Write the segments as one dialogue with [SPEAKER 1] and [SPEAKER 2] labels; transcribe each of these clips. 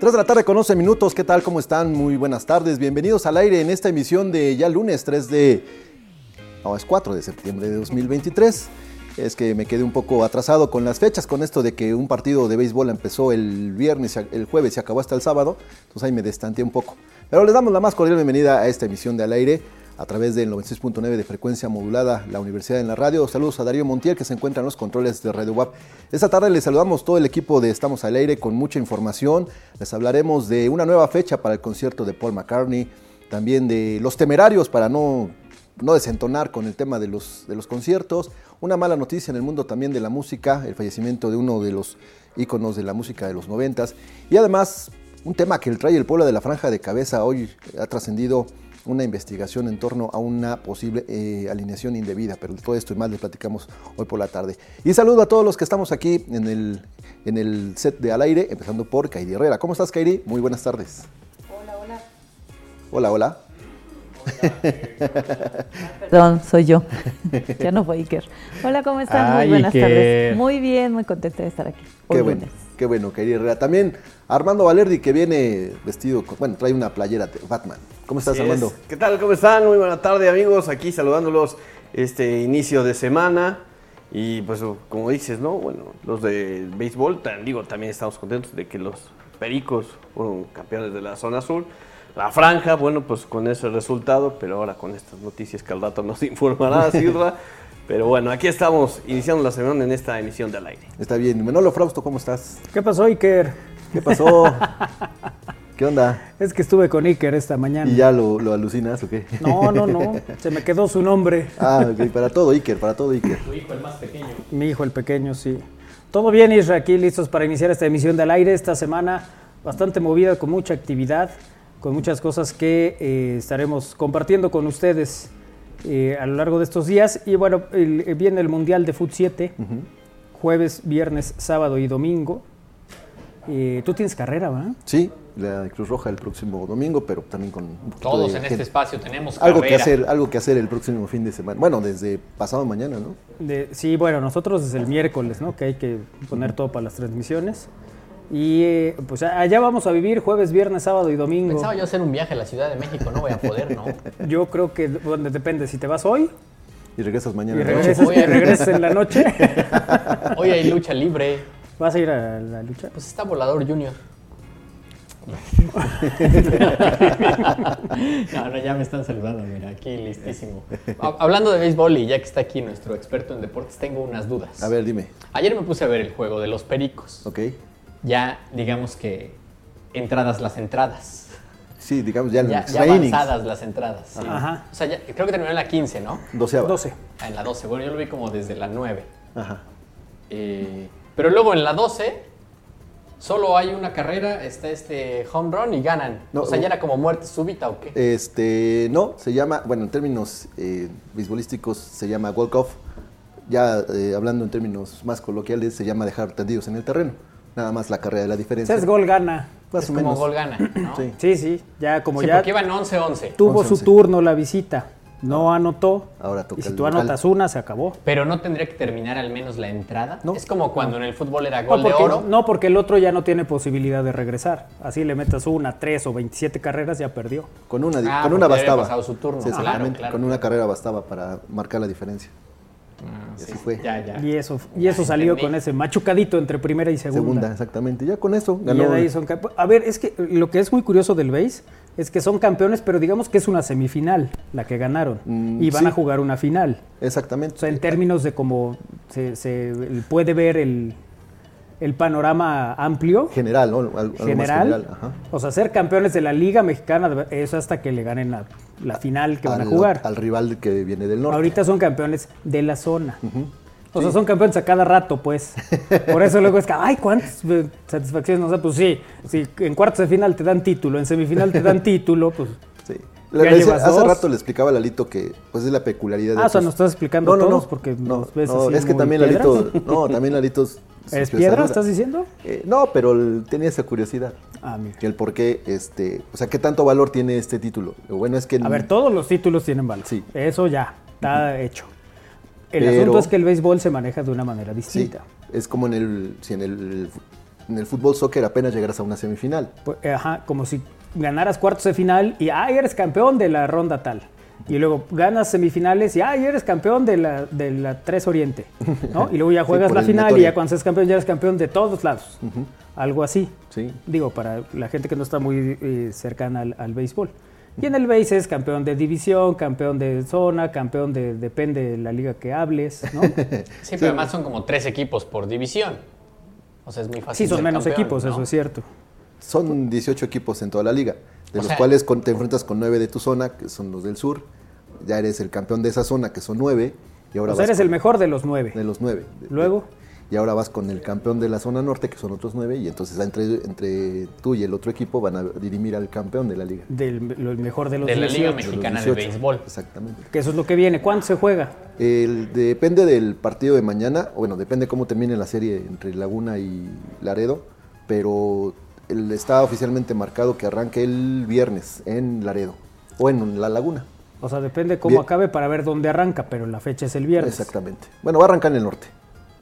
[SPEAKER 1] 3 de la tarde con 11 minutos, ¿qué tal? ¿Cómo están? Muy buenas tardes, bienvenidos al aire en esta emisión de ya lunes 3 de... No, es 4 de septiembre de 2023. Es que me quedé un poco atrasado con las fechas, con esto de que un partido de béisbol empezó el viernes, el jueves y acabó hasta el sábado, entonces ahí me destanteé un poco. Pero les damos la más cordial bienvenida a esta emisión de al aire a través del 96.9 de frecuencia modulada La Universidad en la Radio. Saludos a Darío Montiel que se encuentra en los controles de Radio WAP. Esta tarde les saludamos todo el equipo de Estamos al Aire con mucha información. Les hablaremos de una nueva fecha para el concierto de Paul McCartney, también de los temerarios para no, no desentonar con el tema de los, de los conciertos. Una mala noticia en el mundo también de la música, el fallecimiento de uno de los íconos de la música de los noventas. Y además un tema que el trae el pueblo de la franja de cabeza hoy ha trascendido una investigación en torno a una posible eh, alineación indebida, pero todo esto y más les platicamos hoy por la tarde. Y saludo a todos los que estamos aquí en el, en el set de Al Aire, empezando por Kairi Herrera. ¿Cómo estás, Kairi? Muy buenas tardes.
[SPEAKER 2] Hola, hola.
[SPEAKER 1] Hola, hola.
[SPEAKER 2] Perdón, soy yo. ya no fue Iker. Hola, ¿cómo están? Muy
[SPEAKER 3] Ay,
[SPEAKER 2] buenas
[SPEAKER 3] Iker.
[SPEAKER 2] tardes. Muy bien, muy contenta de estar aquí. Hoy
[SPEAKER 1] Qué bueno,
[SPEAKER 2] lunes.
[SPEAKER 1] qué bueno, Kairi Herrera. También Armando Valerdi, que viene vestido, con- bueno, trae una playera de Batman. ¿Cómo estás,
[SPEAKER 3] Así es.
[SPEAKER 1] Armando?
[SPEAKER 3] ¿Qué tal? ¿Cómo están? Muy buena tarde, amigos. Aquí saludándolos este inicio de semana. Y pues, como dices, ¿no? Bueno, los de béisbol, tan- digo, también estamos contentos de que los pericos fueron campeones de la zona sur. La franja, bueno, pues con ese resultado, pero ahora con estas noticias que al rato nos informará Silva. Pero bueno, aquí estamos iniciando la semana en esta emisión del aire.
[SPEAKER 1] Está bien. Manolo Frausto, ¿cómo estás?
[SPEAKER 4] ¿Qué pasó, Iker?
[SPEAKER 1] ¿Qué pasó? ¿Qué onda?
[SPEAKER 4] Es que estuve con Iker esta mañana.
[SPEAKER 1] ¿Y ya lo, lo alucinas o qué?
[SPEAKER 4] No, no, no. Se me quedó su nombre.
[SPEAKER 1] Ah, ok, para todo Iker, para todo Iker.
[SPEAKER 4] Mi hijo, el pequeño, sí. Todo bien, Isra, aquí listos para iniciar esta emisión del aire. Esta semana bastante movida, con mucha actividad, con muchas cosas que eh, estaremos compartiendo con ustedes eh, a lo largo de estos días. Y bueno, el- eh, viene el Mundial de Foot 7, jueves, viernes, sábado y domingo. Eh, Tú tienes carrera, ¿verdad?
[SPEAKER 1] Sí, la Cruz Roja el próximo domingo, pero también con un poquito
[SPEAKER 5] Todos
[SPEAKER 1] de
[SPEAKER 5] en
[SPEAKER 1] gente.
[SPEAKER 5] este espacio tenemos
[SPEAKER 1] algo que
[SPEAKER 5] carrera.
[SPEAKER 1] hacer, algo que hacer el próximo fin de semana. Bueno, desde pasado mañana, ¿no?
[SPEAKER 4] De- sí, bueno, nosotros desde el miércoles, ¿no? Que hay que poner todo para las transmisiones. Y eh, pues a- allá vamos a vivir jueves, viernes, sábado y domingo.
[SPEAKER 5] Pensaba yo hacer un viaje a la Ciudad de México, no voy a poder, ¿no?
[SPEAKER 4] Yo creo que bueno, depende si te vas hoy
[SPEAKER 1] Y regresas
[SPEAKER 4] y
[SPEAKER 1] mañana. en la noche.
[SPEAKER 4] regresas,
[SPEAKER 5] Voy
[SPEAKER 4] y
[SPEAKER 5] a-
[SPEAKER 4] regresas en la noche.
[SPEAKER 5] Hoy hay lucha libre.
[SPEAKER 4] ¿Vas a ir a la lucha?
[SPEAKER 5] Pues está Volador Junior. no, no, ya me están saludando, mira, aquí listísimo. Ha- Hablando de béisbol y ya que está aquí nuestro experto en deportes, tengo unas dudas.
[SPEAKER 1] A ver, dime.
[SPEAKER 5] Ayer me puse a ver el juego de los Pericos.
[SPEAKER 1] Ok.
[SPEAKER 5] Ya, digamos que entradas las entradas.
[SPEAKER 1] Sí, digamos ya, en
[SPEAKER 5] Ya,
[SPEAKER 1] los
[SPEAKER 5] ya
[SPEAKER 1] innings.
[SPEAKER 5] avanzadas las entradas. sí.
[SPEAKER 4] Ajá.
[SPEAKER 5] O sea, ya- creo que terminó en la 15, ¿no?
[SPEAKER 1] Doceava.
[SPEAKER 4] 12.
[SPEAKER 5] En la 12. Bueno, yo lo vi como desde la 9.
[SPEAKER 1] Ajá.
[SPEAKER 5] Eh, pero luego en la 12 solo hay una carrera, está este home run y ganan.
[SPEAKER 1] No,
[SPEAKER 5] o sea,
[SPEAKER 1] no.
[SPEAKER 5] ya era como muerte súbita o qué.
[SPEAKER 1] Este, no, se llama, bueno, en términos eh, beisbolísticos se llama walk-off. Ya eh, hablando en términos más coloquiales, se llama dejar tendidos en el terreno. Nada más la carrera de la diferencia.
[SPEAKER 4] Cés gol gana.
[SPEAKER 1] Más
[SPEAKER 5] es
[SPEAKER 1] o
[SPEAKER 5] como
[SPEAKER 1] menos.
[SPEAKER 5] gol gana, ¿no?
[SPEAKER 1] Sí.
[SPEAKER 4] Sí, sí, ya como
[SPEAKER 5] Sí,
[SPEAKER 4] ya
[SPEAKER 5] porque iban 11-11.
[SPEAKER 4] tuvo
[SPEAKER 1] Once,
[SPEAKER 4] su
[SPEAKER 1] once.
[SPEAKER 4] turno la visita, no anotó.
[SPEAKER 1] Ahora toca
[SPEAKER 4] y si
[SPEAKER 1] el
[SPEAKER 4] tú
[SPEAKER 1] local.
[SPEAKER 4] anotas una, se acabó.
[SPEAKER 5] Pero no tendría que terminar al menos la entrada.
[SPEAKER 1] No.
[SPEAKER 5] Es como cuando en el fútbol era
[SPEAKER 4] No
[SPEAKER 5] gol de
[SPEAKER 4] porque,
[SPEAKER 5] oro.
[SPEAKER 4] no, porque el otro ya no tiene posibilidad de regresar. Así le metas una, tres o 27 carreras, ya perdió.
[SPEAKER 1] Con una, di-
[SPEAKER 5] Ah,
[SPEAKER 1] con una
[SPEAKER 5] porque había
[SPEAKER 1] bastaba.
[SPEAKER 5] pasado su turno.
[SPEAKER 1] Sí,
[SPEAKER 5] Ah, claro,
[SPEAKER 1] exactamente.
[SPEAKER 5] claro.
[SPEAKER 1] Con una carrera bastaba para marcar la diferencia.
[SPEAKER 5] Ah, sí,
[SPEAKER 1] así fue.
[SPEAKER 5] Ya, ya.
[SPEAKER 4] Y eso, y eso salió
[SPEAKER 5] entendí.
[SPEAKER 4] con ese machucadito entre primera y
[SPEAKER 1] Segunda,
[SPEAKER 4] segunda.
[SPEAKER 1] exactamente. Ya con eso
[SPEAKER 4] Y
[SPEAKER 1] ganó.
[SPEAKER 4] ya de ahí son campe- A ver, es que lo que es muy curioso del BASE es que son campeones, pero digamos que es una semifinal la que ganaron.
[SPEAKER 1] Mm,
[SPEAKER 4] y van
[SPEAKER 1] sí.
[SPEAKER 4] a jugar una final.
[SPEAKER 1] Exactamente.
[SPEAKER 4] O sea, en términos de cómo se, se puede ver el, el panorama amplio,
[SPEAKER 1] general, ¿no? Al- algo más
[SPEAKER 4] general.
[SPEAKER 1] ajá.
[SPEAKER 4] O sea, ser campeones de la Liga Mexicana es hasta que le ganen la, la final que van a
[SPEAKER 1] Al-
[SPEAKER 4] jugar.
[SPEAKER 1] Al rival que viene del norte.
[SPEAKER 4] Ahorita son campeones de la zona. O sea, son campeones a cada rato, pues. Por eso luego es que, ay, ¿cuántas eh, satisfacciones nos da? Pues sí, si en cuartos de final te dan título, en semifinal te dan título, pues...
[SPEAKER 1] Sí. Le-
[SPEAKER 4] Ya
[SPEAKER 1] le decía-
[SPEAKER 4] llevas
[SPEAKER 1] hace
[SPEAKER 4] dos.
[SPEAKER 1] rato le explicaba a Lalito que pues es la peculiaridad de
[SPEAKER 4] Ah, o sea,
[SPEAKER 1] estos-
[SPEAKER 4] nos estás explicando
[SPEAKER 1] no, no,
[SPEAKER 4] todos
[SPEAKER 1] no,
[SPEAKER 4] porque
[SPEAKER 1] no,
[SPEAKER 4] nos ves
[SPEAKER 1] no,
[SPEAKER 4] así
[SPEAKER 1] es que
[SPEAKER 4] muy
[SPEAKER 1] también
[SPEAKER 4] piedra.
[SPEAKER 1] Lalito, no, también Lalito s-
[SPEAKER 4] ¿Es
[SPEAKER 1] surgió esa
[SPEAKER 4] piedra,
[SPEAKER 1] duda.
[SPEAKER 4] estás diciendo?
[SPEAKER 1] Eh, no, pero el- tenía esa curiosidad.
[SPEAKER 4] Ah, mira.
[SPEAKER 1] que El por qué, este, o sea, qué tanto valor tiene este título. Lo bueno es que
[SPEAKER 4] A ver, todos los títulos tienen valor.
[SPEAKER 1] Sí.
[SPEAKER 4] Eso ya, está hecho. El
[SPEAKER 1] Pero-
[SPEAKER 4] asunto es que el béisbol se maneja de una manera
[SPEAKER 1] sí,
[SPEAKER 4] distinta.
[SPEAKER 1] es como en el, si en el en el fútbol soccer apenas llegarás a una semifinal.
[SPEAKER 4] Pues, ajá, como si ganaras cuartos de final y ay, eres campeón de la ronda tal. Y luego ganas semifinales y ay, eres campeón de la, de la 3 Oriente. ¿no? Y luego ya
[SPEAKER 1] Sí,
[SPEAKER 4] juegas
[SPEAKER 1] por
[SPEAKER 4] la final y
[SPEAKER 1] eliminatoria.
[SPEAKER 4] ya cuando seas campeón ya eres campeón de todos lados. Algo así.
[SPEAKER 1] Sí.
[SPEAKER 4] Digo, para la gente que no está muy eh, cercana al, al béisbol. Y en el béis es campeón de división, campeón de zona, campeón de, depende de la liga que hables, ¿no?
[SPEAKER 5] Sí, pero además son como tres equipos por división. O sea, es muy fácil.
[SPEAKER 4] Sí, son
[SPEAKER 5] ser
[SPEAKER 4] menos
[SPEAKER 5] campeón,
[SPEAKER 4] equipos,
[SPEAKER 5] ¿no?
[SPEAKER 4] eso es cierto.
[SPEAKER 1] Son 18 equipos en toda la liga, de
[SPEAKER 5] O
[SPEAKER 1] los
[SPEAKER 5] sea-
[SPEAKER 1] cuales con- te enfrentas con 9 de tu zona, que son los del sur. Ya eres el campeón de esa zona, que son 9. Y ahora
[SPEAKER 4] O sea,
[SPEAKER 1] vas
[SPEAKER 4] eres
[SPEAKER 1] con-
[SPEAKER 4] el mejor de los nueve.
[SPEAKER 1] de los 9.
[SPEAKER 4] Luego.
[SPEAKER 1] Y ahora vas con el campeón de la zona norte, que son otros 9, y entonces ah, entre, entre tú y el otro equipo van a dirimir al campeón de la liga.
[SPEAKER 4] Del lo mejor de los
[SPEAKER 5] De la Liga
[SPEAKER 4] 18,
[SPEAKER 1] De los
[SPEAKER 5] Mexicana de
[SPEAKER 1] 18,
[SPEAKER 5] Béisbol.
[SPEAKER 1] Exactamente.
[SPEAKER 4] Que eso es lo que viene. ¿Cuándo se juega?
[SPEAKER 1] El- depende del partido de mañana, o bueno, depende cómo termine la serie entre Laguna y Laredo, pero el- está oficialmente marcado que arranque el viernes en Laredo o en La Laguna.
[SPEAKER 4] O sea, depende cómo
[SPEAKER 1] Bien.
[SPEAKER 4] acabe para ver dónde arranca, pero la fecha es el viernes.
[SPEAKER 1] Exactamente. Bueno, va a arrancar en el norte.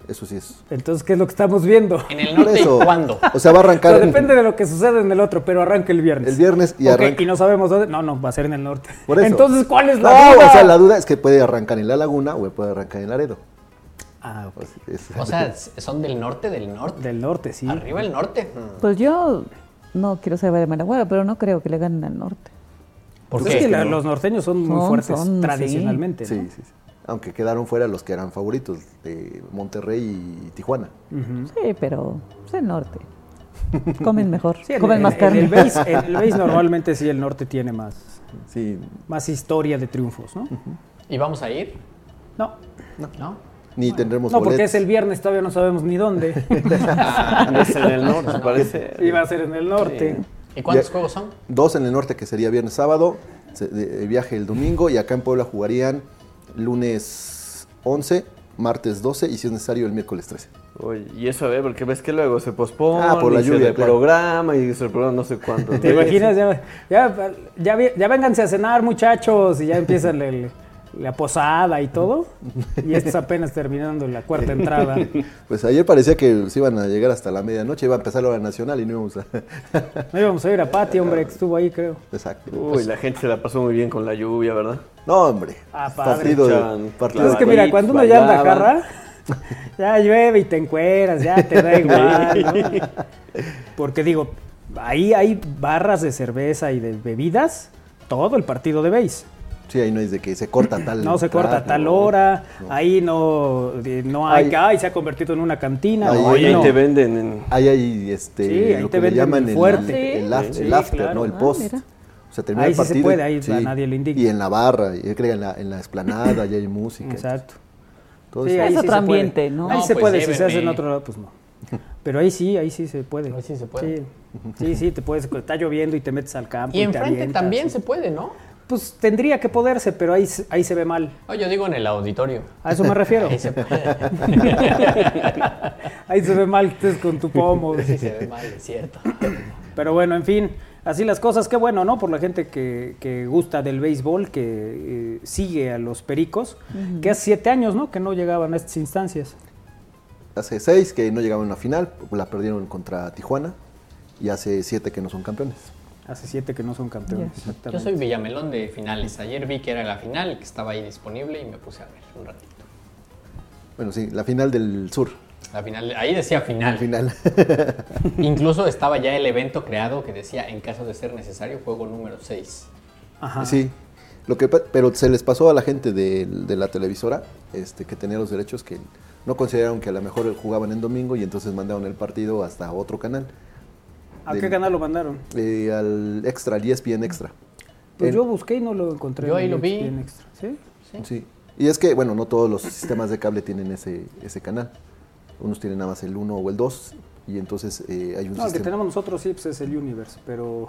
[SPEAKER 1] Eso sí es.
[SPEAKER 4] Entonces, ¿qué es lo que estamos viendo?
[SPEAKER 5] En el norte,
[SPEAKER 1] Por eso,
[SPEAKER 5] ¿cuándo?
[SPEAKER 1] O sea, va a
[SPEAKER 4] O sea,
[SPEAKER 1] arrancar
[SPEAKER 4] depende de lo que suceda en el otro, pero arranca el viernes.
[SPEAKER 1] el viernes y
[SPEAKER 4] Ok,
[SPEAKER 1] arranca.
[SPEAKER 4] y no sabemos dónde. No, no, va a ser en el norte.
[SPEAKER 1] Por eso.
[SPEAKER 4] Entonces, ¿cuál es la
[SPEAKER 1] No,
[SPEAKER 4] duda?
[SPEAKER 1] O sea, la duda es que puede arrancar en La Laguna o puede arrancar en Laredo. Pues,
[SPEAKER 4] Ah, ok.
[SPEAKER 1] Es-
[SPEAKER 5] O sea, son del norte, del norte.
[SPEAKER 4] Del norte, sí.
[SPEAKER 5] Arriba el norte. Mm.
[SPEAKER 2] Pues yo no quiero saber de mala hueva, pero no creo que le ganen al norte.
[SPEAKER 5] ¿Por
[SPEAKER 4] Pues
[SPEAKER 5] qué?
[SPEAKER 4] Es que la- los norteños son muy
[SPEAKER 2] Son-
[SPEAKER 4] fuertes
[SPEAKER 2] son, sí.
[SPEAKER 4] tradicionalmente. ¿no?
[SPEAKER 1] sí, sí, sí. Aunque quedaron fuera los que eran favoritos de Monterrey y Tijuana.
[SPEAKER 2] Sí, pero es el norte. Comen mejor,
[SPEAKER 4] Sí, en-
[SPEAKER 2] comen
[SPEAKER 4] en-
[SPEAKER 2] más
[SPEAKER 4] en
[SPEAKER 2] carne.
[SPEAKER 4] el béis- en el béis normalmente sí el norte tiene más,
[SPEAKER 1] Sí,
[SPEAKER 4] más historia de triunfos, ¿no?
[SPEAKER 5] ¿Y vamos a ir?
[SPEAKER 4] No,
[SPEAKER 5] ¿No?
[SPEAKER 1] ni tendremos
[SPEAKER 4] no porque es
[SPEAKER 1] boletos.
[SPEAKER 4] el viernes, todavía no sabemos ni dónde.
[SPEAKER 5] Ah,
[SPEAKER 3] Es en el norte, parece.
[SPEAKER 4] Iba a ser en el norte.
[SPEAKER 5] ¿Y cuántos
[SPEAKER 1] Ya-
[SPEAKER 5] juegos son?
[SPEAKER 1] Dos en el norte, que sería viernes sábado, se- de- de viaje el domingo, y acá en Puebla jugarían lunes 11, martes 12, y si es necesario el miércoles 13.
[SPEAKER 3] Oye, y eso a ver, porque ves que luego se pospone.
[SPEAKER 1] Ah, por la
[SPEAKER 3] y
[SPEAKER 1] lluvia,
[SPEAKER 3] Se
[SPEAKER 1] claro.
[SPEAKER 3] programa y se programa no sé cuánto.
[SPEAKER 4] ¿Te imaginas? Ya, ya, ya vi- ya vénganse a cenar, muchachos, y ya empieza el- el- la posada y todo. Y estos apenas terminando la cuarta entrada.
[SPEAKER 1] Pues ayer parecía que se iban a llegar hasta la medianoche, iba a empezar la hora nacional y no íbamos a...
[SPEAKER 4] No íbamos a ir a Pati, hombre, que estuvo ahí, creo.
[SPEAKER 1] Exacto.
[SPEAKER 3] Uy, la gente se la pasó muy bien con la lluvia, ¿verdad?
[SPEAKER 1] No, hombre.
[SPEAKER 4] Ah, padre.
[SPEAKER 1] partido de,
[SPEAKER 3] Chan,
[SPEAKER 1] partido
[SPEAKER 4] Pues
[SPEAKER 3] claro.
[SPEAKER 4] es que mira, cuando uno ya anda
[SPEAKER 3] bailaban.
[SPEAKER 4] jarra, ya llueve y te encueras, ya te da igual, ¿no? Porque digo, ahí hay barras de cerveza y de bebidas todo el partido de base.
[SPEAKER 1] Sí, ahí no es de que se corta tal
[SPEAKER 4] No se corta a
[SPEAKER 1] plato,
[SPEAKER 4] tal
[SPEAKER 1] ¿no?
[SPEAKER 4] hora, ahí no, de- no hay
[SPEAKER 1] Ahí-
[SPEAKER 4] que, ay, se ha convertido en una cantina.
[SPEAKER 1] Ahí-
[SPEAKER 4] no,
[SPEAKER 3] Oye, ahí
[SPEAKER 4] no.
[SPEAKER 3] te venden en.
[SPEAKER 1] Ahí hay este,
[SPEAKER 4] Sí, ahí
[SPEAKER 1] lo
[SPEAKER 4] te
[SPEAKER 1] que le
[SPEAKER 4] venden
[SPEAKER 1] llaman
[SPEAKER 4] el
[SPEAKER 1] el,
[SPEAKER 4] fuerte.
[SPEAKER 1] el, af-
[SPEAKER 4] Sí,
[SPEAKER 1] el after,
[SPEAKER 4] claro.
[SPEAKER 1] ¿no? El
[SPEAKER 2] Ah,
[SPEAKER 1] post.
[SPEAKER 2] mira.
[SPEAKER 1] o sea, termina
[SPEAKER 4] Ahí sí
[SPEAKER 1] el
[SPEAKER 4] se
[SPEAKER 1] partido. y-
[SPEAKER 4] puede, ahí a nadie le indigna.
[SPEAKER 1] Y en la barra, y yo creo que en la, en la esplanada, ya hay música.
[SPEAKER 4] Exacto.
[SPEAKER 1] Todo
[SPEAKER 4] Sí,
[SPEAKER 1] eso.
[SPEAKER 4] ahí
[SPEAKER 2] Es
[SPEAKER 4] sí
[SPEAKER 2] otro
[SPEAKER 4] se puede.
[SPEAKER 2] ambiente, ¿no?
[SPEAKER 4] Ahí
[SPEAKER 5] No,
[SPEAKER 4] se
[SPEAKER 5] pues
[SPEAKER 4] puede, si se hace en
[SPEAKER 5] llévenme.
[SPEAKER 4] otro lado, pues no. Pero ahí sí, ahí sí se puede.
[SPEAKER 5] Ahí sí se puede.
[SPEAKER 4] Sí, sí, sí, te puedes, está lloviendo y te metes al campo.
[SPEAKER 5] Y
[SPEAKER 4] te
[SPEAKER 5] enfrente
[SPEAKER 4] avientas,
[SPEAKER 5] también
[SPEAKER 4] y-
[SPEAKER 5] se puede, ¿no?
[SPEAKER 4] Pues tendría que poderse, pero ahí, se- ahí se ve mal.
[SPEAKER 5] No, Ah, yo digo en el auditorio.
[SPEAKER 4] A eso me refiero.
[SPEAKER 5] Ahí se puede.
[SPEAKER 4] ahí se ve mal que estés con tu pomo.
[SPEAKER 5] Sí, se ve mal, es cierto.
[SPEAKER 4] Pero bueno, en fin, así las cosas. Qué bueno, ¿no? Por la gente que, que gusta del béisbol, que eh, sigue a los pericos, que hace siete años, ¿no? Que no llegaban a estas instancias.
[SPEAKER 1] Hace seis que no llegaban a una final, la perdieron contra Tijuana. Y hace siete que no son campeones.
[SPEAKER 4] Hace siete que no son campeones. exactamente.
[SPEAKER 5] Yo soy Villamelón de finales. Ayer vi que era la final, que estaba ahí disponible y me puse a ver un ratito.
[SPEAKER 1] Bueno, sí, la final del sur.
[SPEAKER 5] La final, ahí decía final.
[SPEAKER 1] Final.
[SPEAKER 5] Incluso estaba ya el evento creado que decía, en caso de ser necesario, juego número 6.
[SPEAKER 4] Ajá.
[SPEAKER 1] Sí. Lo que, pa- pero se les pasó a la gente de, de la televisora este, que tenía los derechos que no consideraron que a lo mejor jugaban en domingo y entonces mandaron el partido hasta otro canal.
[SPEAKER 4] ¿A
[SPEAKER 1] Del-
[SPEAKER 4] qué canal lo mandaron?
[SPEAKER 1] eh, al extra, al ESPN extra.
[SPEAKER 4] Pues
[SPEAKER 1] En-
[SPEAKER 4] yo busqué y no lo encontré.
[SPEAKER 5] Yo
[SPEAKER 4] en
[SPEAKER 5] ahí lo vi.
[SPEAKER 4] ESPN Extra, ¿sí?
[SPEAKER 1] Sí. Y es que, bueno, no todos los sistemas de cable tienen ese, ese canal. Unos tienen nada más el 1 o el 2 y entonces eh, hay un
[SPEAKER 4] No, el que
[SPEAKER 1] sistema.
[SPEAKER 4] tenemos nosotros sí pues, es el Universe, pero...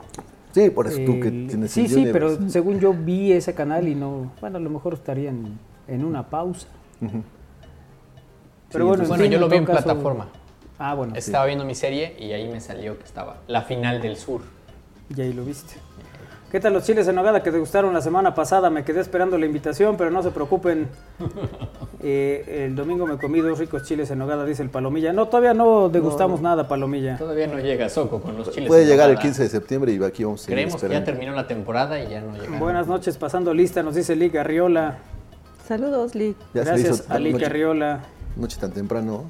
[SPEAKER 1] Sí, por eso tú que
[SPEAKER 4] el-
[SPEAKER 1] tienes
[SPEAKER 4] Sí,
[SPEAKER 1] el pues,
[SPEAKER 4] sí,
[SPEAKER 1] Universe.
[SPEAKER 4] pero según yo vi ese canal y no... Bueno, a lo mejor estarían en una pausa. Pero
[SPEAKER 1] Sí,
[SPEAKER 4] bueno, en
[SPEAKER 5] Bueno,
[SPEAKER 4] fin,
[SPEAKER 5] yo lo vi en
[SPEAKER 4] todo caso-
[SPEAKER 5] plataforma.
[SPEAKER 4] Ah, bueno,
[SPEAKER 5] Estaba viendo mi serie y ahí me salió que estaba la final del sur.
[SPEAKER 4] y ahí lo viste. ¿Qué tal los chiles en nogada que te gustaron la semana pasada? Me quedé esperando la invitación, pero no se preocupen. Eh, el domingo me comí dos ricos chiles en nogada, dice el Palomilla. No, todavía no degustamos nada, Palomilla.
[SPEAKER 5] Todavía no llega Soco con los chiles.
[SPEAKER 1] Puede
[SPEAKER 5] en
[SPEAKER 1] llegar el
[SPEAKER 5] nogada.
[SPEAKER 1] 15 de septiembre y aquí vamos a seguir
[SPEAKER 5] Creemos que ya
[SPEAKER 1] esperando.
[SPEAKER 5] terminó la temporada y ya no llega.
[SPEAKER 4] Buenas noches, pasando lista, nos dice Lick Arriola.
[SPEAKER 2] Saludos, Lick.
[SPEAKER 1] Ya se hizo
[SPEAKER 4] Gracias a
[SPEAKER 1] tan-
[SPEAKER 4] Lick
[SPEAKER 1] noche,
[SPEAKER 4] Arriola.
[SPEAKER 1] noche tan temprano.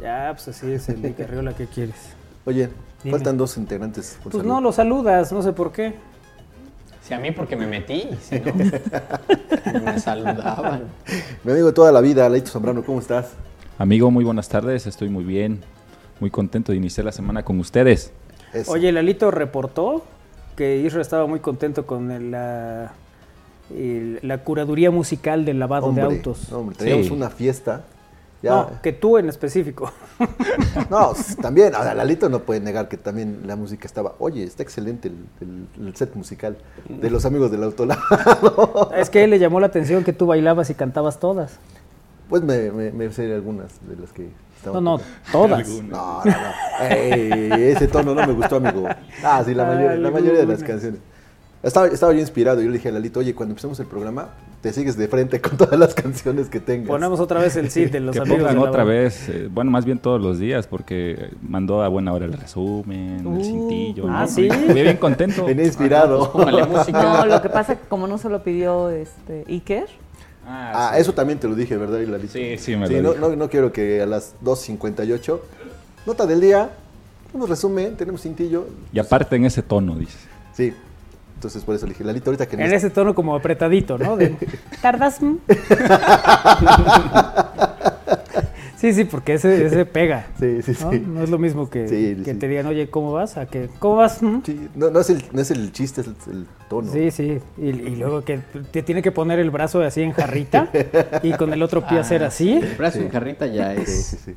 [SPEAKER 4] Ya, pues así es el Lick Arriola, ¿qué quieres?
[SPEAKER 1] Oye,
[SPEAKER 4] Dime.
[SPEAKER 1] faltan dos integrantes. por
[SPEAKER 4] Pues
[SPEAKER 1] salud.
[SPEAKER 4] no, lo saludas, no sé por qué.
[SPEAKER 5] Si a mí porque me metí, si no, me saludaban.
[SPEAKER 1] Mi amigo de toda la vida, Leito Zambrano, ¿cómo estás?
[SPEAKER 6] Amigo, muy buenas tardes, estoy muy bien, muy contento de iniciar la semana con ustedes.
[SPEAKER 1] Eso.
[SPEAKER 4] Oye, Lalito reportó que Isra estaba muy contento con el, la, el- la curaduría musical del lavado
[SPEAKER 1] hombre,
[SPEAKER 4] de autos.
[SPEAKER 1] no, hombre, teníamos
[SPEAKER 6] Sí.
[SPEAKER 1] una fiesta.
[SPEAKER 4] No,
[SPEAKER 1] Ya.
[SPEAKER 4] que tú en específico.
[SPEAKER 1] No, s- también, ahora Lalito no puede negar que también la música estaba. Oye, está excelente el, el- el set musical de los amigos del autolavado.
[SPEAKER 4] es que le llamó la atención que tú bailabas y cantabas todas.
[SPEAKER 1] Pues me, me, me sé algunas de las que
[SPEAKER 4] No,
[SPEAKER 1] estaban.
[SPEAKER 4] no, todas.
[SPEAKER 1] No, no, no. Ey, ese tono no me gustó, amigo. Ah, sí, la mayoría, la mayoría de las canciones. Estaba, estaba yo inspirado. Yo le dije a Lalito, oye, cuando empecemos el programa, te sigues de frente con todas las canciones que tengas.
[SPEAKER 4] Ponemos otra vez el sit de los
[SPEAKER 6] que
[SPEAKER 4] amigos.
[SPEAKER 6] pongan
[SPEAKER 4] de la
[SPEAKER 6] otra
[SPEAKER 4] banda.
[SPEAKER 6] vez, eh, bueno, más bien todos los días, porque mandó a buena hora el resumen,
[SPEAKER 4] Uh,
[SPEAKER 6] el cintillo.
[SPEAKER 4] ah,
[SPEAKER 6] ¿no?
[SPEAKER 4] ¿sí?
[SPEAKER 6] Estuve bien contento. Ah, pues,
[SPEAKER 1] Venía inspirado.
[SPEAKER 5] Póngale música.
[SPEAKER 2] No, lo que pasa que como no se lo pidió este Iker,
[SPEAKER 1] Ah, eso también te lo dije, ¿verdad, Lalito?
[SPEAKER 6] Sí, sí, me
[SPEAKER 1] Sí,
[SPEAKER 6] lo
[SPEAKER 1] no,
[SPEAKER 6] dije.
[SPEAKER 1] no, no quiero que a las 2.58, nota del día, un resumen, tenemos cintillo.
[SPEAKER 6] Y aparte en ese tono, dice.
[SPEAKER 1] Sí, entonces por eso le dije, Lalito, ahorita que no
[SPEAKER 4] En ese tono como apretadito, ¿no? De, ¿Tardas? mm?" sí, sí, porque ese, ese pega.
[SPEAKER 1] Sí, sí, sí.
[SPEAKER 4] ¿no? No es lo mismo que,
[SPEAKER 1] Sí,
[SPEAKER 4] que
[SPEAKER 1] sí.
[SPEAKER 4] te digan, oye, ¿cómo vas? ¿A qué? ¿Cómo vas? mm?"
[SPEAKER 1] Sí, no, no es el, no es el chiste, es el, el tono.
[SPEAKER 4] Sí, sí. Y, y luego que te tiene que poner el brazo así en jarrita y con Ah, el otro pie hacer así.
[SPEAKER 5] Ah, El brazo en jarrita ya
[SPEAKER 1] sí, sí.
[SPEAKER 5] es
[SPEAKER 1] sí. Que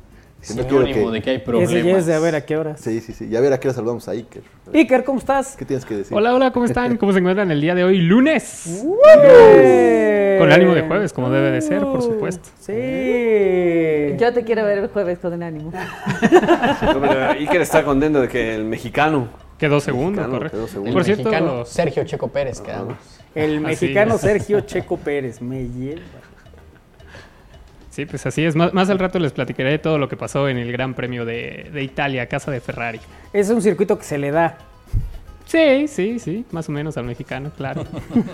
[SPEAKER 1] no quiero
[SPEAKER 5] sinónimo
[SPEAKER 1] que-
[SPEAKER 5] de que hay
[SPEAKER 4] Ese ya
[SPEAKER 5] problemas.
[SPEAKER 4] es de a ver a qué horas.
[SPEAKER 1] Sí, sí, sí. Y a ver a qué hora saludamos a Iker.
[SPEAKER 4] Iker, ¿cómo estás?
[SPEAKER 1] ¿Qué tienes que decir?
[SPEAKER 7] Hola, hola, ¿cómo están? ¿Cómo se encuentran el día de hoy? Lunes. Con ánimo de jueves, como debe de ser, por supuesto.
[SPEAKER 4] Sí.
[SPEAKER 2] Uh, yo te quiero ver el jueves con el ánimo.
[SPEAKER 3] No, pero Iker está contento de que el mexicano.
[SPEAKER 7] Quedó segundo,
[SPEAKER 3] Mexicano,
[SPEAKER 7] correcto.
[SPEAKER 1] quedó segundo.
[SPEAKER 5] El
[SPEAKER 7] Por cierto,
[SPEAKER 5] mexicano Sergio Checo Pérez quedamos.
[SPEAKER 4] El
[SPEAKER 7] Así
[SPEAKER 4] mexicano
[SPEAKER 7] es.
[SPEAKER 4] Sergio Checo Pérez me lleva.
[SPEAKER 7] sí, pues así es. Más, más al rato les platicaré de todo lo que pasó en el Gran Premio de, de Italia, casa de Ferrari.
[SPEAKER 4] Es un circuito que se le da.
[SPEAKER 7] Sí, sí, sí, más o menos al mexicano, claro.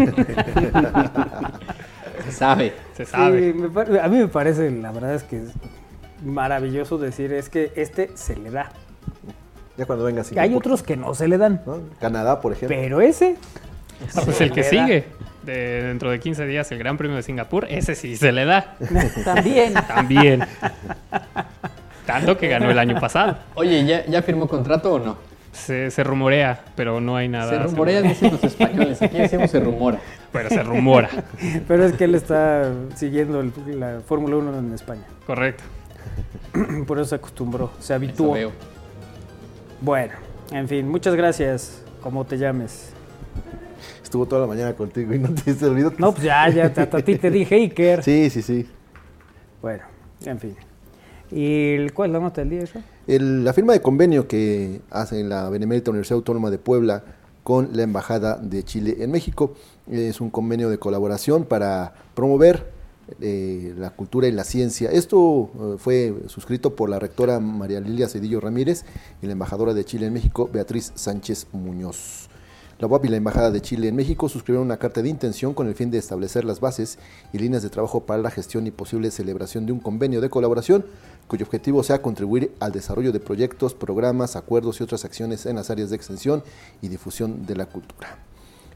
[SPEAKER 5] Se sabe.
[SPEAKER 7] Se sabe.
[SPEAKER 4] Sí, me par- a mí me parece, la verdad es que es maravilloso decir, es que este se le da.
[SPEAKER 1] Ya cuando venga Singapur.
[SPEAKER 4] Hay otros que no se le dan,
[SPEAKER 1] ¿no? Canadá, por ejemplo.
[SPEAKER 4] pero ese
[SPEAKER 7] Ah, pues el que
[SPEAKER 4] Se le da.
[SPEAKER 7] sigue, de- dentro de 15 días, el Gran Premio de Singapur, ese sí se le da.
[SPEAKER 2] También.
[SPEAKER 7] También. Tanto que ganó el año pasado.
[SPEAKER 5] Oye, ¿ya, ya firmó contrato o no?
[SPEAKER 7] Se, se rumorea, pero no hay nada.
[SPEAKER 5] se rumorea,
[SPEAKER 7] seguro.
[SPEAKER 5] dicen los españoles. Aquí decimos se rumora.
[SPEAKER 7] Pero se rumora.
[SPEAKER 4] Pero es que él está siguiendo el- la Fórmula 1 en España.
[SPEAKER 7] Correcto.
[SPEAKER 4] Por eso se acostumbró, se
[SPEAKER 5] Eso
[SPEAKER 4] habituó.
[SPEAKER 5] veo.
[SPEAKER 4] Bueno, en fin, muchas gracias, como te llames.
[SPEAKER 1] Estuvo toda la mañana contigo y no te se olvidó.
[SPEAKER 4] No, pues ya, ya, hasta a ti te dije, Iker.
[SPEAKER 1] Sí, sí, sí.
[SPEAKER 4] Bueno, en fin. ¿Y el- cuál es la nota del día? Isra?
[SPEAKER 1] El- la firma de convenio que hace la Benemérita Universidad Autónoma de Puebla con la Embajada de Chile en México es un convenio de colaboración para promover eh, la cultura y la ciencia. Esto eh, fue suscrito por la rectora María Lilia Cedillo Ramírez y la embajadora de Chile en México, Beatriz Sánchez Muñoz. La UAP y la Embajada de Chile en México suscribieron una carta de intención con el fin de establecer las bases y líneas de trabajo para la gestión y posible celebración de un convenio de colaboración cuyo objetivo sea contribuir al desarrollo de proyectos, programas, acuerdos y otras acciones en las áreas de extensión y difusión de la cultura.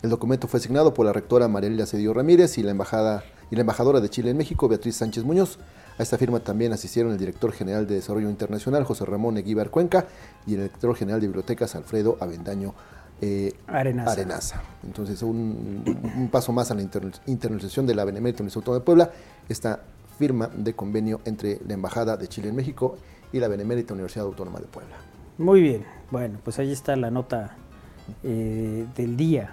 [SPEAKER 1] El documento fue asignado por la rectora Mariela Cedillo Ramírez y la, embajada, y la embajadora de Chile en México, Beatriz Sánchez Muñoz. A esta firma también asistieron el director general de Desarrollo Internacional, José Ramón Eguíbar Cuenca, y el director general de Bibliotecas, Alfredo Avendaño eh,
[SPEAKER 4] Arenaza.
[SPEAKER 1] Arenaza. Entonces, un, un paso más a la interna- internacionalización de la Benemérita Universidad Autónoma de Puebla, esta firma de convenio entre la Embajada de Chile en México y la Benemérita Universidad Autónoma de Puebla.
[SPEAKER 4] Muy bien, bueno, pues ahí está la nota eh, del día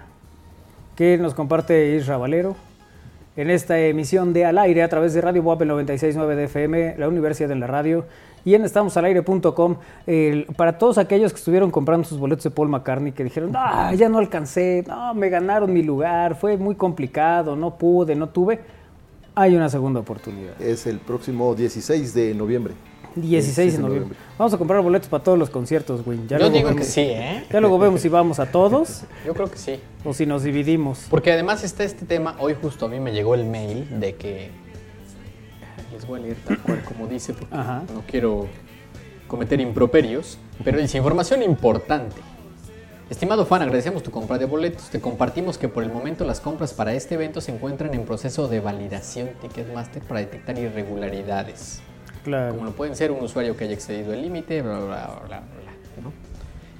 [SPEAKER 4] que nos comparte Isra Valero en esta emisión de Al Aire a través de Radio Buapel 96.9 de FM, la Universidad en la Radio y en estamosalaire.com. El- para todos aquellos que estuvieron comprando sus boletos de Paul McCartney que dijeron, ah, ya no alcancé, no, me ganaron mi lugar, fue muy complicado, no pude, no tuve. hay una segunda oportunidad.
[SPEAKER 1] Es el próximo 16 de noviembre.
[SPEAKER 4] 16 de noviembre. Vamos a comprar boletos para todos los conciertos, güey. Ya
[SPEAKER 5] Yo
[SPEAKER 4] luego
[SPEAKER 5] digo
[SPEAKER 4] vemos-
[SPEAKER 5] que sí, ¿eh?
[SPEAKER 4] Ya luego vemos si vamos a todos
[SPEAKER 5] Yo creo que sí.
[SPEAKER 4] o si nos dividimos.
[SPEAKER 5] Porque además está este tema, hoy justo a mí me llegó el mail de que les voy a leer tal cual como dice porque
[SPEAKER 4] Ajá.
[SPEAKER 5] no quiero cometer improperios, pero dice información importante. Estimado Juan, agradecemos tu compra de boletos. Te compartimos que por el momento las compras para este evento se encuentran en proceso de validación Ticketmaster para detectar irregularidades como
[SPEAKER 4] Claro.
[SPEAKER 5] lo pueden ser un usuario que haya excedido el límite, bla, bla, bla, bla, bla, ¿no?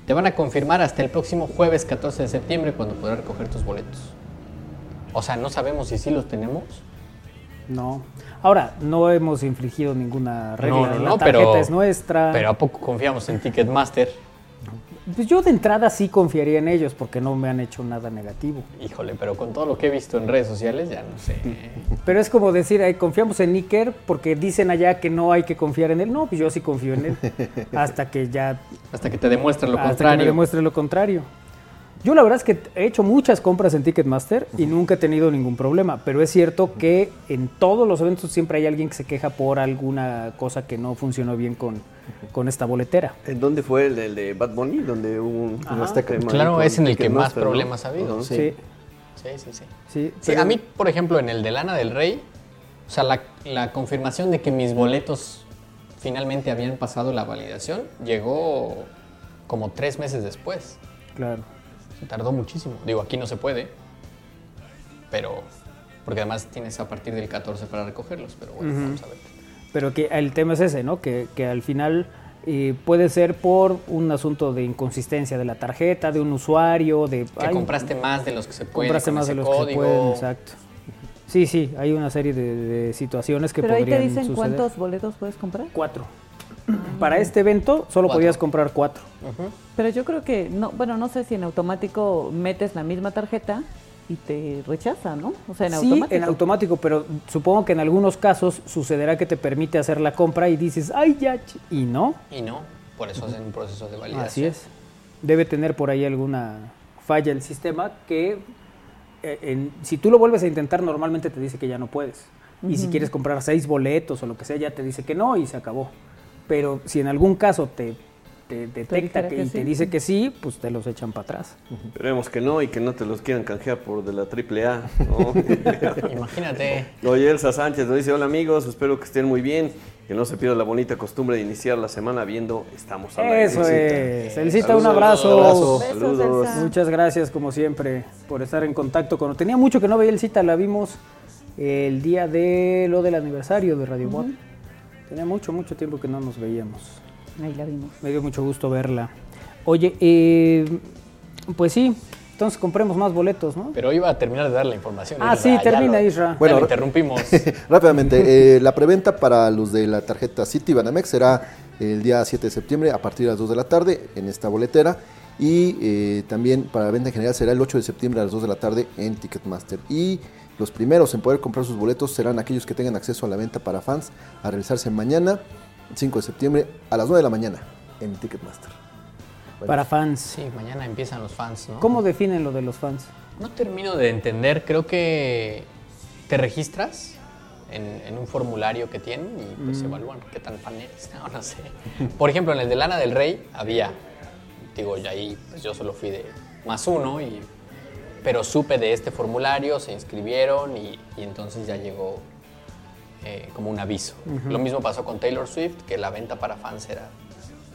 [SPEAKER 5] Te van a confirmar hasta el próximo jueves 14 de septiembre cuando podrás recoger tus boletos. O sea, no sabemos si sí los tenemos.
[SPEAKER 4] No. Ahora, no hemos infligido ninguna regla.
[SPEAKER 5] no, no,
[SPEAKER 4] La
[SPEAKER 5] no,
[SPEAKER 4] tarjeta
[SPEAKER 5] pero-
[SPEAKER 4] es nuestra.
[SPEAKER 5] Pero ¿a poco confiamos en Ticketmaster?
[SPEAKER 4] Pues yo de entrada sí confiaría en ellos porque no me han hecho nada negativo.
[SPEAKER 5] Híjole, pero con todo lo que he visto en redes sociales, ya no sé.
[SPEAKER 4] Pero es como decir, "Ay, confiamos en Iker porque dicen allá que no hay que confiar en él. No, pues yo sí confío en él. Hasta que ya
[SPEAKER 5] Hasta que te demuestren lo
[SPEAKER 4] hasta que me
[SPEAKER 5] contrario.
[SPEAKER 4] demuestre lo contrario. Yo la verdad es que he hecho muchas compras en Ticketmaster y nunca he tenido ningún problema, pero es cierto que en todos los eventos siempre hay alguien que se queja por alguna cosa que no funcionó bien con, con esta boletera.
[SPEAKER 3] ¿En dónde fue el, el de Bad Bunny? Donde hubo un,
[SPEAKER 4] Ajá. Pues
[SPEAKER 3] Azteca.
[SPEAKER 5] Claro,
[SPEAKER 3] Con este
[SPEAKER 5] es en el que más
[SPEAKER 3] Ticketmaster, ¿no?
[SPEAKER 5] problemas ha habido.
[SPEAKER 3] Ajá.
[SPEAKER 5] Sí.
[SPEAKER 4] Sí,
[SPEAKER 5] Sí, sí, sí.
[SPEAKER 4] sí.
[SPEAKER 5] Sí,
[SPEAKER 4] pero-
[SPEAKER 5] a mí, por ejemplo, en el de Lana del Rey, o sea, la, la confirmación de que mis boletos finalmente habían pasado la validación llegó como tres meses después.
[SPEAKER 4] Claro.
[SPEAKER 5] Se tardó muchísimo. Digo, aquí no se puede, pero. Porque además tienes a partir del 14 para recogerlos, pero bueno, Pues, vamos a ver.
[SPEAKER 4] Pero que el tema es ese, ¿no? Que, que al final eh, puede ser por un asunto de inconsistencia de la tarjeta, de un usuario, de...
[SPEAKER 5] Que
[SPEAKER 4] ay,
[SPEAKER 5] compraste más de los que se pueden.
[SPEAKER 4] compraste
[SPEAKER 5] con
[SPEAKER 4] más de
[SPEAKER 5] ese
[SPEAKER 4] los que se
[SPEAKER 5] código.
[SPEAKER 4] pueden, exacto. Sí, sí, hay una serie de, de situaciones que
[SPEAKER 2] Pero ahí
[SPEAKER 4] podrían
[SPEAKER 2] te dicen
[SPEAKER 4] suceder.
[SPEAKER 2] cuántos boletos puedes comprar.
[SPEAKER 4] Cuatro. Para este evento solo
[SPEAKER 5] Cuatro.
[SPEAKER 4] podías comprar cuatro.
[SPEAKER 2] Pero yo creo que, no, bueno, no sé si en automático metes la misma tarjeta y te rechaza, ¿no? O sea, en
[SPEAKER 4] sí,
[SPEAKER 2] automático.
[SPEAKER 4] en automático, pero supongo que en algunos casos sucederá que te permite hacer la compra y dices, ay, ya, ch-", y no.
[SPEAKER 5] Y no, por eso hacen un proceso de validación.
[SPEAKER 4] Mm. Así es. Debe tener por ahí alguna falla el sistema que eh, en- si tú lo vuelves a intentar normalmente te dice que ya no puedes. Y si quieres comprar seis boletos o lo que sea, ya te dice que no y se acabó. Pero si en algún caso te, te detecta
[SPEAKER 2] dijera
[SPEAKER 4] que-
[SPEAKER 2] que
[SPEAKER 4] y te
[SPEAKER 2] sí.
[SPEAKER 4] dice que sí, pues te los echan para atrás.
[SPEAKER 3] Esperemos que no y que no te los quieran canjear por de la AAA. ¿no?
[SPEAKER 5] Imagínate.
[SPEAKER 3] Oye, Elsa Sánchez nos dice, hola amigos, espero que estén muy bien, que no se pierda la bonita costumbre de iniciar la semana viendo Estamos al aire".
[SPEAKER 4] Eso es. Felicita, un
[SPEAKER 3] Saludos.
[SPEAKER 4] abrazo.
[SPEAKER 3] Abrazo.
[SPEAKER 2] Besos,
[SPEAKER 3] Saludos.
[SPEAKER 2] Elsa.
[SPEAKER 4] Muchas gracias, como siempre, por estar en contacto con. Tenía mucho que no veía el cita, la vimos el día de lo del aniversario de Radio Bot. Tenía mucho, mucho tiempo que no nos veíamos.
[SPEAKER 2] Ahí la vimos.
[SPEAKER 4] Me dio mucho gusto verla. Oye, eh, pues sí, entonces compremos más boletos, ¿no?
[SPEAKER 5] Pero iba a terminar de dar la información.
[SPEAKER 4] Ah,
[SPEAKER 5] Isra,
[SPEAKER 4] sí,
[SPEAKER 5] ya
[SPEAKER 4] termina,
[SPEAKER 5] lo-
[SPEAKER 4] Isra.
[SPEAKER 5] ya
[SPEAKER 1] Bueno,
[SPEAKER 5] lo interrumpimos.
[SPEAKER 1] Rápidamente, eh, la preventa para los de la tarjeta City Banamex será el día 7 de septiembre a partir de las 2 de la tarde en esta boletera. Y eh, también para la venta en general será el 8 de septiembre a las 2 de la tarde en Ticketmaster. Y los primeros en poder comprar sus boletos serán aquellos que tengan acceso a la venta para fans a realizarse mañana, 5 de septiembre, a las 9 de la mañana en Ticketmaster.
[SPEAKER 3] Pues.
[SPEAKER 4] Para fans.
[SPEAKER 5] Sí, mañana empiezan los fans, ¿no?
[SPEAKER 4] ¿Cómo definen lo de los fans?
[SPEAKER 5] No termino de entender, creo que te registras en, en un formulario que tienen y
[SPEAKER 4] Mm.
[SPEAKER 5] pues evalúan qué tan fan eres, no, no sé. Por ejemplo, en el de Lana del Rey había, digo, y ahí pues yo solo fui de más uno, y, pero supe de este formulario, se inscribieron y, y entonces ya llegó eh, como un aviso. Lo mismo pasó con Taylor Swift, que la venta para fans era,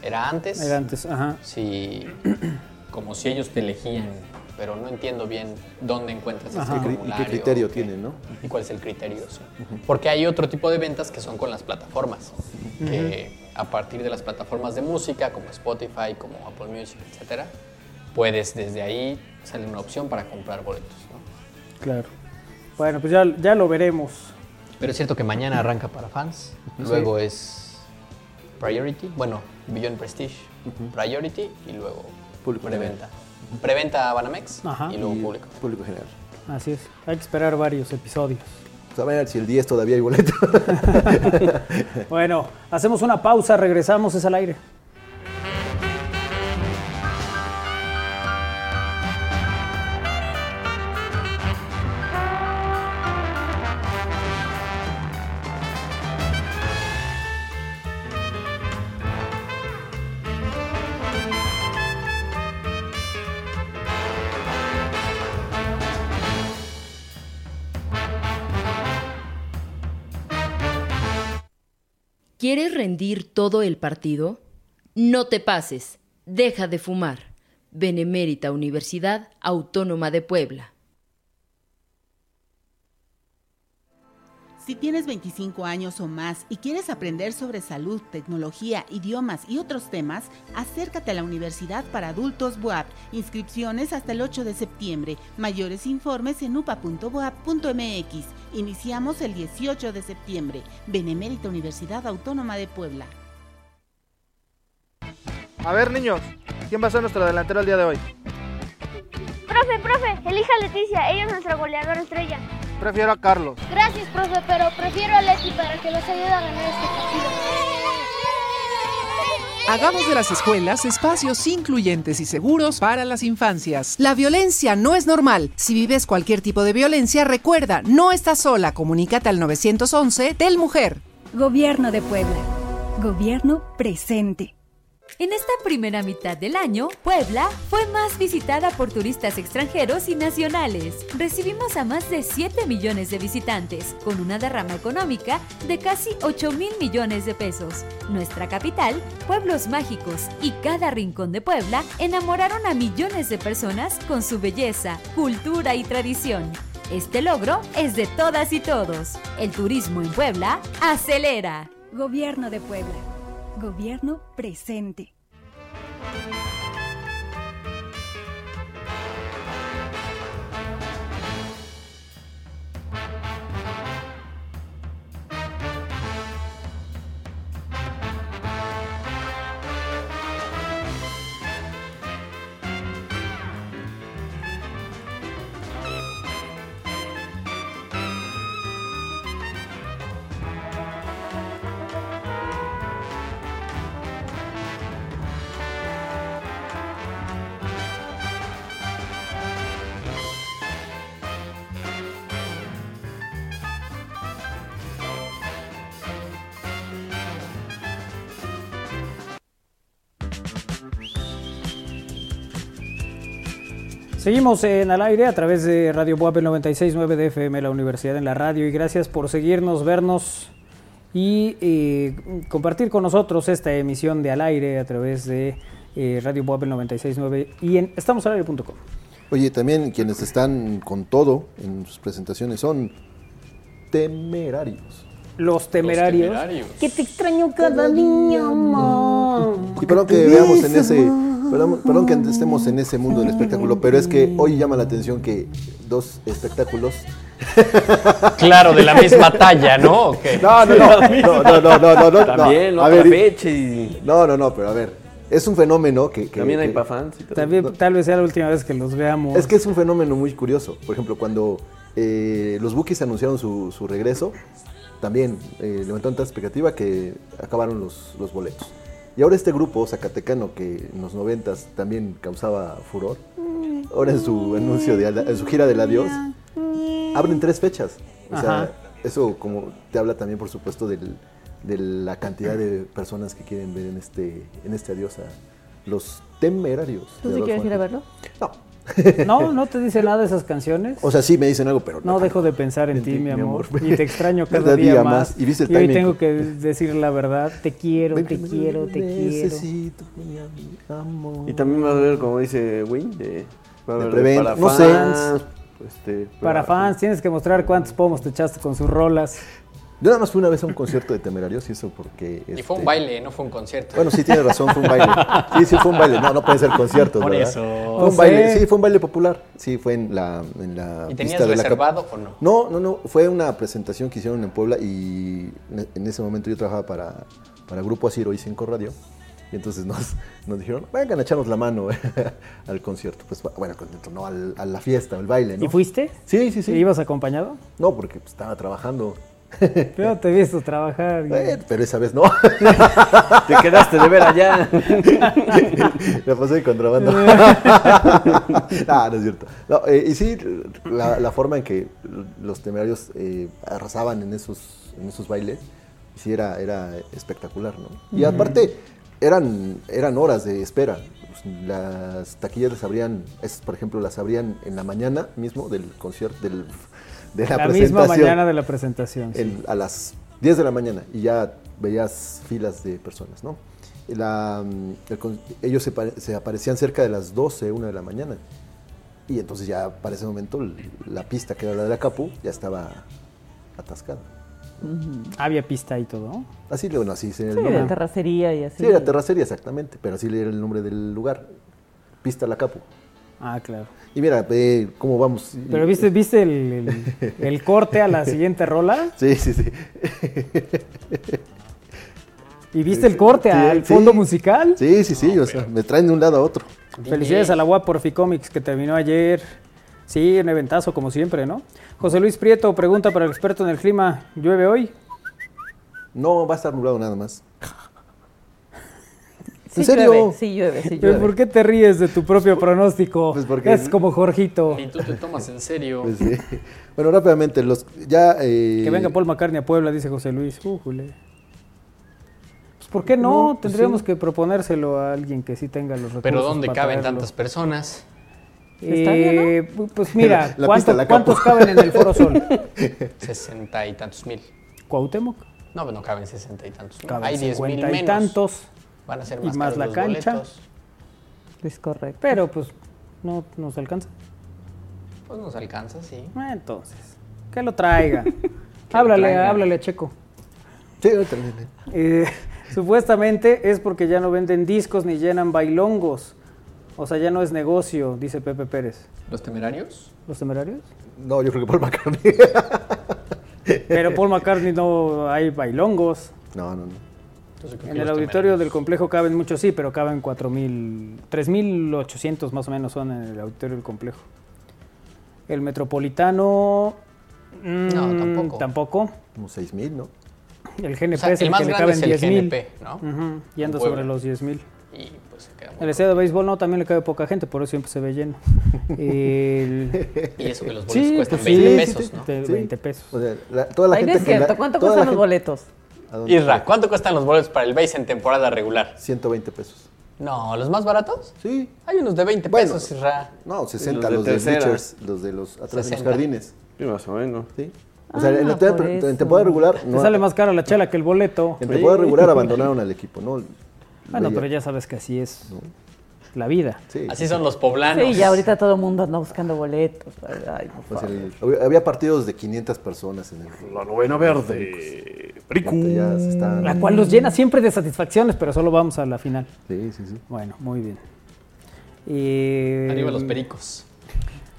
[SPEAKER 5] era antes.
[SPEAKER 4] Era antes, ajá.
[SPEAKER 5] Sí, como si ellos te elegían, pero no entiendo bien dónde encuentras ese
[SPEAKER 1] ¿Qué cri- y qué
[SPEAKER 5] formulario,
[SPEAKER 1] criterio tiene, no?
[SPEAKER 5] Y cuál es el criterio, sí. Porque hay otro tipo de ventas que son con las plataformas, que a partir de las plataformas de música, como Spotify, como Apple Music, etcétera, puedes desde ahí salir una opción para comprar boletos, ¿no?
[SPEAKER 4] Claro. Bueno, pues ya, ya lo veremos.
[SPEAKER 5] Pero es cierto que mañana arranca para fans, luego es Priority, bueno, Beyond Prestige, Priority y luego
[SPEAKER 1] Público
[SPEAKER 5] preventa. Preventa a Banamex
[SPEAKER 4] Ajá.
[SPEAKER 5] y luego público.
[SPEAKER 1] Público general.
[SPEAKER 4] Así es. Hay que esperar varios episodios.
[SPEAKER 1] Pues a ver si el 10 todavía hay boleto.
[SPEAKER 4] Bueno, hacemos una pausa, regresamos, es al aire.
[SPEAKER 8] ¿Quieres rendir todo el partido? No te pases. Deja de fumar. Benemérita Universidad Autónoma de Puebla.
[SPEAKER 9] Si tienes 25 años o más y quieres aprender sobre salud, tecnología, idiomas y otros temas, acércate a la Universidad para Adultos BUAP. Inscripciones hasta el 8 de septiembre. Mayores informes en upa.buap.mx. Iniciamos el 18 de septiembre. Benemérita Universidad Autónoma de Puebla.
[SPEAKER 10] A ver, niños, ¿quién va a ser nuestro delantero el día de hoy?
[SPEAKER 11] Profe, profe, elija a Leticia, ella es nuestra goleadora estrella.
[SPEAKER 10] Prefiero a Carlos.
[SPEAKER 11] Gracias, profe, pero prefiero a Leti para que nos ayude a ganar este partido.
[SPEAKER 12] Hagamos de las escuelas espacios incluyentes y seguros para las infancias.
[SPEAKER 13] La violencia no es normal. Si vives cualquier tipo de violencia, recuerda, no estás sola. Comunícate al 911 del Mujer.
[SPEAKER 14] Gobierno de Puebla. Gobierno presente.
[SPEAKER 15] En esta primera mitad del año, Puebla fue más visitada por turistas extranjeros y nacionales. Recibimos a más de 7 millones de visitantes, con una derrama económica de casi 8 mil millones de pesos. Nuestra capital, pueblos mágicos y cada rincón de Puebla enamoraron a millones de personas con su belleza, cultura y tradición. Este logro es de todas y todos. El turismo en Puebla acelera.
[SPEAKER 14] Gobierno de Puebla. Gobierno presente.
[SPEAKER 4] Seguimos en al aire a través de Radio Buap 969 de FM, la Universidad en la Radio, y gracias por seguirnos, vernos y eh, compartir con nosotros esta emisión de al aire a través de eh, Radio Buap 969 y en estamosalaire.com.
[SPEAKER 1] Oye, también quienes están con todo en sus presentaciones son temerarios.
[SPEAKER 4] Los temerarios.
[SPEAKER 2] Que te extraño cada niño, amor.
[SPEAKER 1] Y perdón que veamos en ese. Perdón, perdón que estemos en ese mundo del espectáculo, pero es que hoy llama la atención que dos espectáculos.
[SPEAKER 5] Claro, de la misma talla, ¿no? ¿O qué?
[SPEAKER 1] No, no, no, no, no, no, no, no, no.
[SPEAKER 3] También,
[SPEAKER 1] A
[SPEAKER 3] otra
[SPEAKER 1] ver,
[SPEAKER 3] fecha y...
[SPEAKER 1] No, no, no, pero a ver. Es un fenómeno que. que-
[SPEAKER 3] También hay
[SPEAKER 1] que-
[SPEAKER 3] para fans y todo.
[SPEAKER 4] También, tal vez sea la última vez que los veamos.
[SPEAKER 1] Es que es un fenómeno muy curioso. Por ejemplo, cuando eh, los Bookies anunciaron su, su regreso, también eh, levantaron tanta expectativa que acabaron los, los boletos. Y ahora este grupo zacatecano que en los noventas también causaba furor, ahora en su anuncio, de, ala- en su gira del adiós, abren tres fechas. O sea,
[SPEAKER 4] Ajá.
[SPEAKER 1] eso como te habla también, por supuesto, del- de la cantidad de personas que quieren ver en este, en este adiós a los temerarios.
[SPEAKER 2] ¿Tú
[SPEAKER 1] de
[SPEAKER 2] sí
[SPEAKER 1] Adolfo
[SPEAKER 2] quieres ir a
[SPEAKER 1] Angel.
[SPEAKER 2] verlo?
[SPEAKER 1] No.
[SPEAKER 4] No, no te dice nada de esas canciones.
[SPEAKER 1] O sea, sí me dicen algo, pero
[SPEAKER 4] No dejo de pensar en, ti, mi amor, y te extraño cada, día, más.
[SPEAKER 1] Y viste el
[SPEAKER 4] hoy
[SPEAKER 1] timing.
[SPEAKER 4] tengo que decir la verdad, te quiero, te quiero, te quiero.
[SPEAKER 1] Necesito mi amor.
[SPEAKER 3] Y también va a haber, como dice Win, de, va a
[SPEAKER 1] De
[SPEAKER 3] haber para
[SPEAKER 1] preventa, no sé.
[SPEAKER 3] fans. este,
[SPEAKER 4] Para fans tienes que mostrar cuántos pomos te echaste con sus rolas.
[SPEAKER 1] Yo nada más fui una vez a un concierto de Temerarios y eso porque...
[SPEAKER 5] Y fue un
[SPEAKER 1] este,
[SPEAKER 5] baile, no fue un concierto.
[SPEAKER 1] Bueno, sí, tienes razón, fue un baile. Sí, sí, fue un baile. No, no puede ser concierto,
[SPEAKER 5] Por
[SPEAKER 1] ¿verdad?
[SPEAKER 5] eso.
[SPEAKER 1] Fue
[SPEAKER 4] No
[SPEAKER 1] un baile,
[SPEAKER 4] sé.
[SPEAKER 1] sí, fue un baile popular. Sí, fue en la... En la
[SPEAKER 5] ¿Y tenías
[SPEAKER 1] pista de la cap-
[SPEAKER 5] reservado o no?
[SPEAKER 1] No, no, no. Fue una presentación que hicieron en Puebla y en- en ese momento yo trabajaba para, para Grupo Asiro y Cinco Radio. Y entonces nos, nos dijeron, vengan a echarnos la mano al concierto. Pues bueno, al concierto, no, al- a la fiesta, al baile, ¿no?
[SPEAKER 4] ¿Y fuiste?
[SPEAKER 1] Sí, sí, sí.
[SPEAKER 4] ¿Y ¿Ibas acompañado?
[SPEAKER 1] No, porque pues, estaba trabajando. este,
[SPEAKER 4] Yo te he visto trabajar. y-
[SPEAKER 1] Eh, pero esa vez no.
[SPEAKER 3] Te quedaste de ver allá.
[SPEAKER 1] la pasé de contrabando. no, no es cierto. No, eh, y sí, la, la forma en que los temerarios eh, arrasaban en esos, en esos bailes, sí era, era espectacular, ¿no? Y aparte, eran, eran horas de espera. Las taquillas las abrían, esas, por ejemplo, las abrían en la mañana mismo del concierto, del, de la,
[SPEAKER 4] la
[SPEAKER 1] presentación.
[SPEAKER 4] misma mañana de la presentación. sí.
[SPEAKER 1] el- a las 10 de la mañana y ya veías filas de personas, ¿no? La, mm, el con- ellos se, pare- se aparecían cerca de las 12, 1 de la mañana. Y entonces ya para ese momento l- la pista que era la de la Capu ya estaba atascada.
[SPEAKER 4] Había pista y todo.
[SPEAKER 1] Así, bueno, así se
[SPEAKER 2] Sí, de terracería y así.
[SPEAKER 1] Sí, era terracería, exactamente, pero así le era el nombre del lugar. Pista La Capu.
[SPEAKER 4] Ah, claro.
[SPEAKER 1] Y mira, eh, cómo vamos.
[SPEAKER 4] Pero viste, viste el, el- el corte a la siguiente rola.
[SPEAKER 1] Sí, sí, sí.
[SPEAKER 4] ¿Y viste el corte
[SPEAKER 1] Sí,
[SPEAKER 4] al
[SPEAKER 1] sí.
[SPEAKER 4] fondo musical?
[SPEAKER 1] Sí, sí, sí, o sea, me traen de un lado a otro.
[SPEAKER 4] Felicidades a la UAP por Ficomics que terminó ayer. Sí, un eventazo como siempre, ¿no? José Luis Prieto pregunta para el experto en el clima, ¿llueve hoy?
[SPEAKER 1] No, va a estar nublado nada más.
[SPEAKER 2] Sí llueve, sí llueve, sí
[SPEAKER 4] Pero
[SPEAKER 2] llueve.
[SPEAKER 4] Pues, ¿Por qué te ríes de tu propio pronóstico? Pues porque es como Jorgito.
[SPEAKER 5] Y tú te tomas en serio.
[SPEAKER 1] Pues, sí. Bueno, rápidamente, los ya. eh,
[SPEAKER 4] Que venga Paul McCartney a Puebla, dice José Luis. Újule. Pues ¿por qué no?
[SPEAKER 5] No, pues
[SPEAKER 4] Tendríamos
[SPEAKER 5] sí.
[SPEAKER 4] que proponérselo a alguien que sí tenga los recursos.
[SPEAKER 5] Pero ¿dónde
[SPEAKER 4] para
[SPEAKER 5] caben
[SPEAKER 4] traerlo.
[SPEAKER 5] tantas personas?
[SPEAKER 2] Está bien,
[SPEAKER 4] Eh, Pues mira,
[SPEAKER 5] La pista
[SPEAKER 4] ¿cuánto-
[SPEAKER 5] la capo.
[SPEAKER 4] ¿cuántos caben en el Foro Sol?
[SPEAKER 5] Sesenta y tantos mil.
[SPEAKER 4] ¿Cuauhtémoc?
[SPEAKER 5] No, pues no caben sesenta y tantos mil.
[SPEAKER 4] Caben
[SPEAKER 5] Hay diez mil
[SPEAKER 4] 50 y
[SPEAKER 5] menos.
[SPEAKER 4] tantos.
[SPEAKER 5] Van a ser
[SPEAKER 4] Y
[SPEAKER 5] más
[SPEAKER 4] más
[SPEAKER 5] caros
[SPEAKER 4] la
[SPEAKER 5] los
[SPEAKER 4] cancha.
[SPEAKER 5] boletos.
[SPEAKER 2] Es correcto.
[SPEAKER 4] Pero pues no nos alcanza.
[SPEAKER 5] Pues nos alcanza, sí.
[SPEAKER 4] Ah, Entonces, que lo traiga. háblale,
[SPEAKER 5] traiga.
[SPEAKER 4] háblale a Checo. Eh, supuestamente es porque ya no venden discos ni llenan bailongos. O sea, ya no es negocio, dice Pepe Pérez.
[SPEAKER 5] ¿Los temerarios?
[SPEAKER 4] ¿Los temerarios?
[SPEAKER 1] No, yo creo que Paul McCartney.
[SPEAKER 4] Pero Paul McCartney no hay bailongos.
[SPEAKER 1] No, no, no.
[SPEAKER 5] Entonces, creo
[SPEAKER 4] En
[SPEAKER 5] que
[SPEAKER 4] el
[SPEAKER 5] los
[SPEAKER 4] auditorio del complejo caben muchos, sí, pero caben 4.000, 3.800 más o menos son en el auditorio del complejo. El metropolitano...
[SPEAKER 5] No,
[SPEAKER 4] mm,
[SPEAKER 5] tampoco.
[SPEAKER 4] Tampoco.
[SPEAKER 1] Como 6000, ¿no?
[SPEAKER 4] El GNP
[SPEAKER 5] O sea,
[SPEAKER 4] es el,
[SPEAKER 5] el más
[SPEAKER 4] que le
[SPEAKER 5] grande
[SPEAKER 4] caben
[SPEAKER 5] es el
[SPEAKER 4] 10.000.
[SPEAKER 5] GNP, ¿no?
[SPEAKER 4] Ujú, y
[SPEAKER 5] En
[SPEAKER 4] anda
[SPEAKER 5] Puebla.
[SPEAKER 4] sobre los 10.000.
[SPEAKER 5] Y pues se queda muy
[SPEAKER 4] El estadio de béisbol no, también le cabe poca gente, por eso siempre se ve lleno. El-
[SPEAKER 5] Y eso que los boletos
[SPEAKER 4] Sí,
[SPEAKER 5] cuestan
[SPEAKER 4] pues sí,
[SPEAKER 5] 20
[SPEAKER 4] sí,
[SPEAKER 5] pesos,
[SPEAKER 4] sí,
[SPEAKER 5] ¿no?
[SPEAKER 4] de 20 pesos.
[SPEAKER 1] O sea, la- toda la
[SPEAKER 2] Ay, no
[SPEAKER 1] gente
[SPEAKER 2] es
[SPEAKER 1] que la-
[SPEAKER 2] cierto. ¿Cuánto
[SPEAKER 1] toda la
[SPEAKER 2] cuestan los
[SPEAKER 1] gente-
[SPEAKER 2] boletos?
[SPEAKER 1] ¿A dónde?
[SPEAKER 5] Isra, ¿cuánto cuestan los boletos para el base en temporada regular?
[SPEAKER 1] 120 pesos.
[SPEAKER 5] No, ¿los más baratos?
[SPEAKER 1] Sí.
[SPEAKER 5] Hay unos de 20 pesos, Isra.
[SPEAKER 1] No, 60 los, de
[SPEAKER 3] tercera.
[SPEAKER 1] Bleachers, los de los atrás de los
[SPEAKER 5] 60.
[SPEAKER 1] jardines.
[SPEAKER 3] Sí, más o menos.
[SPEAKER 1] Sí. O sea, en, la
[SPEAKER 4] Ah,
[SPEAKER 1] temporada-
[SPEAKER 4] por
[SPEAKER 1] en
[SPEAKER 4] eso.
[SPEAKER 1] temporada regular
[SPEAKER 4] Te
[SPEAKER 1] no.
[SPEAKER 4] sale más cara la chela que el boleto.
[SPEAKER 1] En temporada regular abandonaron al equipo, ¿no?
[SPEAKER 4] Bueno,
[SPEAKER 1] Veía-
[SPEAKER 4] pero ya sabes que así es la vida.
[SPEAKER 5] Así son los poblanos.
[SPEAKER 2] Sí, ya ahorita todo el mundo anda buscando boletos. Ay, por
[SPEAKER 1] Pues
[SPEAKER 2] favor.
[SPEAKER 1] el- había- había partidos de 500 personas en el. La novena verde. Ya se están-
[SPEAKER 4] La cual los llena siempre de satisfacciones, pero solo vamos a la final.
[SPEAKER 1] Sí, sí, sí.
[SPEAKER 4] Bueno, muy bien. Eh,
[SPEAKER 5] Arriba los pericos.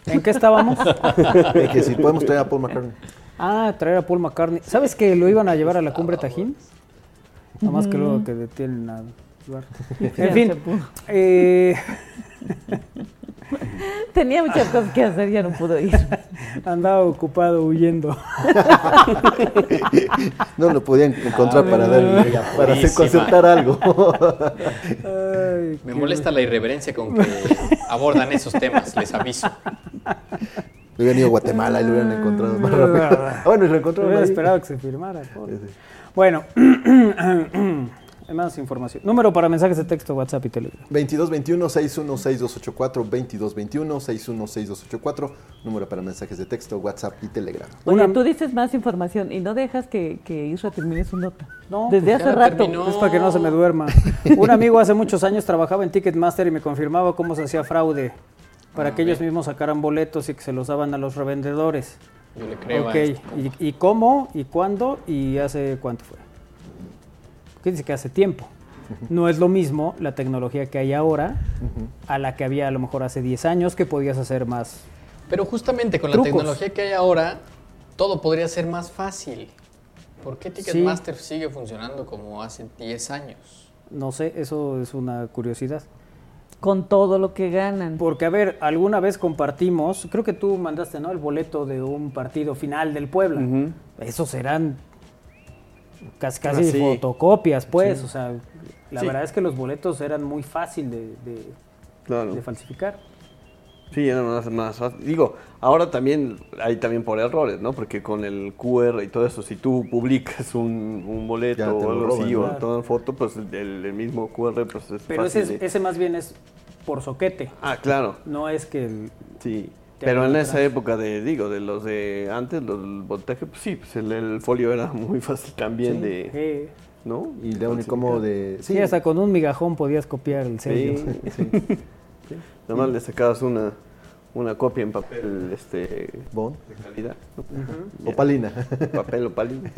[SPEAKER 4] ¿En qué estábamos?
[SPEAKER 1] Eh, que si podemos traer a Paul McCartney.
[SPEAKER 4] Ah, traer a Paul McCartney. ¿Sabes que lo iban a llevar a la cumbre Tajín? Nada más que luego que detienen a Duarte. En fin. eh,
[SPEAKER 2] Tenía muchas cosas que hacer, ya no pudo ir.
[SPEAKER 4] andaba ocupado huyendo.
[SPEAKER 1] No lo podían encontrar
[SPEAKER 4] Ah,
[SPEAKER 1] para
[SPEAKER 4] bueno.
[SPEAKER 1] dar, para hacer concertar algo.
[SPEAKER 5] Me molesta la irreverencia con que abordan esos temas, les aviso.
[SPEAKER 1] Le hubieran ido a Guatemala y lo hubieran encontrado más rápido. Ah, bueno, y lo encontraron.
[SPEAKER 4] Hubiera
[SPEAKER 1] ahí.
[SPEAKER 4] esperado que se firmara. pobre. Bueno, hay más información. Número para mensajes de texto, WhatsApp y Telegram.
[SPEAKER 1] 2221-616284, 2221-616284, número para mensajes de texto, WhatsApp y Telegram.
[SPEAKER 2] Oye, tú dices más información y no dejas que, que Isra termine su nota.
[SPEAKER 4] No,
[SPEAKER 2] Desde
[SPEAKER 4] pues ya
[SPEAKER 2] hace
[SPEAKER 4] la
[SPEAKER 2] rato.
[SPEAKER 4] terminó. Es para que no se me duerma. Un amigo hace muchos años trabajaba en Ticketmaster y me confirmaba cómo se hacía fraude
[SPEAKER 5] Ah,
[SPEAKER 4] para que ellos mismos sacaran boletos y que se los daban a los revendedores.
[SPEAKER 5] Yo le creo a
[SPEAKER 4] Ok,
[SPEAKER 5] esto.
[SPEAKER 4] ¿Y, y cómo? ¿Y cuándo? ¿Y hace cuánto fue? ¿Qué dice que hace tiempo? No es lo mismo la tecnología que hay ahora a la que había a lo mejor hace 10 años que podías hacer más.
[SPEAKER 5] Pero justamente con la
[SPEAKER 4] Trucos.
[SPEAKER 5] tecnología que hay ahora, todo podría ser más fácil. ¿Por qué Ticketmaster sigue funcionando como hace 10 años?
[SPEAKER 4] No sé, eso es una curiosidad.
[SPEAKER 2] Con todo lo que ganan.
[SPEAKER 4] Porque, a ver, alguna vez compartimos, creo que tú mandaste, ¿no? El boleto de un partido final del Puebla. Esos eran casi, casi
[SPEAKER 3] Ah, sí.
[SPEAKER 4] fotocopias, pues.
[SPEAKER 3] Sí.
[SPEAKER 4] O sea, la
[SPEAKER 3] Sí.
[SPEAKER 4] verdad es que los boletos eran muy fácil de, de-
[SPEAKER 3] Claro.
[SPEAKER 4] de falsificar.
[SPEAKER 3] Sí, era más, más fácil. Digo, ahora también hay también por errores, ¿no? Porque con el QR y todo eso, si tú publicas un, un
[SPEAKER 1] Ya te
[SPEAKER 3] boleto
[SPEAKER 1] lo
[SPEAKER 3] o algo
[SPEAKER 1] roban,
[SPEAKER 3] así
[SPEAKER 1] ¿no?
[SPEAKER 3] o toda foto, pues el, el mismo QR pues es
[SPEAKER 4] Pero
[SPEAKER 3] fácil
[SPEAKER 4] ese, es-
[SPEAKER 3] de-
[SPEAKER 4] ese más bien es por soquete.
[SPEAKER 3] Ah, claro.
[SPEAKER 4] No es que... el-
[SPEAKER 3] Sí.
[SPEAKER 4] Te
[SPEAKER 3] Pero en
[SPEAKER 4] hagan
[SPEAKER 3] esa época de, digo, de los de antes, los del voltaje, pues sí, pues el, el folio era muy fácil también
[SPEAKER 4] Sí,
[SPEAKER 3] de,
[SPEAKER 4] eh,
[SPEAKER 3] ¿no?
[SPEAKER 1] Y de un como de...
[SPEAKER 4] Sí, hasta con un migajón podías copiar el sello.
[SPEAKER 3] sí. sí. Nada más le sacabas una, una copia en papel este,
[SPEAKER 1] Bond.
[SPEAKER 3] de calidad.
[SPEAKER 1] O palina.
[SPEAKER 3] Papel opalina.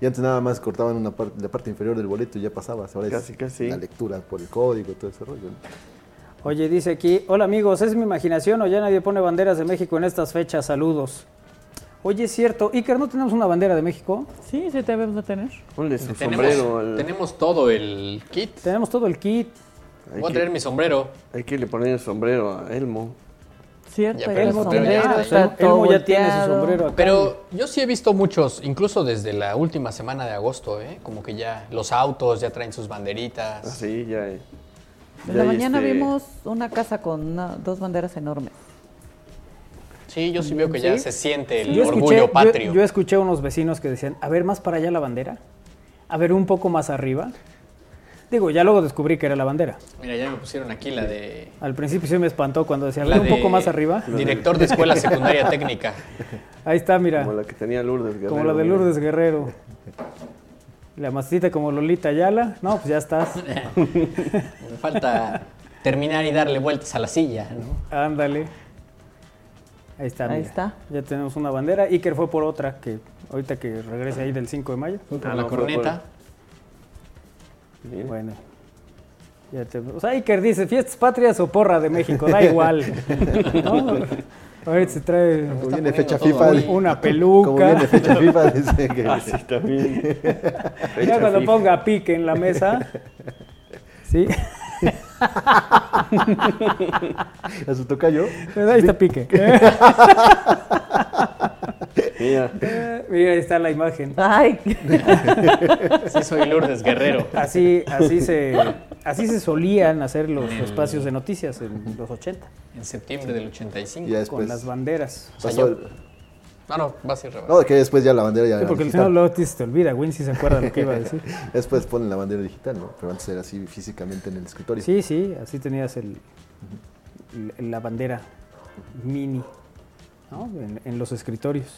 [SPEAKER 1] Y antes nada más cortaban una parte, la parte inferior del boleto y ya pasabas. Ahora
[SPEAKER 3] Casi,
[SPEAKER 1] es
[SPEAKER 3] casi.
[SPEAKER 1] la lectura por el código, todo ese rollo.
[SPEAKER 4] Oye, dice aquí, hola amigos, ¿es mi imaginación o ya nadie pone banderas de México en estas fechas? Saludos. Oye, es cierto, Iker, ¿no tenemos una bandera de México?
[SPEAKER 2] Sí, sí te debemos de tener.
[SPEAKER 3] Ponle su
[SPEAKER 5] Tenemos,
[SPEAKER 3] sombrero al-
[SPEAKER 5] tenemos todo el kit.
[SPEAKER 4] Tenemos todo el kit.
[SPEAKER 3] Hay
[SPEAKER 5] Voy a
[SPEAKER 3] que-
[SPEAKER 5] traer mi sombrero.
[SPEAKER 3] Hay que le poner el sombrero a Elmo.
[SPEAKER 2] Cierto,
[SPEAKER 5] Ya, pero
[SPEAKER 2] Elmo
[SPEAKER 5] está
[SPEAKER 2] tiene-
[SPEAKER 5] bien.
[SPEAKER 2] Ah, está
[SPEAKER 4] Elmo- Elmo
[SPEAKER 2] todo
[SPEAKER 4] ya tiene su
[SPEAKER 2] volteado.
[SPEAKER 4] sombrero acá.
[SPEAKER 5] Pero yo sí he visto muchos, incluso desde la última semana de agosto, ¿eh? como que ya los autos ya traen sus banderitas.
[SPEAKER 3] Sí, ya.
[SPEAKER 2] En la mañana
[SPEAKER 1] este-
[SPEAKER 2] vimos una casa con una- dos banderas enormes.
[SPEAKER 5] Sí, yo sí veo que ya
[SPEAKER 2] Sí.
[SPEAKER 5] se siente el
[SPEAKER 4] Yo escuché-
[SPEAKER 5] orgullo
[SPEAKER 4] yo-
[SPEAKER 5] patrio.
[SPEAKER 4] Yo, escuché a unos vecinos que decían, a ver, más para allá la bandera, a ver, un poco más arriba. Digo, ya luego descubrí que era la bandera.
[SPEAKER 5] Mira, ya me pusieron aquí la de.
[SPEAKER 4] Al principio sí me espantó cuando decían,
[SPEAKER 5] la
[SPEAKER 4] un poco
[SPEAKER 5] de
[SPEAKER 4] más arriba.
[SPEAKER 5] Director de Escuela Secundaria Técnica.
[SPEAKER 4] Ahí está, mira,
[SPEAKER 3] Como la que tenía Lourdes Guerrero.
[SPEAKER 4] como la de
[SPEAKER 3] mira.
[SPEAKER 4] Lourdes Guerrero. La mastita como Lolita Ayala. No, pues ya estás.
[SPEAKER 5] Me falta terminar y darle vueltas a la silla, ¿no?
[SPEAKER 4] Ándale. Ahí está.
[SPEAKER 2] Ahí
[SPEAKER 4] mira.
[SPEAKER 2] está.
[SPEAKER 4] Ya tenemos una bandera. Iker fue por otra que ahorita que regrese ahí del 5 de mayo.
[SPEAKER 5] Por la corneta.
[SPEAKER 4] Bueno. Ya te- O sea, Iker dice, fiestas patrias o porra de México, da igual. ¿No? Ahorita se trae
[SPEAKER 1] Como viene fecha FIFA.
[SPEAKER 4] un- una peluca.
[SPEAKER 1] Como viene fecha FIFA. Dice que...
[SPEAKER 3] Ah, sí, también.
[SPEAKER 4] ya
[SPEAKER 3] Fecha
[SPEAKER 4] cuando
[SPEAKER 3] fija.
[SPEAKER 4] ponga pique en la mesa. Sí.
[SPEAKER 1] ¿A su tocayo?
[SPEAKER 4] Ahí está pique.
[SPEAKER 3] Mira.
[SPEAKER 4] Eh, Mira, ahí está la imagen.
[SPEAKER 2] Ay.
[SPEAKER 5] Sí, soy Lourdes Guerrero.
[SPEAKER 4] Así, así se, así se solían hacer los espacios de noticias en los 80,
[SPEAKER 5] En septiembre del 85.
[SPEAKER 1] Ya
[SPEAKER 4] con
[SPEAKER 1] después.
[SPEAKER 4] las banderas.
[SPEAKER 5] O sea,
[SPEAKER 1] pasó
[SPEAKER 5] yo-
[SPEAKER 1] el-
[SPEAKER 5] No, no, va a ser Roberto.
[SPEAKER 1] No, que después ya la bandera ya.
[SPEAKER 4] Sí,
[SPEAKER 1] era
[SPEAKER 4] porque el
[SPEAKER 1] digital.
[SPEAKER 4] señor Lotis se te olvida, Win si se acuerda lo que iba a decir.
[SPEAKER 1] Después ponen la bandera digital, ¿no? Pero antes era así físicamente en el escritorio.
[SPEAKER 4] Sí, sí, así tenías el, el- la bandera mini ¿no? en, en los escritorios.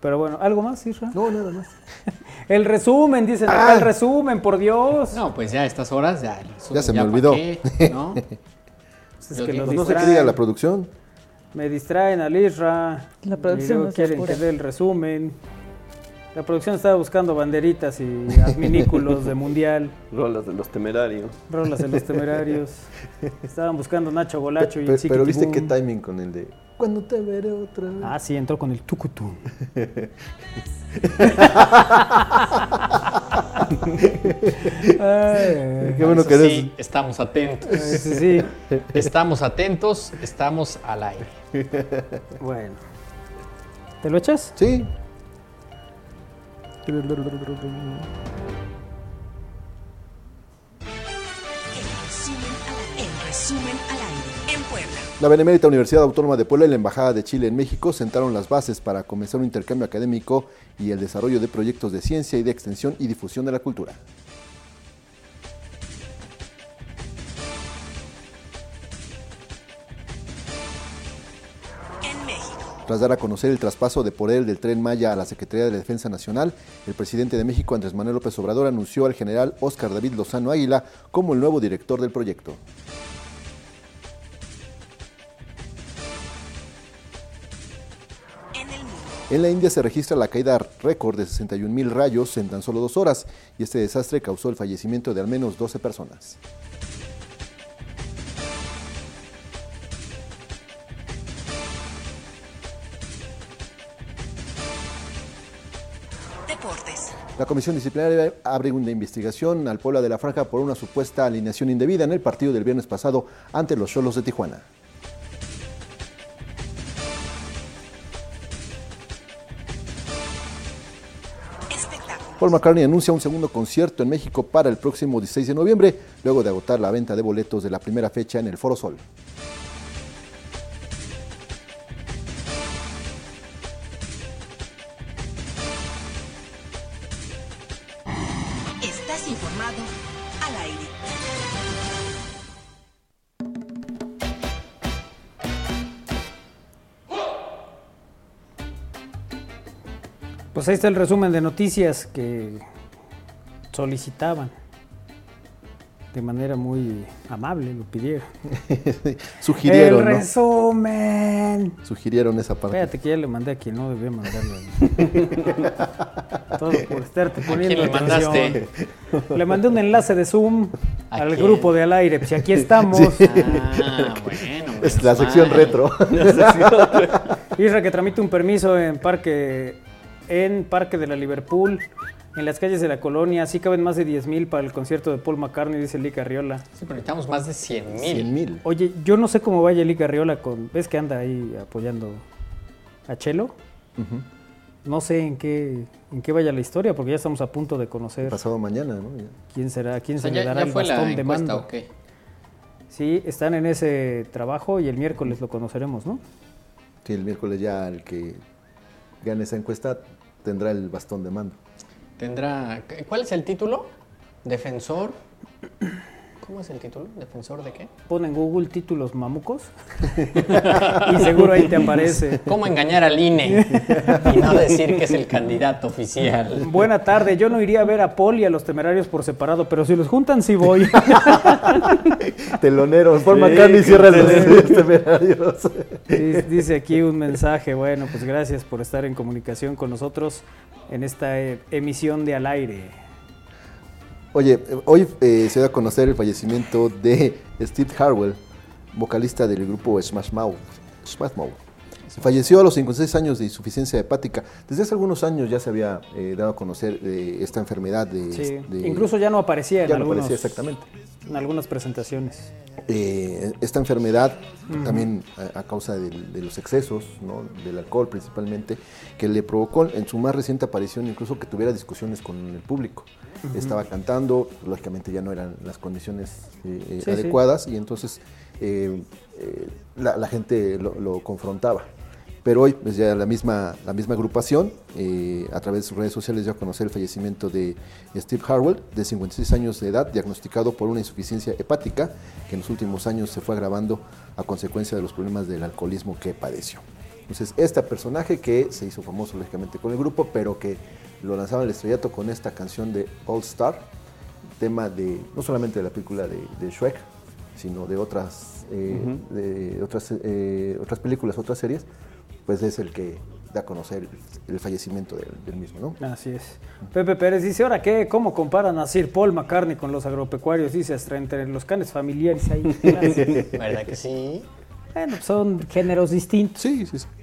[SPEAKER 4] Pero bueno, ¿algo más, Isra?
[SPEAKER 1] No, nada más.
[SPEAKER 4] El resumen, dicen acá,
[SPEAKER 1] Ah.
[SPEAKER 4] el resumen, por Dios.
[SPEAKER 5] No, pues ya a estas horas ya.
[SPEAKER 1] Ya se me olvidó.
[SPEAKER 5] Qué, ¿no?
[SPEAKER 4] Pues es
[SPEAKER 5] Yo
[SPEAKER 4] que
[SPEAKER 5] digo-
[SPEAKER 4] los
[SPEAKER 1] Pues no sé qué
[SPEAKER 4] distraen.
[SPEAKER 1] diga la producción.
[SPEAKER 4] Me distraen al Isra.
[SPEAKER 2] La
[SPEAKER 4] Y
[SPEAKER 2] producción
[SPEAKER 4] luego
[SPEAKER 2] nos
[SPEAKER 4] quieren
[SPEAKER 2] apura.
[SPEAKER 4] que dé el resumen. La producción estaba buscando banderitas y adminículos de mundial,
[SPEAKER 3] Rolas de los temerarios.
[SPEAKER 4] rolas de los temerarios. Estaban buscando Nacho Golacho y
[SPEAKER 1] Pe-
[SPEAKER 4] el
[SPEAKER 1] pero viste
[SPEAKER 4] Chiquibum.
[SPEAKER 1] qué timing con el de. Cuando te veré otra vez.
[SPEAKER 4] Ah, sí, entró con el tucutum. Ay,
[SPEAKER 1] Qué bueno
[SPEAKER 5] Eso
[SPEAKER 1] que eres.
[SPEAKER 5] Sí, estamos atentos.
[SPEAKER 4] sí, sí.
[SPEAKER 5] Estamos atentos, estamos al aire.
[SPEAKER 4] Bueno. ¿Te lo echas?
[SPEAKER 1] Sí.
[SPEAKER 16] El resumen al aire en Puebla.
[SPEAKER 1] La Benemérita Universidad Autónoma de Puebla y la Embajada de Chile en México sentaron las bases para comenzar un intercambio académico y el desarrollo de proyectos de ciencia y de extensión y difusión de la cultura. Tras dar a conocer el traspaso de poder del tren Maya a la Secretaría de la Defensa Nacional, el presidente de México, Andrés Manuel López Obrador, anunció al general Óscar David Lozano Águila como el nuevo director del proyecto. En la India se registra la caída récord de 61.000 rayos en tan solo dos horas y este desastre causó el fallecimiento de al menos 12 personas.
[SPEAKER 16] Deportes.
[SPEAKER 1] La comisión disciplinaria abre una investigación al Puebla de la Franja por una supuesta alineación indebida en el partido del viernes pasado ante los Cholos de Tijuana. Paul McCartney anuncia un segundo concierto en México para el próximo 16 de noviembre, luego de agotar la venta de boletos de la primera fecha en el Foro Sol.
[SPEAKER 16] Estás informado al aire.
[SPEAKER 4] Pues ahí está el resumen de noticias que solicitaban. De manera muy amable lo pidieron.
[SPEAKER 1] Sugirieron,
[SPEAKER 4] el
[SPEAKER 1] ¿no?
[SPEAKER 4] resumen.
[SPEAKER 1] Sugirieron esa parte.
[SPEAKER 4] Fíjate que ya le mandé a quien no debía mandarle. Todo por estarte
[SPEAKER 1] ¿A
[SPEAKER 4] poniendo
[SPEAKER 1] quién le
[SPEAKER 4] atención.
[SPEAKER 1] mandaste?
[SPEAKER 4] Le mandé un enlace de Zoom al
[SPEAKER 1] quién?
[SPEAKER 4] grupo de al aire. Pues y aquí estamos.
[SPEAKER 1] Sí. Ah, bueno, Es menos la sección mal. retro.
[SPEAKER 4] La sección retro. Isra que tramite un permiso en parque, en Parque de la Liverpool. En las calles de la colonia, así caben más de 10.000 para el concierto de Paul McCartney, dice Lee Carriola. Sí,
[SPEAKER 5] pero necesitamos más de 100,000.
[SPEAKER 1] 100,000.
[SPEAKER 4] Oye, yo no sé cómo vaya Lee Carriola con. ¿Ves que anda ahí apoyando a Chelo?
[SPEAKER 1] Ujú.
[SPEAKER 4] No sé en qué, en qué vaya la historia, porque ya estamos a punto de conocer
[SPEAKER 1] Pasado mañana, ¿no? Ya.
[SPEAKER 4] quién será, quién
[SPEAKER 5] O sea,
[SPEAKER 4] se le
[SPEAKER 5] ya-
[SPEAKER 4] dará
[SPEAKER 5] ya
[SPEAKER 4] el
[SPEAKER 5] fue la
[SPEAKER 4] bastón de
[SPEAKER 5] encuesta,
[SPEAKER 4] mando.
[SPEAKER 5] ¿o qué?
[SPEAKER 4] Sí, están en ese trabajo y el miércoles lo conoceremos, ¿no?
[SPEAKER 1] Sí, el miércoles ya el que gane esa encuesta tendrá el bastón de mando.
[SPEAKER 5] Tendrá. ¿Cuál es el título? Defensor. ¿Cómo es el título? ¿Defensor de qué?
[SPEAKER 4] Pon en Google títulos mamucos y seguro ahí te aparece.
[SPEAKER 5] ¿Cómo engañar al INE? Y no decir que es el candidato oficial.
[SPEAKER 4] Buena tarde, yo no iría a ver a Paul y a los temerarios por separado, pero si los juntan sí voy.
[SPEAKER 1] Teloneros, Paul
[SPEAKER 4] Sí,
[SPEAKER 1] McCartney
[SPEAKER 4] qué
[SPEAKER 1] cierra los
[SPEAKER 4] teloneros.
[SPEAKER 1] estudios temerarios.
[SPEAKER 4] Dice dice aquí un mensaje, bueno, pues gracias por estar en comunicación con nosotros en esta eh, emisión de Al Aire.
[SPEAKER 1] Oye, eh, hoy eh, se dio a conocer el fallecimiento de Steve Harwell, vocalista del grupo Smash Mouth. Smash Mouth. Falleció a los 56 años de insuficiencia hepática. Desde hace algunos años ya se había eh, dado a conocer eh, esta enfermedad de,
[SPEAKER 4] Sí,
[SPEAKER 1] de-
[SPEAKER 4] Incluso ya no aparecía en
[SPEAKER 1] este, ya no
[SPEAKER 4] algunos-
[SPEAKER 1] aparecía exactamente.
[SPEAKER 4] en algunas presentaciones.
[SPEAKER 1] eh, esta enfermedad
[SPEAKER 4] Ujú.
[SPEAKER 1] también a, a causa del- de, los excesos, ¿no? del alcohol principalmente, que le provocó en su más reciente aparición incluso que tuviera discusiones con el público.
[SPEAKER 6] Ujú.
[SPEAKER 1] Estaba cantando, lógicamente ya no eran las condiciones eh, eh,
[SPEAKER 6] Sí, sí.
[SPEAKER 1] adecuadas y entonces eh, eh, la, la gente lo, lo confrontaba. Pero hoy, pues ya la misma, la misma agrupación, eh, a través de sus redes sociales, dio a conocer el fallecimiento de Steve Harwell, de 56 años de edad, diagnosticado por una insuficiencia hepática, que en los últimos años se fue agravando a consecuencia de los problemas del alcoholismo que padeció. Entonces, este personaje que se hizo famoso, lógicamente, con el grupo, pero que lo lanzaban al estrellato con esta canción de All Star, tema de, no solamente de la película de, de Shrek, sino de otras, eh,
[SPEAKER 6] Ujú.
[SPEAKER 1] de otras, eh, otras películas, otras series, pues es el que da a conocer el, el fallecimiento del, del mismo, ¿no?
[SPEAKER 4] Así es. Pepe Pérez dice, ¿ahora qué? ¿Cómo comparan a Sir Paul McCartney con los agropecuarios? Dice, hasta entre los canes familiares ahí.
[SPEAKER 5] ¿Verdad que sí?
[SPEAKER 4] Bueno, pues son géneros distintos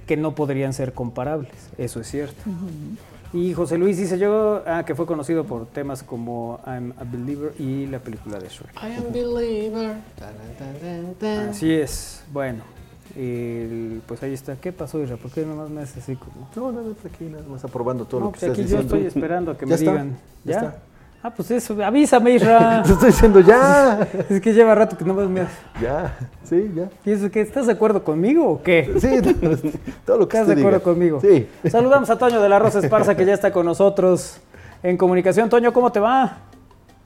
[SPEAKER 4] que no podrían ser comparables, eso es cierto. Y José Luis dice, yo, ah, que fue conocido por temas como I'm a Believer y la película de Shrek.
[SPEAKER 5] I am believer. Tan, tan, tan, tan.
[SPEAKER 4] Así es, bueno. el- pues ahí está. ¿Qué pasó, Isra? ¿Por qué nomás me haces así como?
[SPEAKER 1] No, no, no, aquí nada más aprobando todo
[SPEAKER 4] No,
[SPEAKER 1] lo que
[SPEAKER 4] pues
[SPEAKER 1] estás
[SPEAKER 4] aquí
[SPEAKER 1] diciendo.
[SPEAKER 4] yo estoy esperando a que
[SPEAKER 1] Ya
[SPEAKER 4] me
[SPEAKER 1] está,
[SPEAKER 4] digan.
[SPEAKER 1] ya
[SPEAKER 4] ¿Ya?
[SPEAKER 1] está.
[SPEAKER 4] Ah, pues eso, avísame, Isra.
[SPEAKER 1] Te estoy diciendo ya.
[SPEAKER 4] Es que lleva rato que no me has...
[SPEAKER 1] Ya, sí, ya.
[SPEAKER 4] ¿Y eso qué? ¿Estás de acuerdo conmigo o qué?
[SPEAKER 1] Sí, todo lo que
[SPEAKER 4] ¿Estás
[SPEAKER 1] usted
[SPEAKER 4] de acuerdo
[SPEAKER 1] diga.
[SPEAKER 4] conmigo?
[SPEAKER 1] Sí.
[SPEAKER 4] Saludamos a Toño de la Rosa Esparza que ya está con nosotros en comunicación. Toño, ¿cómo te va?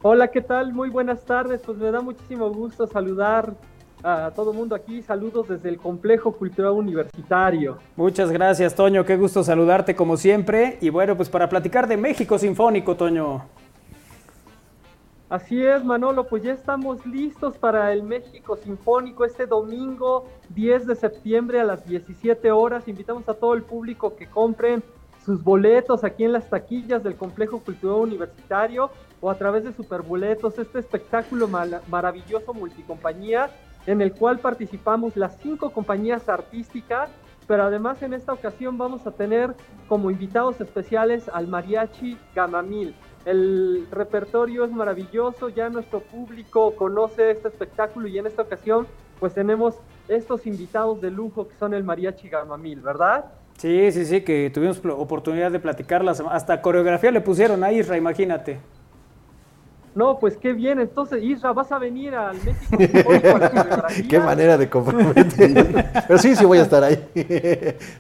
[SPEAKER 17] Hola, ¿qué tal? Muy buenas tardes. Pues me da muchísimo gusto saludar a todo mundo aquí. Saludos desde el Complejo Cultural Universitario.
[SPEAKER 4] Muchas gracias, Toño. Qué gusto saludarte como siempre. Y bueno, pues para platicar de México Sinfónico, Toño.
[SPEAKER 17] Así es, Manolo, pues ya estamos listos para el México Sinfónico este domingo 10 de septiembre a las 17 horas. Invitamos a todo el público que compren sus boletos aquí en las taquillas del Complejo Cultural Universitario o a través de Superboletos, este espectáculo mala- maravilloso multicompañía en el cual participamos las cinco compañías artísticas, pero además en esta ocasión vamos a tener como invitados especiales al mariachi Gamamil. El repertorio es maravilloso, ya nuestro público conoce este espectáculo y en esta ocasión pues tenemos estos invitados de lujo que son el mariachi Gamamil, ¿verdad?
[SPEAKER 4] Sí, sí, sí, que tuvimos pl- oportunidad de platicar. la sema- Hasta coreografía le pusieron a Isra, imagínate.
[SPEAKER 17] No, pues qué bien, entonces Isra, vas a venir al México Sinfónico a la coreografía?
[SPEAKER 1] Qué manera de comprometer. Pero sí, sí voy a estar ahí.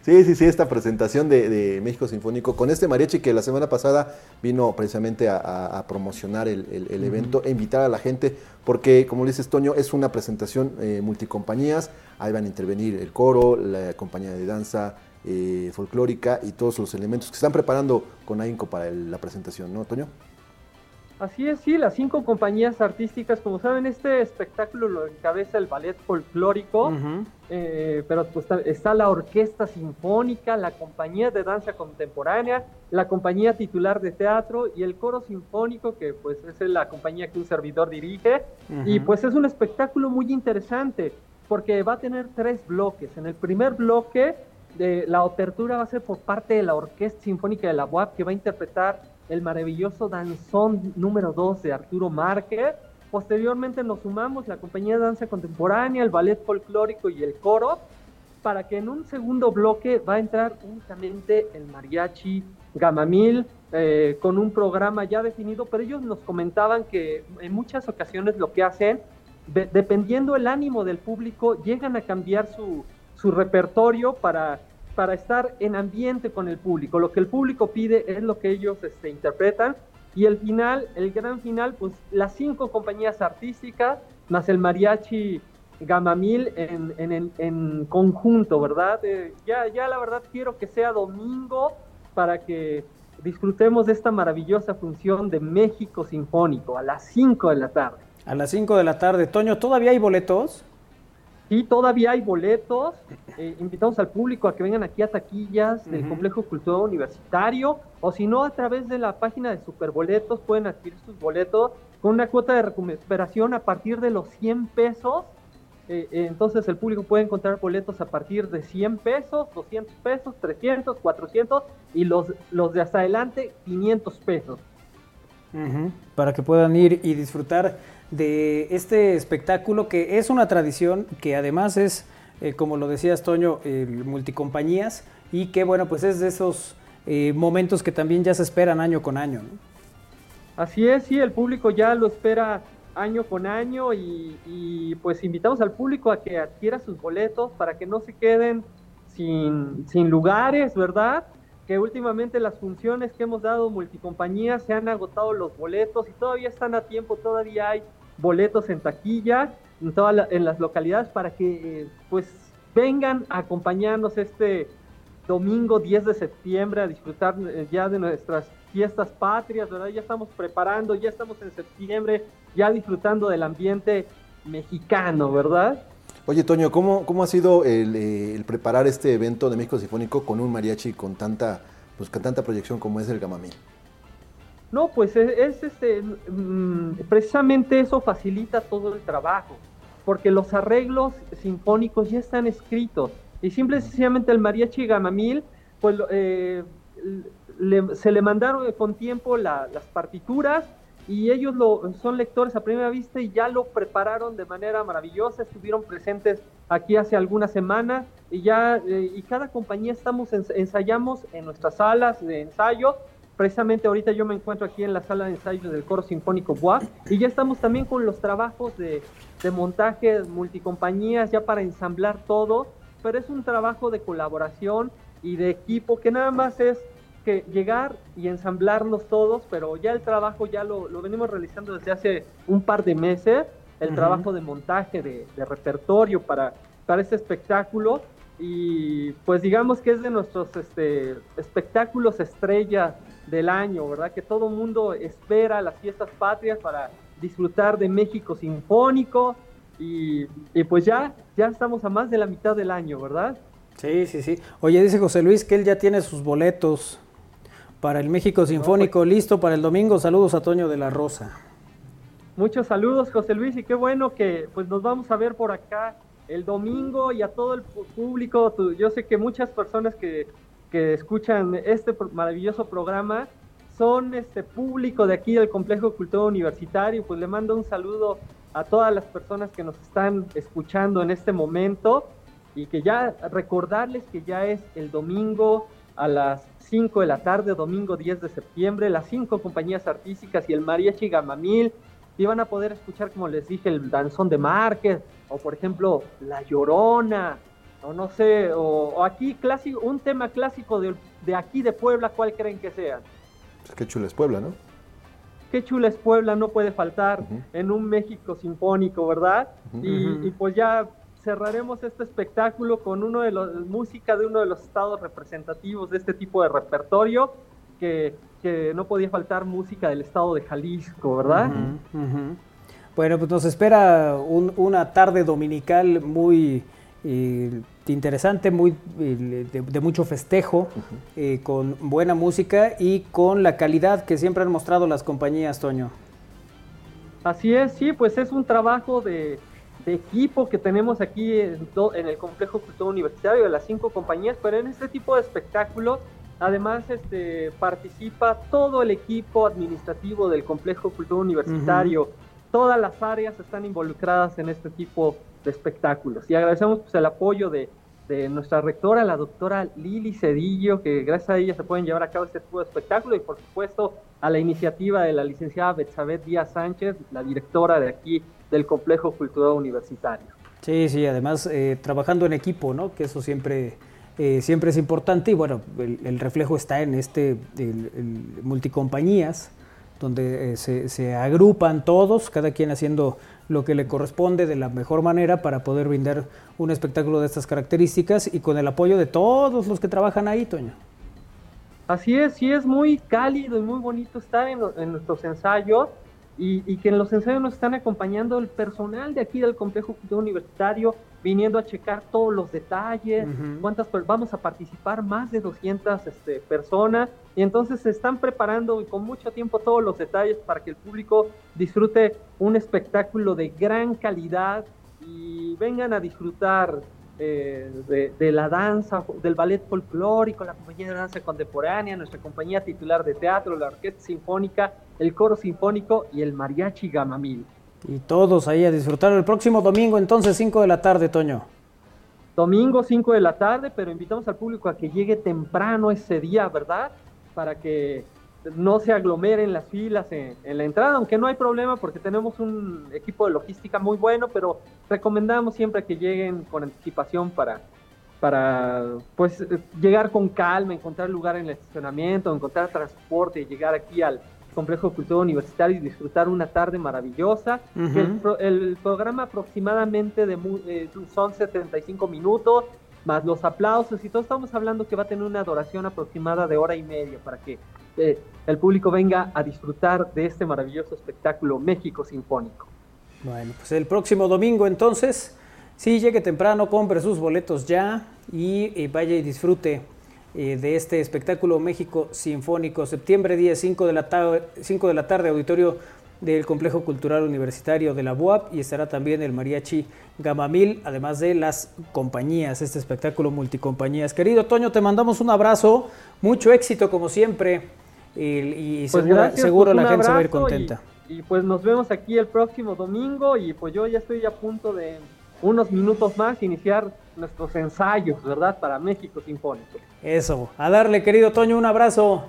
[SPEAKER 1] Sí, sí, sí, esta presentación de, de México Sinfónico con este mariachi que la semana pasada vino precisamente a, a- a promocionar el, el- el
[SPEAKER 6] Ujú.
[SPEAKER 1] evento, e invitar a la gente, porque como le dices Toño, es una presentación eh, multicompañías, ahí van a intervenir el coro, la compañía de danza, eh, folclórica y todos los elementos que están preparando con AINCO para el- la presentación, ¿no, Toño?
[SPEAKER 17] Así es, sí, las cinco compañías artísticas, como saben, este espectáculo lo encabeza el ballet folclórico, eh, pero pues ta- está la orquesta sinfónica, la compañía de danza contemporánea, la compañía titular de teatro y el coro sinfónico, que pues es la compañía que un servidor dirige. Y
[SPEAKER 18] Ujú.
[SPEAKER 17] pues es un espectáculo muy interesante, porque va a tener tres bloques. En el primer bloque, de, la apertura va a ser por parte de la Orquesta Sinfónica de la UAP, que va a interpretar el maravilloso danzón número 2 de Arturo Márquez. Posteriormente nos sumamos la compañía de danza contemporánea, el ballet folclórico y el coro, para que en un segundo bloque va a entrar únicamente el mariachi Gamamil, eh, con un programa ya definido, pero ellos nos comentaban que en muchas ocasiones lo que hacen, de- dependiendo el ánimo del público, llegan a cambiar su, su repertorio para, para estar en ambiente con el público. Lo que el público pide es lo que ellos este, interpretan. Y el final, el gran final, pues las cinco compañías artísticas más el mariachi Gamamil en, en, en- en conjunto, ¿verdad? Eh, ya, ya la verdad quiero que sea domingo para que disfrutemos de esta maravillosa función de México Sinfónico a las 5 de la tarde.
[SPEAKER 4] A las 5 de la tarde. Toño, ¿todavía hay boletos?
[SPEAKER 17] Sí, todavía hay boletos. Eh, invitamos al público a que vengan aquí a taquillas del Complejo Cultural Universitario o si no a través de la página de Superboletos pueden adquirir sus boletos con una cuota de recuperación a partir de los 100 pesos. Eh, eh, entonces el público puede encontrar boletos a partir de 100 pesos, 200 pesos, 300, 400 y los, los de hasta adelante 500 pesos.
[SPEAKER 4] Para que puedan ir y disfrutar de este espectáculo que es una tradición que además es, eh, como lo decías Toño, el multicompañías y que bueno, pues es de esos eh, momentos que también ya se esperan año con año. ¿no?
[SPEAKER 17] Así es, sí, el público ya lo espera año con año y, y, pues invitamos al público a que adquiera sus boletos para que no se queden sin, sin lugares, ¿verdad? Que últimamente las funciones que hemos dado multicompañías se han agotado los boletos y todavía están a tiempo, todavía hay boletos en taquilla en todas la- en las localidades para que eh, pues vengan a acompañarnos este domingo 10 de septiembre a disfrutar eh, ya de nuestras fiestas patrias, ¿verdad? Ya estamos preparando, ya estamos en septiembre, ya disfrutando del ambiente mexicano, ¿verdad?
[SPEAKER 1] Oye, Toño, ¿cómo, cómo ha sido el, eh, el preparar este evento de México Sinfónico con un mariachi con tanta, pues, con tanta proyección como es el Gamamil?
[SPEAKER 17] No, pues es, es, este, mm, precisamente eso facilita todo el trabajo, porque los arreglos sinfónicos ya están escritos y simple y sencillamente el mariachi Gamamil, pues lo- eh, le- se le mandaron con tiempo la- las partituras y ellos lo, son lectores a primera vista y ya lo prepararon de manera maravillosa, estuvieron presentes aquí hace algunas semanas y ya eh, y cada compañía estamos ens- ensayamos en nuestras salas de ensayo. Precisamente ahorita yo me encuentro aquí en la sala de ensayo del Coro Sinfónico BUAP y ya estamos también con los trabajos de, de montaje multicompañías ya para ensamblar todo, pero es un trabajo de colaboración y de equipo que nada más es que llegar y ensamblarnos todos, pero ya el trabajo ya lo, lo venimos realizando desde hace un par de meses, el
[SPEAKER 18] Ujú.
[SPEAKER 17] trabajo de montaje, de, de repertorio para, para este espectáculo y pues digamos que es de nuestros este, espectáculos estrella del año, ¿verdad? Que todo mundo espera las fiestas patrias para disfrutar de México Sinfónico y, y pues ya, ya estamos a más de la mitad del año, ¿verdad?
[SPEAKER 4] Sí, sí, sí. Oye, dice José Luis que él ya tiene sus boletos para el México
[SPEAKER 17] pues
[SPEAKER 4] Sinfónico listo para el domingo. Saludos a Toño de la Rosa.
[SPEAKER 17] Muchos saludos, José Luis, y qué bueno que pues nos vamos a ver por acá el domingo y a todo el pu- público. Tú- Yo sé que muchas personas que, que escuchan este pro- maravilloso programa son este público de aquí del Complejo Cultura Universitario. Pues le mando un saludo a todas las personas que nos están escuchando en este momento y que ya recordarles que ya es el domingo a las 5 de la tarde, domingo 10 de septiembre, las cinco compañías artísticas y el mariachi Gamamil y van a poder escuchar, como les dije, el danzón de Márquez, o por ejemplo, La Llorona, o no sé, o, o aquí clásico, un tema clásico de, de aquí de Puebla, ¿cuál creen que sea?
[SPEAKER 1] Pues qué chula es Puebla, ¿no?
[SPEAKER 17] Qué chula es Puebla, no puede faltar
[SPEAKER 1] Ujú.
[SPEAKER 17] en un México sinfónico, ¿verdad?
[SPEAKER 1] Ujú.
[SPEAKER 17] Y,
[SPEAKER 1] Ujú.
[SPEAKER 17] y pues ya cerraremos este espectáculo con uno de los música de uno de los estados representativos de este tipo de repertorio que, que no podía faltar música del estado de Jalisco, ¿verdad?
[SPEAKER 4] Ujú, ujú. Bueno, pues nos espera un- una tarde dominical muy eh, interesante, muy eh, de, de mucho festejo, eh, con buena música y con la calidad que siempre han mostrado las compañías, Toño.
[SPEAKER 17] Así es, sí, pues es un trabajo de, de equipo que tenemos aquí en, to- en el complejo cultural universitario de las cinco compañías, pero en este tipo de espectáculos además este, participa todo el equipo administrativo del complejo cultural universitario. Todas las áreas están involucradas en este tipo de espectáculos y agradecemos pues, el apoyo de, de nuestra rectora, la doctora Lili Cedillo, que gracias a ella se pueden llevar a cabo este tipo de espectáculo y por supuesto a la iniciativa de la licenciada Betsabeth Díaz Sánchez, la directora de aquí del Complejo Cultural Universitario.
[SPEAKER 4] Sí, sí, además eh, trabajando en equipo, ¿no? Que eso siempre, eh, siempre es importante y bueno, el, el reflejo está en este el- el multicompañías, donde eh, se, se agrupan todos, cada quien haciendo lo que le corresponde de la mejor manera para poder brindar un espectáculo de estas características y con el apoyo de todos los que trabajan ahí, Toño.
[SPEAKER 17] Así es, sí es muy cálido y muy bonito estar en, lo- en nuestros ensayos y, y que en los ensayos nos están acompañando el personal de aquí del Complejo Cultural Universitario, viniendo a checar todos los detalles, cuántas per- vamos a participar, más de 200 este, personas, y entonces se están preparando y con mucho tiempo todos los detalles para que el público disfrute un espectáculo de gran calidad y vengan a disfrutar eh, de, de la danza, del ballet folclórico, la compañía de danza contemporánea, nuestra compañía titular de teatro, la orquesta sinfónica, el coro sinfónico y el mariachi gamamil.
[SPEAKER 4] Y todos ahí a disfrutar el próximo domingo, entonces 5 de la tarde, Toño.
[SPEAKER 17] Domingo 5 de la tarde, pero invitamos al público a que llegue temprano ese día, ¿verdad? Para que no se aglomeren las filas en, en la entrada, aunque no hay problema porque tenemos un equipo de logística muy bueno, pero recomendamos siempre que lleguen con anticipación para, para pues eh, llegar con calma, encontrar lugar en el estacionamiento, encontrar transporte, llegar aquí al complejo cultural universitario y disfrutar una tarde maravillosa.
[SPEAKER 4] Ujú.
[SPEAKER 17] Que el, pro- el programa aproximadamente de mu- eh, son 75 minutos más los aplausos y todo estamos hablando que va a tener una duración aproximada de hora y media para que eh, el público venga a disfrutar de este maravilloso espectáculo México Sinfónico.
[SPEAKER 4] Bueno, pues el próximo domingo entonces, sí, llegue temprano, compre sus boletos ya y eh, vaya y disfrute eh, de este espectáculo México Sinfónico, septiembre 10, 5 de, la tarde, 5 de la tarde, auditorio del Complejo Cultural Universitario de la UAP y estará también el Mariachi Gamamil, además de las compañías, este espectáculo multicompañías. Querido Toño, te mandamos un abrazo, mucho éxito como siempre y, y
[SPEAKER 17] Pues
[SPEAKER 4] segura-
[SPEAKER 17] gracias,
[SPEAKER 4] seguro
[SPEAKER 17] pues
[SPEAKER 4] la
[SPEAKER 17] un
[SPEAKER 4] gente se va a ir
[SPEAKER 17] abrazo y-
[SPEAKER 4] contenta.
[SPEAKER 17] Y pues nos vemos aquí el próximo domingo y pues yo ya estoy a punto de unos minutos más iniciar nuestros ensayos, ¿verdad? Para México Sinfónico.
[SPEAKER 4] Eso, a darle querido Toño un abrazo.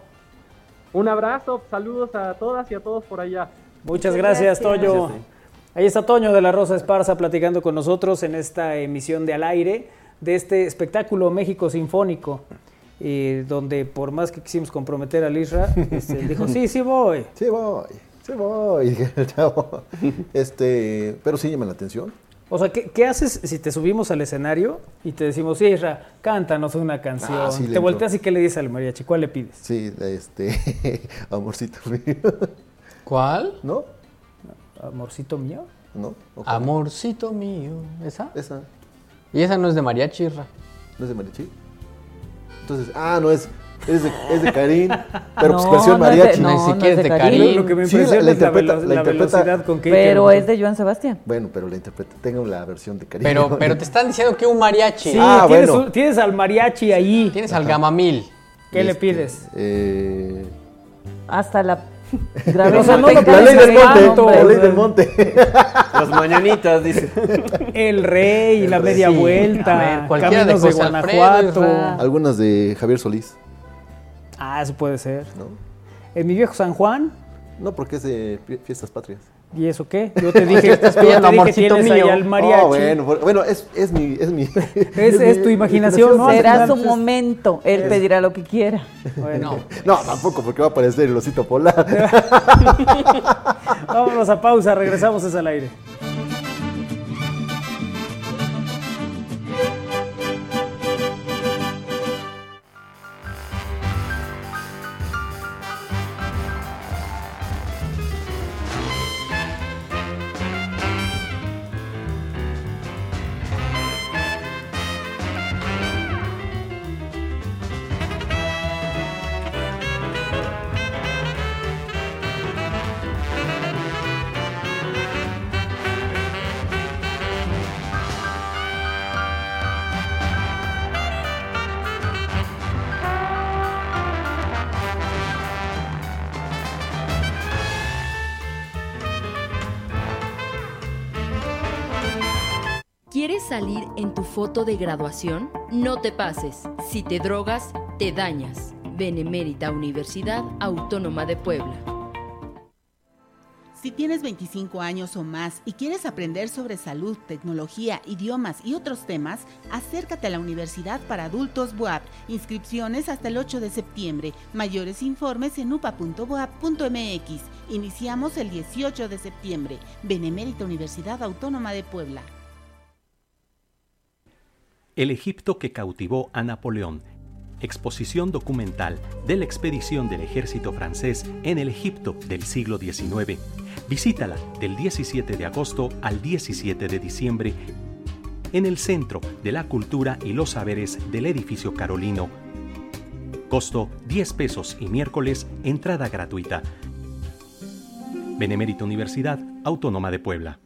[SPEAKER 17] Un abrazo, saludos a todas y a todos por allá.
[SPEAKER 4] Muchas gracias, Toño. Ahí está Toño de la Rosa Esparza platicando con nosotros en esta emisión de Al Aire de este espectáculo México Sinfónico, eh, donde por más que quisimos comprometer al Isra, este, dijo, sí, sí voy.
[SPEAKER 1] Sí voy, sí voy, dije el chavo. Este, pero sí llama la atención.
[SPEAKER 4] O sea, ¿qué, qué haces si te subimos al escenario y te decimos, sí, Isra, cántanos una canción?
[SPEAKER 1] Ah, sí,
[SPEAKER 4] te
[SPEAKER 1] le entro.
[SPEAKER 4] volteas y ¿qué le dices al mariachi? ¿Cuál le pides?
[SPEAKER 1] Sí, este, amorcito mío.
[SPEAKER 5] ¿Cuál?
[SPEAKER 1] ¿No?
[SPEAKER 4] ¿Amorcito mío?
[SPEAKER 1] ¿No? ¿O cuál?
[SPEAKER 5] Amorcito mío. ¿Esa?
[SPEAKER 1] Esa.
[SPEAKER 5] Y esa no es de mariachi, Ra.
[SPEAKER 1] ¿No es de mariachi? Entonces, ah, no es. Es de, es de Karim, pero pues
[SPEAKER 2] No,
[SPEAKER 1] versión
[SPEAKER 2] no es de-
[SPEAKER 1] mariachi.
[SPEAKER 2] no, Ni no siquiera es de es de Karim. Karim. Lo que me impresiona es la velo- la velocidad con que ella Pero canta. es de Joan Sebastián.
[SPEAKER 1] Bueno, pero la interpreta. Tengo la versión de Karim.
[SPEAKER 5] Pero, pero te están diciendo que un mariachi.
[SPEAKER 1] Sí, Ah,
[SPEAKER 4] tienes, un- tienes al mariachi ahí.
[SPEAKER 5] Tienes al gamamil. Este,
[SPEAKER 4] ¿Qué le pides?
[SPEAKER 1] Eh,
[SPEAKER 2] Hasta la...
[SPEAKER 4] O sea, no lo
[SPEAKER 1] la ley
[SPEAKER 4] puedes
[SPEAKER 1] del
[SPEAKER 4] negar,
[SPEAKER 1] monte,
[SPEAKER 4] hombre.
[SPEAKER 1] la ley del monte.
[SPEAKER 3] Las mañanitas, dice.
[SPEAKER 4] El rey, la media
[SPEAKER 3] Sí.
[SPEAKER 4] vuelta.
[SPEAKER 3] A ver, cualquiera de
[SPEAKER 4] Caminos de,
[SPEAKER 3] José Alfredo,
[SPEAKER 4] Guanajuato.
[SPEAKER 1] Algunas de Javier Solís.
[SPEAKER 4] Ah, eso puede ser.
[SPEAKER 1] ¿No?
[SPEAKER 4] En mi viejo San Juan,
[SPEAKER 1] No, porque es de fie- fiestas patrias.
[SPEAKER 4] ¿y eso qué? Yo te dije, yo te dije
[SPEAKER 1] pidiendo
[SPEAKER 4] que tienes ahí al mariachi.
[SPEAKER 1] Oh, bueno, por- bueno, es, es mi. Es, mi,
[SPEAKER 4] Es-
[SPEAKER 1] mi-
[SPEAKER 4] es tu
[SPEAKER 1] mi
[SPEAKER 4] imaginación, ¿no?
[SPEAKER 2] Será su
[SPEAKER 4] Entonces-
[SPEAKER 2] momento. Él pedirá lo que quiera.
[SPEAKER 1] No. tampoco, porque va a aparecer el osito polar.
[SPEAKER 4] Vámonos a pausa, regresamos es al aire.
[SPEAKER 8] ¿Quieres salir en tu foto de graduación? No te pases. Si te drogas, te dañas. Benemérita Universidad Autónoma de Puebla.
[SPEAKER 9] Si tienes 25 años o más y quieres aprender sobre salud, tecnología, idiomas y otros temas, acércate a la Universidad para Adultos BUAP. Inscripciones hasta el 8 de septiembre. Mayores informes en upa.boap.mx. Iniciamos el 18 de septiembre. Benemérita Universidad Autónoma de Puebla.
[SPEAKER 18] El Egipto que cautivó a Napoleón. Exposición documental de la expedición del ejército francés en el Egipto del siglo XIX. Visítala del 17 de agosto al 17 de diciembre en el Centro de la Cultura y los Saberes del Edificio Carolino. Costo 10 pesos y miércoles entrada gratuita. Benemérita Universidad Autónoma de Puebla.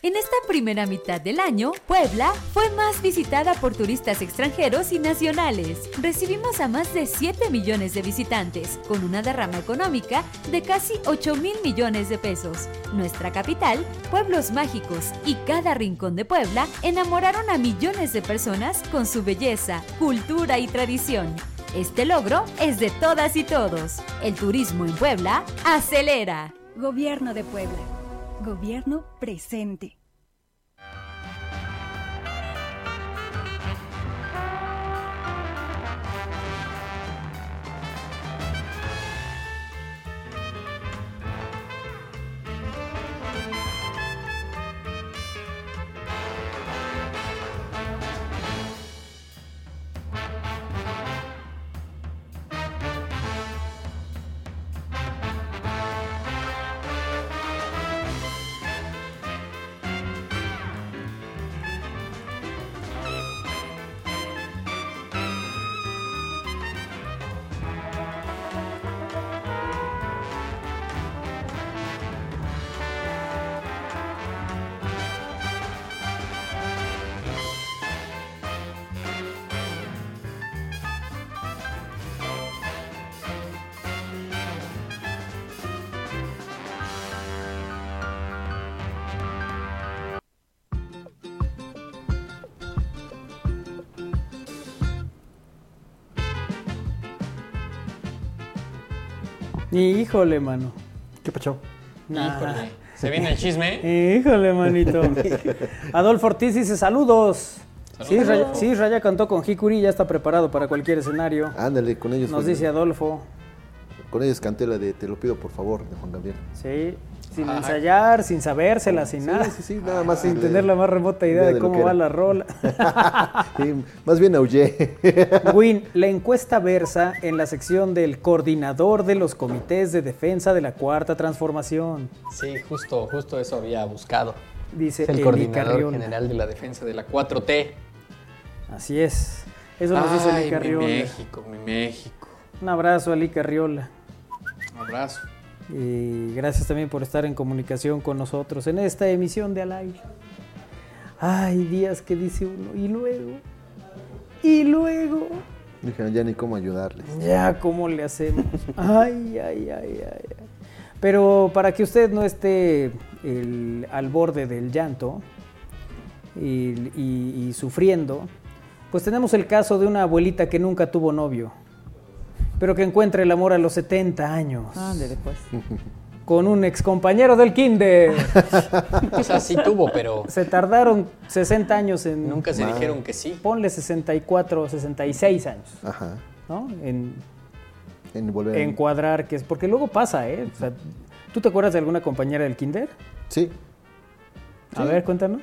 [SPEAKER 15] En esta primera mitad del año, Puebla fue más visitada por turistas extranjeros y nacionales. Recibimos a más de 7 millones de visitantes, con una derrama económica de casi 8 mil millones de pesos. Nuestra capital, pueblos mágicos y cada rincón de Puebla enamoraron a millones de personas con su belleza, cultura y tradición. Este logro es de todas y todos. El turismo en Puebla acelera.
[SPEAKER 14] Gobierno de Puebla. Gobierno presente.
[SPEAKER 4] Híjole, mano.
[SPEAKER 1] ¿Qué pacho?
[SPEAKER 5] Híjole. ¿Se viene el chisme?
[SPEAKER 4] Híjole, manito. Adolfo Ortiz dice saludos. Sí, Raya, sí, Raya cantó con Hikuri, ya está preparado para cualquier escenario.
[SPEAKER 1] Ándale, con ellos.
[SPEAKER 4] Nos
[SPEAKER 1] fue-
[SPEAKER 4] dice Adolfo.
[SPEAKER 1] Con ellos canté la de Te lo pido por favor, de Juan Gabriel.
[SPEAKER 4] Sí, sin
[SPEAKER 1] Ajá.
[SPEAKER 4] ensayar, sin sabérsela, sin
[SPEAKER 1] Sí,
[SPEAKER 4] nada.
[SPEAKER 1] sí, sí, nada más
[SPEAKER 4] Sin
[SPEAKER 1] de-
[SPEAKER 4] tener la más remota idea
[SPEAKER 1] idea
[SPEAKER 4] de,
[SPEAKER 1] de lo
[SPEAKER 4] cómo
[SPEAKER 1] que
[SPEAKER 4] va
[SPEAKER 1] era.
[SPEAKER 4] la rola.
[SPEAKER 1] Sí, más bien aullé.
[SPEAKER 4] Win, la encuesta versa en la sección del coordinador de los comités de defensa de la cuarta transformación.
[SPEAKER 5] Sí, justo, justo eso había buscado.
[SPEAKER 4] Dice
[SPEAKER 5] Es el
[SPEAKER 4] Eli
[SPEAKER 5] coordinador
[SPEAKER 4] Carrión.
[SPEAKER 5] general de la defensa de la 4T.
[SPEAKER 4] Así es. Eso nos dice
[SPEAKER 5] Ay,
[SPEAKER 4] Eli
[SPEAKER 5] mi
[SPEAKER 4] Carrión.
[SPEAKER 5] México, mi México.
[SPEAKER 4] Un abrazo a Eli Carriola.
[SPEAKER 5] Un abrazo.
[SPEAKER 4] Y gracias también por estar en comunicación con nosotros en esta emisión de Al Aire. Ay, días que dice uno. Y luego. Y luego.
[SPEAKER 1] Dijeron, ya ni cómo ayudarles.
[SPEAKER 4] Ya, ¿cómo le hacemos? Ay, ay, ay, ay, ay. Pero para que usted no esté el- al borde del llanto y, y- y sufriendo, pues tenemos el caso de una abuelita que nunca tuvo novio, pero que encuentra el amor a los 70 años.
[SPEAKER 2] Ándele, pues.
[SPEAKER 4] Con un excompañero del kinder.
[SPEAKER 5] O sea, sí tuvo, pero
[SPEAKER 4] Se tardaron 60 años en...
[SPEAKER 5] nunca se dijeron que sí.
[SPEAKER 4] Ponle 64, 66 años,
[SPEAKER 1] Ajá.
[SPEAKER 4] ¿no? En
[SPEAKER 1] En volver. a-
[SPEAKER 4] encuadrar que es porque luego pasa, ¿eh? O sea, ¿tú te acuerdas de alguna compañera del kinder?
[SPEAKER 1] Sí.
[SPEAKER 4] A
[SPEAKER 1] Sí.
[SPEAKER 4] ver, cuéntanos.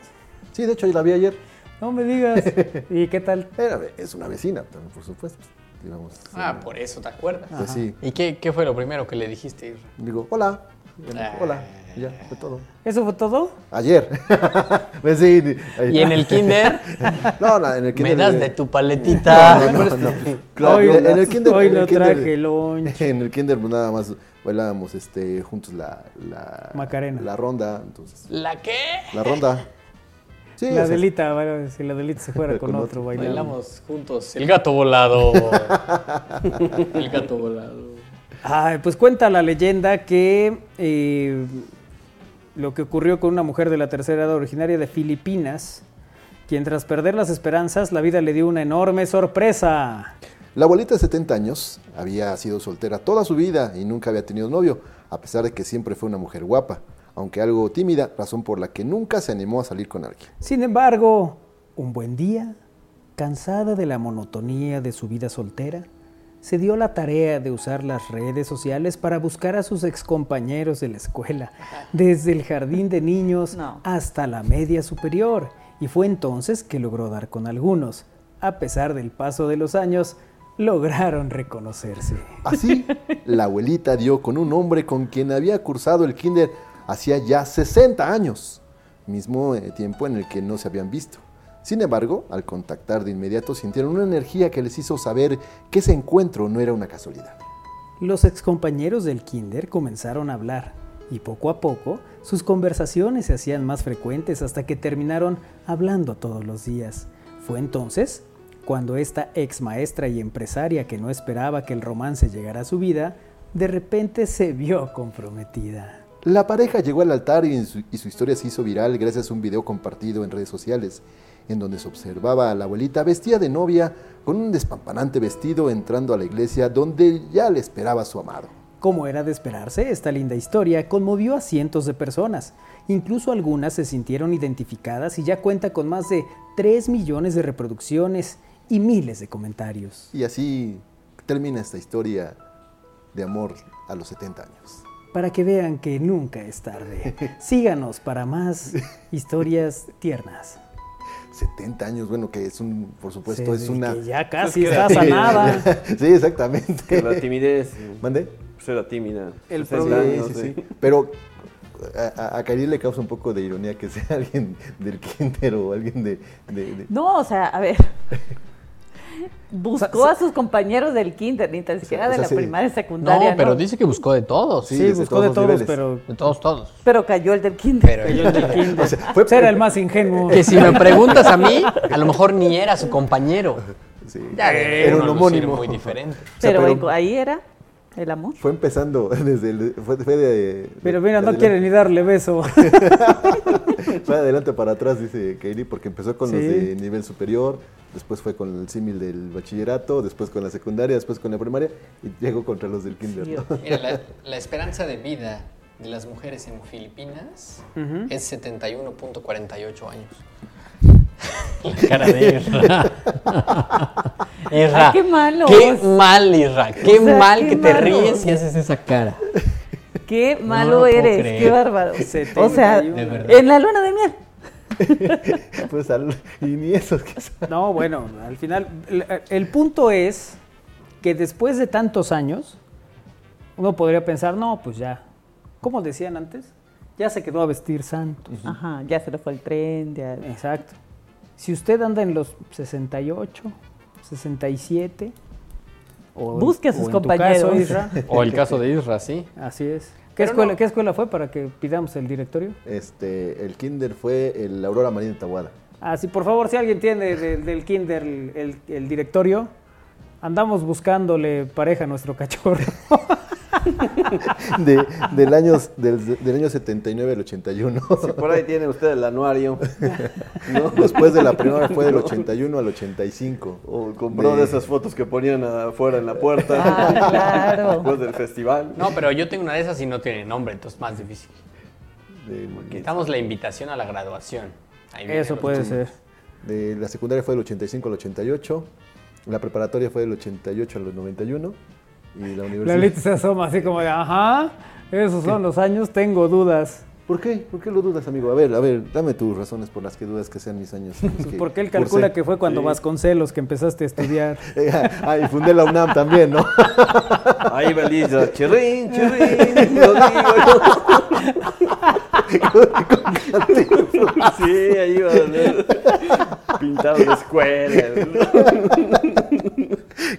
[SPEAKER 1] Sí, de hecho, la vi ayer.
[SPEAKER 4] No me digas. ¿Y qué tal?
[SPEAKER 1] Era- es una vecina, también, por supuesto. Digamos.
[SPEAKER 5] Ah, por eso te acuerdas.
[SPEAKER 1] Pues sí.
[SPEAKER 5] ¿Y qué, qué fue lo primero que le dijiste? Isra?
[SPEAKER 1] Digo, hola. Y me dijo,
[SPEAKER 5] Ah.
[SPEAKER 1] Hola. Y ya, fue todo.
[SPEAKER 4] ¿Eso fue todo?
[SPEAKER 1] Ayer. Pues sí, ayer.
[SPEAKER 5] ¿Y en el kinder?
[SPEAKER 1] No, no, en el
[SPEAKER 5] Me
[SPEAKER 1] kinder.
[SPEAKER 5] das de tu paletita.
[SPEAKER 1] No, no, no, no. Claro,
[SPEAKER 4] Hoy
[SPEAKER 1] en
[SPEAKER 4] no-
[SPEAKER 1] el kinder.
[SPEAKER 4] hoy
[SPEAKER 1] en el
[SPEAKER 4] no
[SPEAKER 1] kinder-
[SPEAKER 4] traje lunch.
[SPEAKER 1] En el kinder pues, nada más bailábamos este, juntos la, la.
[SPEAKER 4] Macarena.
[SPEAKER 1] La ronda, entonces.
[SPEAKER 5] ¿La qué?
[SPEAKER 1] La ronda. Sí,
[SPEAKER 4] la
[SPEAKER 1] o sea,
[SPEAKER 4] delita, bueno, si la delita se fuera con,
[SPEAKER 1] Con
[SPEAKER 4] otro,
[SPEAKER 1] otro.
[SPEAKER 4] bailamos.
[SPEAKER 5] Bailamos juntos. El gato volado. el gato volado.
[SPEAKER 4] Ay, pues cuenta la leyenda que eh, lo que ocurrió con una mujer de la tercera edad originaria de Filipinas, quien tras perder las esperanzas, la vida le dio una enorme sorpresa.
[SPEAKER 1] La abuelita de 70 años había sido soltera toda su vida y nunca había tenido novio, a pesar de que siempre fue una mujer guapa, aunque algo tímida, razón por la que nunca se animó a salir con alguien.
[SPEAKER 4] Sin embargo, un buen día, cansada de la monotonía de su vida soltera, se dio la tarea de usar las redes sociales para buscar a sus excompañeros de la escuela, desde el jardín de niños hasta la media superior, y fue entonces que logró dar con algunos. A pesar del paso de los años, lograron reconocerse.
[SPEAKER 1] Así, la abuelita dio con un hombre con quien había cursado el kinder hacía ya 60 años, mismo eh, tiempo en el que no se habían visto. Sin embargo, al contactar de inmediato sintieron una energía que les hizo saber que ese encuentro no era una casualidad.
[SPEAKER 4] Los excompañeros del kinder comenzaron a hablar y poco a poco sus conversaciones se hacían más frecuentes hasta que terminaron hablando todos los días. Fue entonces cuando esta ex maestra y empresaria que no esperaba que el romance llegara a su vida, de repente se vio comprometida.
[SPEAKER 1] La pareja llegó al altar y su, y su historia se hizo viral gracias a un video compartido en redes sociales, en donde se observaba a la abuelita vestida de novia con un despampanante vestido entrando a la iglesia donde ya le esperaba su amado.
[SPEAKER 4] Como era de esperarse, esta linda historia conmovió a cientos de personas. Incluso algunas se sintieron identificadas y ya cuenta con más de 3 millones de reproducciones y miles de comentarios.
[SPEAKER 1] Y así termina esta historia de amor a los 70 años.
[SPEAKER 4] Para que vean que nunca es tarde. Síganos para más historias tiernas.
[SPEAKER 1] 70 años, bueno, que es un, por supuesto,
[SPEAKER 4] Sí,
[SPEAKER 1] es una...
[SPEAKER 4] que ya casi Pues que- estás a nada.
[SPEAKER 1] sí, exactamente.
[SPEAKER 3] Que la timidez.
[SPEAKER 1] ¿Mande?
[SPEAKER 3] Pues era tímida.
[SPEAKER 1] El
[SPEAKER 3] Pues es
[SPEAKER 1] problema.
[SPEAKER 3] la- no
[SPEAKER 1] Sí,
[SPEAKER 3] sé.
[SPEAKER 1] sí, sí. Pero a, a- a Kairi le causa un poco de ironía que sea alguien del kinder o alguien de... de- de-
[SPEAKER 2] No, o sea, a ver. Buscó a sus compañeros del kinder, ni tan
[SPEAKER 4] Ah,
[SPEAKER 2] siquiera
[SPEAKER 5] o
[SPEAKER 2] de
[SPEAKER 5] sea,
[SPEAKER 2] la
[SPEAKER 5] sí.
[SPEAKER 2] primaria y secundaria.
[SPEAKER 5] No, pero dice que buscó de todos.
[SPEAKER 1] Sí, Sí, desde buscó todos de los todos, niveles.
[SPEAKER 4] pero-
[SPEAKER 5] De todos, todos.
[SPEAKER 2] Pero cayó el del kinder.
[SPEAKER 5] Cayó el del kinder. O sea, fue-
[SPEAKER 4] Pues era el más ingenuo.
[SPEAKER 5] Que si me preguntas a mí, a lo mejor ni era su compañero. Ya debe
[SPEAKER 1] Era un
[SPEAKER 5] Eh, uno lucir
[SPEAKER 1] homónimo.
[SPEAKER 5] Muy diferente.
[SPEAKER 1] O sea,
[SPEAKER 2] Pero,
[SPEAKER 1] pero-
[SPEAKER 2] ahí- ahí era el amor.
[SPEAKER 1] Fue empezando desde el... Fue, fue de...
[SPEAKER 4] Pero mira,
[SPEAKER 1] de
[SPEAKER 4] no
[SPEAKER 1] adelante-
[SPEAKER 4] quiere ni darle beso.
[SPEAKER 1] Fue de adelante para atrás, dice Kairi, porque empezó con los
[SPEAKER 4] Sí.
[SPEAKER 1] de nivel superior, después fue con el símil del bachillerato, después con la secundaria, después con la primaria, y llegó contra los del kinder. ¿no?
[SPEAKER 5] Mira, la, la esperanza de vida de las mujeres en Filipinas
[SPEAKER 1] Ujú.
[SPEAKER 5] es 71.48 años. La cara de Isra. Isra,
[SPEAKER 2] Ay, qué malo.
[SPEAKER 5] Qué mal, Isra. Qué
[SPEAKER 2] O sea,
[SPEAKER 5] mal
[SPEAKER 2] qué
[SPEAKER 5] que te
[SPEAKER 2] malo.
[SPEAKER 5] ríes y haces esa cara.
[SPEAKER 2] Qué
[SPEAKER 5] No
[SPEAKER 2] malo
[SPEAKER 5] lo puedo
[SPEAKER 2] eres,
[SPEAKER 5] creer.
[SPEAKER 2] qué bárbaro.
[SPEAKER 5] Setenta
[SPEAKER 2] O sea,
[SPEAKER 5] y uno. De verdad.
[SPEAKER 2] en la luna de miel.
[SPEAKER 1] Pues al- y ni esos que son.
[SPEAKER 4] No, bueno, al final, el, el punto es que después de tantos años, uno podría pensar, no, pues ya, como decían antes, ya se quedó a vestir santos.
[SPEAKER 2] Ajá, ya se le fue el tren. Ya...
[SPEAKER 4] Exacto. Si usted anda en los 68, 67, o en-
[SPEAKER 2] Busque a sus
[SPEAKER 4] o en tu
[SPEAKER 2] compañeros. Ah,
[SPEAKER 4] caso, Isra,
[SPEAKER 5] O el caso de Isra, sí.
[SPEAKER 4] Así es. ¿Qué
[SPEAKER 5] Pero
[SPEAKER 4] escuela,
[SPEAKER 5] no.
[SPEAKER 4] ¿Qué escuela fue para que pidamos el directorio?
[SPEAKER 1] Este, el kinder fue el Aurora Marina de Tawada.
[SPEAKER 4] Ah, sí, por favor, si alguien tiene de- del kinder el, el- el directorio, andamos buscándole pareja a nuestro cachorro.
[SPEAKER 1] De- del, año, del, del año 79 al 81.
[SPEAKER 3] Si por ahí tiene usted el anuario. ¿no?
[SPEAKER 1] Después de la primera fue del 81 al 85.
[SPEAKER 3] O compró de esas fotos que ponían afuera en la puerta.
[SPEAKER 1] Ah, claro.
[SPEAKER 3] Después del festival.
[SPEAKER 5] No, pero yo tengo una de esas y no tiene nombre, entonces es más difícil. Necesitamos la invitación a la graduación. Ahí vienen los nombres.
[SPEAKER 1] De la secundaria fue del 85 al 88. La preparatoria fue del 88 al 91. Y
[SPEAKER 4] La
[SPEAKER 1] la universidad.
[SPEAKER 4] Leti se asoma así como de, ajá, esos son los años, tengo dudas.
[SPEAKER 1] ¿Por qué? ¿Por qué lo dudas, amigo? A ver, a ver, dame tus razones por las que dudas que sean mis años. en los que
[SPEAKER 4] Porque él calcula
[SPEAKER 1] cursé.
[SPEAKER 4] que fue cuando
[SPEAKER 1] Sí.
[SPEAKER 4] Vasconcelos que empezaste a estudiar.
[SPEAKER 1] Ah, y fundé la UNAM también, ¿no?
[SPEAKER 3] Ahí va el Isra, chirrín, chirrín. Sí, ahí va. ¿no? Pintado de escuela.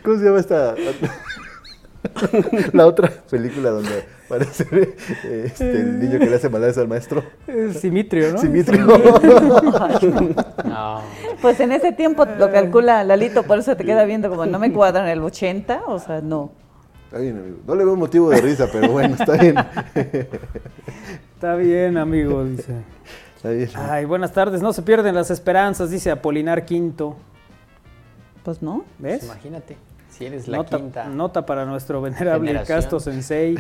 [SPEAKER 1] ¿Cómo se llama esta? La otra película donde parece eh, este, el niño que le hace maldades al maestro.
[SPEAKER 4] Es Simitrio, ¿no?
[SPEAKER 1] Simitrio.
[SPEAKER 5] No.
[SPEAKER 2] Pues en ese tiempo lo calcula Lalito, por eso te queda viendo como no me cuadran el 80, o sea, no.
[SPEAKER 1] Está bien, amigo. No le veo motivo de risa, pero bueno, está bien.
[SPEAKER 4] Está bien, amigo, dice.
[SPEAKER 1] Está bien.
[SPEAKER 4] Ay, buenas tardes. No se pierden las esperanzas, dice Apolinar Quinto.
[SPEAKER 2] Pues no.
[SPEAKER 4] ¿Ves?
[SPEAKER 5] Imagínate, si eres la
[SPEAKER 4] nota,
[SPEAKER 5] quinta.
[SPEAKER 4] nota para nuestro venerable
[SPEAKER 5] generación.
[SPEAKER 4] Casto Sensei.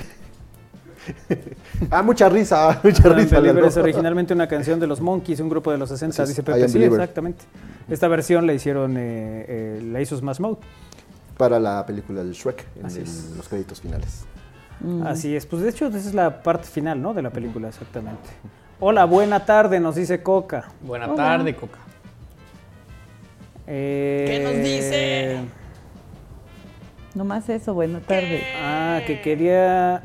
[SPEAKER 1] Ah, mucha risa, mucha risa.
[SPEAKER 4] Unbeliever
[SPEAKER 1] Leandro.
[SPEAKER 4] es originalmente una canción de los Monkeys, un grupo de los 60,
[SPEAKER 1] Así es,
[SPEAKER 4] dice
[SPEAKER 1] I
[SPEAKER 4] Pepe.
[SPEAKER 1] Am
[SPEAKER 4] Sí,
[SPEAKER 1] Believer.
[SPEAKER 4] exactamente. Esta versión la hicieron, eh, eh, la hizo Smash Mouth.
[SPEAKER 1] Para la película del Shrek, en,
[SPEAKER 4] Así
[SPEAKER 1] en
[SPEAKER 4] es.
[SPEAKER 1] los créditos finales.
[SPEAKER 5] Mm.
[SPEAKER 4] Así es. Pues de hecho, esa es la parte final, ¿no? De la película, exactamente. Hola, buena tarde, nos dice Coca.
[SPEAKER 5] Buena
[SPEAKER 4] Hola.
[SPEAKER 5] tarde, Coca.
[SPEAKER 4] Eh,
[SPEAKER 5] ¿Qué nos dice?
[SPEAKER 4] Nomás eso, buena tarde. Ah, que quería.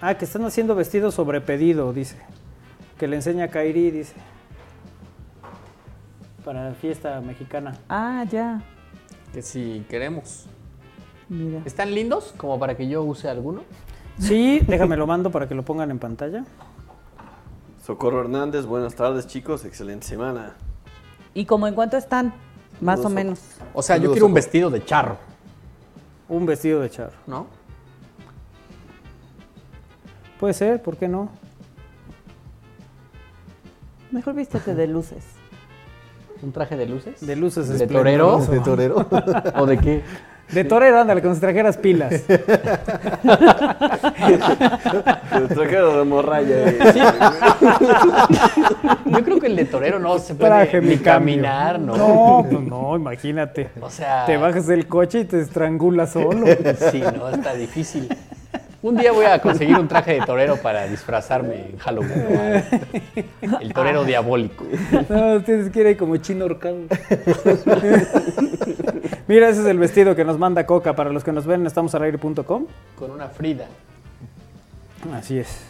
[SPEAKER 4] Ah, que están haciendo vestidos sobre pedido, dice. Que le enseña a Kairi, dice. Para la fiesta mexicana.
[SPEAKER 2] Ah, ya.
[SPEAKER 5] Que si queremos.
[SPEAKER 2] Mira.
[SPEAKER 5] ¿Están lindos como para que yo use alguno?
[SPEAKER 4] Sí, déjame lo mando para que lo pongan en pantalla.
[SPEAKER 3] Socorro Hernández, buenas tardes chicos, excelente semana.
[SPEAKER 2] ¿Y como en cuánto están? Más o menos.
[SPEAKER 5] O sea, yo quiero un vestido de charro.
[SPEAKER 4] Un vestido de charro.
[SPEAKER 5] ¿No?
[SPEAKER 4] Puede ser, ¿por qué no?
[SPEAKER 2] Mejor vístete de luces.
[SPEAKER 5] ¿Un traje de luces?
[SPEAKER 4] De luces
[SPEAKER 5] ¿De torero?
[SPEAKER 4] esplendoroso.
[SPEAKER 5] ¿De torero? ¿O de qué?
[SPEAKER 4] De torero, ándale, con sus trajeras pilas.
[SPEAKER 3] Pero trajeron de morralla. eh.
[SPEAKER 5] Yo creo que el de torero no se puede ni
[SPEAKER 4] cambio.
[SPEAKER 5] caminar, ¿no?
[SPEAKER 4] No, pues no, imagínate.
[SPEAKER 5] O sea-
[SPEAKER 4] Te bajas del coche y te estrangulas solo.
[SPEAKER 5] Sí, no, está difícil. Un día voy a conseguir un traje de torero para disfrazarme en Halloween. ¿no? El torero diabólico.
[SPEAKER 4] No, tienes que ir ahí como chino horcado. Mira, ese es el vestido que nos manda Coca. Para los que nos ven, estamos al aire.com.
[SPEAKER 5] Con una Frida.
[SPEAKER 4] Así es.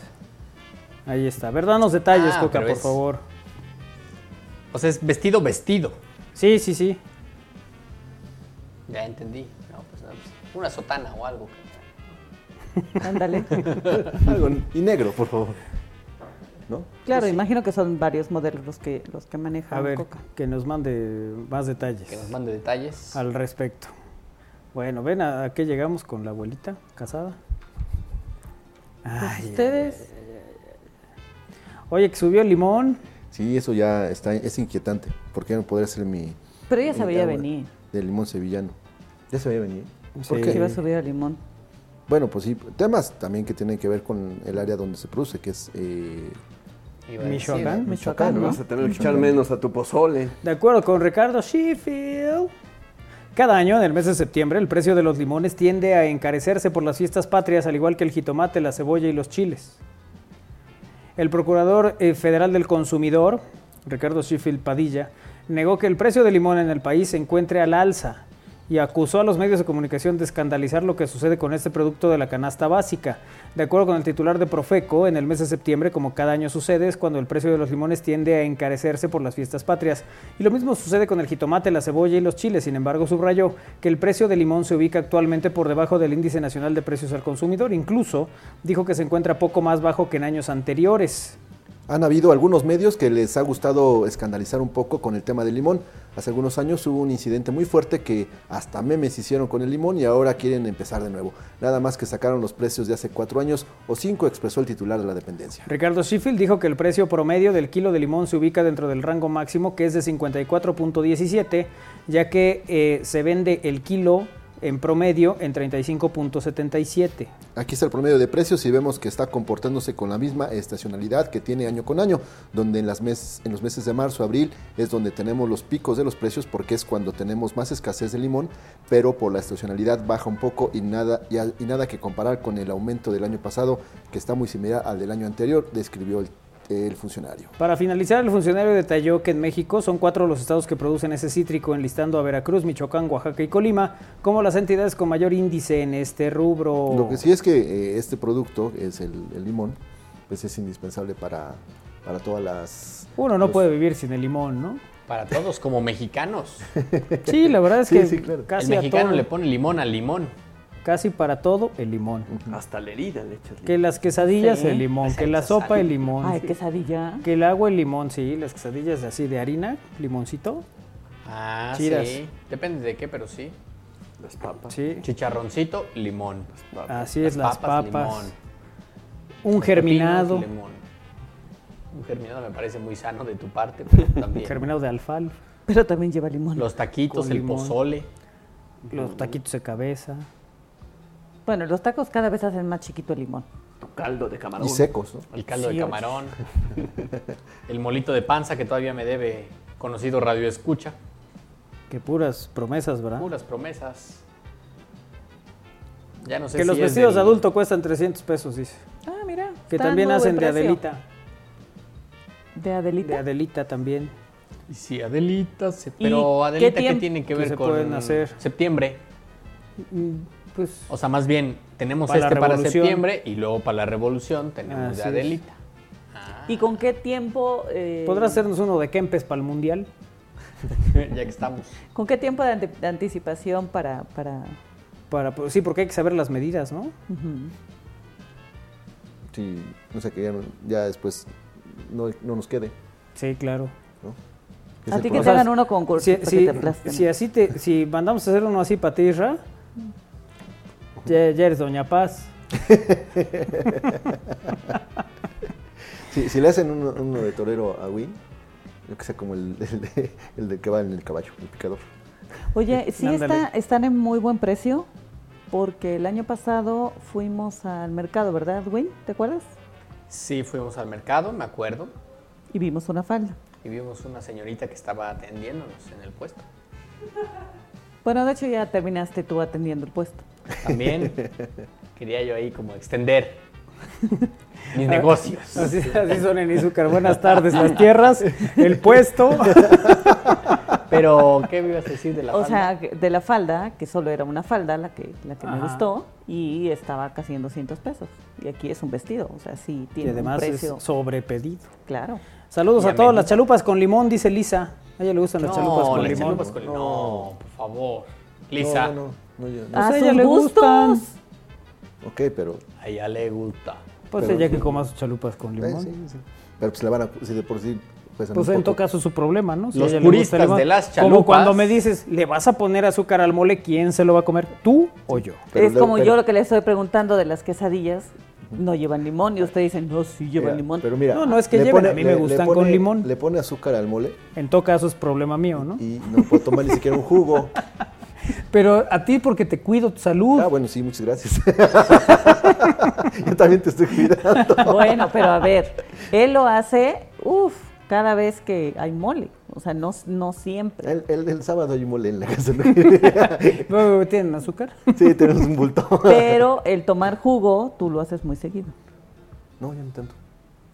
[SPEAKER 4] Ahí está. A ver, danos detalles,
[SPEAKER 5] Ah,
[SPEAKER 4] Coca,
[SPEAKER 5] pero
[SPEAKER 4] por
[SPEAKER 5] es-
[SPEAKER 4] favor.
[SPEAKER 5] O sea, es vestido, vestido.
[SPEAKER 4] Sí, sí, sí.
[SPEAKER 5] Ya entendí. No, pues, no, pues, una sotana o algo.
[SPEAKER 2] Ándale.
[SPEAKER 1] Algo y negro, por favor. ¿No?
[SPEAKER 2] Claro, imagino que son varios modelos los que, los que maneja
[SPEAKER 4] Pues A ver,
[SPEAKER 2] Coca.
[SPEAKER 4] que nos mande más detalles.
[SPEAKER 5] Que nos mande detalles.
[SPEAKER 4] al respecto. Bueno, ven a, a qué llegamos con la abuelita casada.
[SPEAKER 2] Pues
[SPEAKER 4] Ay,
[SPEAKER 2] Ustedes,
[SPEAKER 4] Oye, que subió el limón.
[SPEAKER 1] Sí, eso ya está, es inquietante. ¿Por qué no podría ser mi.
[SPEAKER 2] pero ella se
[SPEAKER 1] mi
[SPEAKER 2] veía
[SPEAKER 1] agua
[SPEAKER 2] venir.
[SPEAKER 1] De limón sevillano. Ya se veía venir. ¿Por
[SPEAKER 2] Que
[SPEAKER 1] qué?
[SPEAKER 2] iba a subir al limón.
[SPEAKER 1] Bueno, pues sí, temas también que tienen que ver con el área donde se produce, que es. eh,
[SPEAKER 5] Iba a
[SPEAKER 4] Michoacán,
[SPEAKER 1] Michoacán,
[SPEAKER 4] Michoacán,
[SPEAKER 1] ¿no?
[SPEAKER 4] ¿no?
[SPEAKER 3] Vas a tener que echar menos a tu pozole.
[SPEAKER 4] De acuerdo con Ricardo Sheffield. Cada año, en el mes de septiembre, el precio de los limones tiende a encarecerse por las fiestas patrias, al igual que el jitomate, la cebolla y los chiles. El procurador eh, federal del consumidor, Ricardo Sheffield Padilla, negó que el precio del limón en el país se encuentre al alza y acusó a los medios de comunicación de escandalizar lo que sucede con este producto de la canasta básica. De acuerdo con el titular de Profeco, en el mes de septiembre, como cada año sucede, es cuando el precio de los limones tiende a encarecerse por las fiestas patrias. Y lo mismo sucede con el jitomate, la cebolla y los chiles. Sin embargo, subrayó que el precio del limón se ubica actualmente por debajo del índice nacional de precios al consumidor. Incluso dijo que se encuentra poco más bajo que en años anteriores.
[SPEAKER 1] Han habido algunos medios que les ha gustado escandalizar un poco con el tema del limón. Hace algunos años hubo un incidente muy fuerte que hasta memes hicieron con el limón y ahora quieren empezar de nuevo. Nada más que sacaron los precios de hace cuatro años o cinco, expresó el titular de la dependencia.
[SPEAKER 4] Ricardo Sheffield dijo que el precio promedio del kilo de limón se ubica dentro del rango máximo que es de 54.17, ya que eh, se vende el kilo en promedio en 35.77.
[SPEAKER 1] Aquí está el promedio de precios y vemos que está comportándose con la misma estacionalidad que tiene año con año, donde en, las mes- en los meses de marzo, abril es donde tenemos los picos de los precios porque es cuando tenemos más escasez de limón, pero por la estacionalidad baja un poco y nada, y, al- y nada que comparar con el aumento del año pasado, que está muy similar al del año anterior, describió el, el funcionario.
[SPEAKER 4] Para finalizar, el funcionario detalló que en México son cuatro los estados que producen ese cítrico, enlistando a Veracruz, Michoacán, Oaxaca y Colima como las entidades con mayor índice en este rubro.
[SPEAKER 1] Lo que sí es que eh, este producto, es el, el limón, pues es indispensable para, para todas las...
[SPEAKER 4] Uno no puede vivir sin el limón, ¿no?
[SPEAKER 5] Para todos, como mexicanos.
[SPEAKER 4] Sí, la verdad es
[SPEAKER 1] Sí,
[SPEAKER 4] que
[SPEAKER 1] sí, claro.
[SPEAKER 4] casi
[SPEAKER 5] el
[SPEAKER 4] a
[SPEAKER 5] mexicano
[SPEAKER 4] todo-
[SPEAKER 5] le pone limón al limón.
[SPEAKER 4] casi para todo el limón.
[SPEAKER 3] Hasta la herida le echas
[SPEAKER 4] Que las quesadillas
[SPEAKER 2] Sí.
[SPEAKER 4] el limón, que la sopa el limón.
[SPEAKER 2] Ay, quesadilla.
[SPEAKER 4] Que el agua el limón, sí, las quesadillas así de harina, limoncito.
[SPEAKER 5] Ah,
[SPEAKER 4] Chidas.
[SPEAKER 5] sí. Depende de qué, pero sí.
[SPEAKER 3] las papas.
[SPEAKER 4] Sí.
[SPEAKER 5] Chicharroncito, limón.
[SPEAKER 4] Así es, las papas.
[SPEAKER 5] limón.
[SPEAKER 4] Un germinado.
[SPEAKER 5] Pepinos, limón. Un germinado me parece muy sano de tu parte, pero también.
[SPEAKER 4] Germinado de alfalfa.
[SPEAKER 2] Pero también lleva limón.
[SPEAKER 5] Los taquitos,
[SPEAKER 4] Con
[SPEAKER 5] el
[SPEAKER 4] limón.
[SPEAKER 5] pozole.
[SPEAKER 4] Los taquitos de cabeza.
[SPEAKER 2] Bueno, los tacos cada vez hacen más chiquito el limón.
[SPEAKER 5] caldo de camarón.
[SPEAKER 1] Y secos, ¿no?
[SPEAKER 5] El caldo
[SPEAKER 2] Sí,
[SPEAKER 5] de
[SPEAKER 2] oye.
[SPEAKER 5] camarón. el molito de panza que todavía me debe conocido Radio Escucha.
[SPEAKER 4] Que puras promesas, ¿verdad?
[SPEAKER 5] Puras Uh, promesas. Ya no sé
[SPEAKER 4] que
[SPEAKER 5] si
[SPEAKER 4] los
[SPEAKER 5] es
[SPEAKER 4] vestidos de
[SPEAKER 5] del-
[SPEAKER 4] adulto cuestan 300 pesos, dice.
[SPEAKER 2] Ah, mira.
[SPEAKER 4] Que
[SPEAKER 2] está
[SPEAKER 4] también
[SPEAKER 2] nuevo el
[SPEAKER 4] hacen de
[SPEAKER 2] precio.
[SPEAKER 4] Adelita.
[SPEAKER 2] ¿De Adelita?
[SPEAKER 4] De Adelita también.
[SPEAKER 5] Y sí, Adelita. Se...
[SPEAKER 4] ¿Y
[SPEAKER 5] Pero
[SPEAKER 4] qué
[SPEAKER 5] Adelita, ¿qué,
[SPEAKER 4] tiemp-
[SPEAKER 5] tiene que
[SPEAKER 4] que
[SPEAKER 5] ver
[SPEAKER 4] se
[SPEAKER 5] con
[SPEAKER 4] pueden hacer?
[SPEAKER 5] septiembre?
[SPEAKER 4] Pues
[SPEAKER 5] O sea, más bien, tenemos
[SPEAKER 4] Para la
[SPEAKER 5] este para
[SPEAKER 4] revolución.
[SPEAKER 5] septiembre y luego para la revolución tenemos
[SPEAKER 4] Así
[SPEAKER 5] de
[SPEAKER 4] es.
[SPEAKER 5] Adelita.
[SPEAKER 2] ¿Y con qué tiempo? eh,
[SPEAKER 4] ¿Podrás hacernos uno de Kempes para el Mundial?
[SPEAKER 5] ya que estamos.
[SPEAKER 2] ¿Con qué tiempo de, ante- de anticipación para, para
[SPEAKER 4] Para, pues, sí, porque hay que saber las medidas, ¿no?
[SPEAKER 1] Sí, no sé, que ya, no- ya después no, no nos quede.
[SPEAKER 4] Sí, claro.
[SPEAKER 1] ¿no?
[SPEAKER 2] A
[SPEAKER 1] Es el
[SPEAKER 2] ti que
[SPEAKER 1] problema.
[SPEAKER 2] te hagan uno con cur-
[SPEAKER 4] Si,
[SPEAKER 2] para
[SPEAKER 4] si-
[SPEAKER 2] que te aplasten.
[SPEAKER 4] si así te, si mandamos a hacer uno así para ti, Isra, ya, ya eres Doña Paz.
[SPEAKER 1] Si, si le hacen uno, uno de torero a Win, yo que sé, como el, el, de- el de que va en el caballo, el picador.
[SPEAKER 2] Oye, sí
[SPEAKER 1] Ándale.
[SPEAKER 2] está- están en muy buen precio, porque el año pasado fuimos al mercado, ¿verdad, Wayne? ¿Te acuerdas?
[SPEAKER 5] Sí, fuimos al mercado, me acuerdo,
[SPEAKER 2] Y vimos una falda.
[SPEAKER 5] y vimos una señorita que estaba atendiéndonos en el puesto.
[SPEAKER 2] Bueno, de hecho ya terminaste tú atendiendo el puesto.
[SPEAKER 5] También quería yo ahí como extender mis negocios.
[SPEAKER 4] Ah, Así, así son en Izúcar. Buenas tardes, las tierras, el puesto.
[SPEAKER 5] Pero, ¿qué me ibas a decir de la
[SPEAKER 2] o
[SPEAKER 5] falda?
[SPEAKER 2] sea, que- de la falda, que solo era una falda la que, la que me
[SPEAKER 5] Ajá.
[SPEAKER 2] gustó, y estaba casi en 200 pesos. Y aquí es un vestido, o sea, sí
[SPEAKER 4] Y
[SPEAKER 2] tiene
[SPEAKER 4] además
[SPEAKER 2] un
[SPEAKER 4] es
[SPEAKER 2] precio.
[SPEAKER 4] sobrepedido.
[SPEAKER 2] Claro.
[SPEAKER 4] Saludos
[SPEAKER 2] Y
[SPEAKER 4] a todas
[SPEAKER 2] amenito.
[SPEAKER 4] las chalupas con limón, dice Lisa. A ella le gustan las chalupas con
[SPEAKER 5] las
[SPEAKER 4] limón.
[SPEAKER 5] chalupas con limón. No, por favor. Lisa.
[SPEAKER 1] No, no, no, yo-
[SPEAKER 4] Ah, Pues a
[SPEAKER 2] A sus
[SPEAKER 4] ella le gustan.
[SPEAKER 2] gustos.
[SPEAKER 1] Ok, pero.
[SPEAKER 5] A ella le gusta.
[SPEAKER 4] Pues
[SPEAKER 1] Pero-
[SPEAKER 4] ella que coma sus chalupas con
[SPEAKER 1] Eh,
[SPEAKER 4] limón.
[SPEAKER 1] sí, sí. Pero pues le van a. Si de por sí. Pues,
[SPEAKER 4] Pues en todo caso es su problema, ¿no?
[SPEAKER 5] Los
[SPEAKER 4] a ella le gusta el
[SPEAKER 5] puristas
[SPEAKER 4] limón.
[SPEAKER 5] de las
[SPEAKER 4] Como
[SPEAKER 5] chalupas.
[SPEAKER 4] cuando me dices, ¿le vas a poner azúcar al mole? ¿Quién se lo va a comer? ¿Tú o yo?
[SPEAKER 2] es como yo lo que le estoy preguntando de las quesadillas, no llevan limón, y ustedes dicen, no, sí llevan
[SPEAKER 1] Mira,
[SPEAKER 2] limón.
[SPEAKER 1] Pero mira.
[SPEAKER 4] No, no, es que
[SPEAKER 1] le
[SPEAKER 4] lleven, a mí me
[SPEAKER 1] le- le
[SPEAKER 4] gustan
[SPEAKER 1] pone-
[SPEAKER 4] con limón.
[SPEAKER 1] Le pone azúcar al mole
[SPEAKER 4] En todo caso es problema mío, ¿no?
[SPEAKER 1] y no puedo tomar ni siquiera un jugo.
[SPEAKER 4] Pero a ti porque te cuido tu salud.
[SPEAKER 1] Ah, bueno, sí, muchas gracias. yo también te estoy cuidando.
[SPEAKER 2] Bueno, pero a ver, él lo hace, uff, cada vez que hay mole. O sea, no, no siempre.
[SPEAKER 1] El, el- el sábado hay un mole en la casa.
[SPEAKER 4] Luego, ¿Tienen azúcar?
[SPEAKER 1] sí, tenemos un bulto.
[SPEAKER 2] Pero el tomar jugo, tú lo haces muy seguido.
[SPEAKER 1] No, ya no tanto.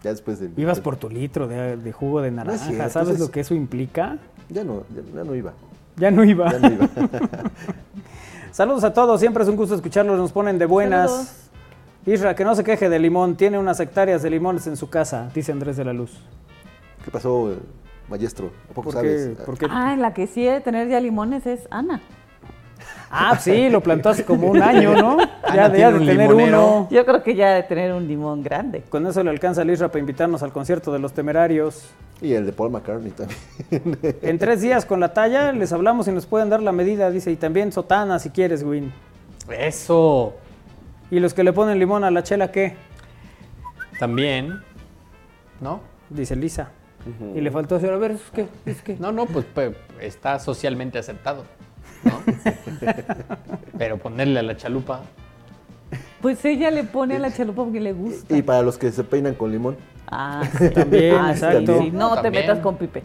[SPEAKER 1] Ya después de.
[SPEAKER 4] Ibas por tu litro de, de jugo de naranja.
[SPEAKER 1] cierto,
[SPEAKER 4] ¿Sabes
[SPEAKER 1] eso es-
[SPEAKER 4] lo que eso implica?
[SPEAKER 1] Ya no, ya, ya no iba.
[SPEAKER 4] Ya no iba.
[SPEAKER 1] Ya no iba.
[SPEAKER 4] Saludos a todos, siempre es un gusto escucharlos, nos ponen de buenas.
[SPEAKER 2] Saludos.
[SPEAKER 4] Isra, que no se queje de limón, tiene unas hectáreas de limones en su casa, dice Andrés de la Luz.
[SPEAKER 1] ¿Qué pasó, eh, maestro? ¿A poco
[SPEAKER 4] ¿Por
[SPEAKER 1] sabes?
[SPEAKER 4] qué? ¿Por qué?
[SPEAKER 2] Ah, la que sí debe tener ya limones es Ana.
[SPEAKER 4] Ah, sí, lo plantó hace como un año, ¿no? Ya de, ya
[SPEAKER 5] Ah, tiene
[SPEAKER 4] de
[SPEAKER 5] un
[SPEAKER 4] tener
[SPEAKER 5] limonero.
[SPEAKER 4] uno.
[SPEAKER 2] Yo creo que ya debe tener un limón grande.
[SPEAKER 4] Con eso le alcanza a Isra para invitarnos al concierto de los temerarios.
[SPEAKER 1] Y el de Paul McCartney también.
[SPEAKER 4] En tres días con la talla les hablamos y nos pueden dar la medida, dice. Y también sotana si quieres, Win.
[SPEAKER 5] Eso.
[SPEAKER 4] ¿Y los que le ponen limón a la chela qué?
[SPEAKER 5] También. ¿No?
[SPEAKER 4] Dice Lisa. Y le faltó hacer, a ver, es que, es que.
[SPEAKER 5] No, no, pues, pe- está socialmente aceptado. ¿no? Pero ponerle a la chalupa.
[SPEAKER 2] Pues ella le pone a la chalupa porque le gusta.
[SPEAKER 1] Y para los que se peinan con limón.
[SPEAKER 2] Ah, sí.
[SPEAKER 4] También,
[SPEAKER 2] Ah, sí,
[SPEAKER 4] exacto.
[SPEAKER 2] sí. No te
[SPEAKER 5] También.
[SPEAKER 2] metas con Pipe.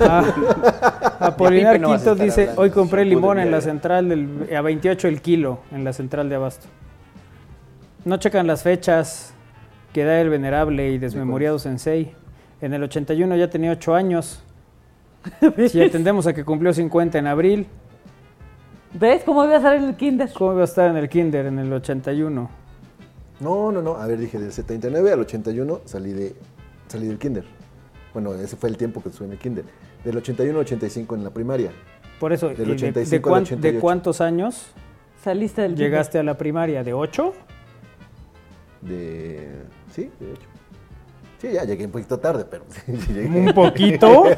[SPEAKER 4] Ah,
[SPEAKER 5] De
[SPEAKER 4] Apolinar
[SPEAKER 5] ti no vas a
[SPEAKER 4] Quito
[SPEAKER 5] estar
[SPEAKER 4] dice,
[SPEAKER 5] hablando.
[SPEAKER 4] hoy compré
[SPEAKER 5] Shampoo de
[SPEAKER 4] limón en la
[SPEAKER 5] diario.
[SPEAKER 4] central del, a 28 el kilo, en la central de Abasto. No checan las fechas que da el venerable y desmemoriado sensei. En el 81 ya tenía 8 años. Si atendemos a que cumplió 50 en abril,
[SPEAKER 2] ¿Ves cómo iba a estar en el kinder?
[SPEAKER 4] ¿cómo iba a estar en el kinder en el 81?
[SPEAKER 1] No, no, no. A ver, dije, del 79 al 81 salí, de, salí del kinder. Bueno, ese fue el tiempo que estuve en el kinder. Del 81 al 85 en la primaria.
[SPEAKER 4] Por eso,
[SPEAKER 1] Del
[SPEAKER 4] ¿y de-
[SPEAKER 1] 85
[SPEAKER 4] de,
[SPEAKER 1] al
[SPEAKER 4] cuán- de
[SPEAKER 1] 88.
[SPEAKER 4] cuántos años
[SPEAKER 2] Saliste del kinder.
[SPEAKER 4] llegaste a la primaria? ¿De 8?
[SPEAKER 1] De... Sí, de hecho. Sí, ya llegué un poquito tarde, pero sí, llegué.
[SPEAKER 4] ¿Un poquito?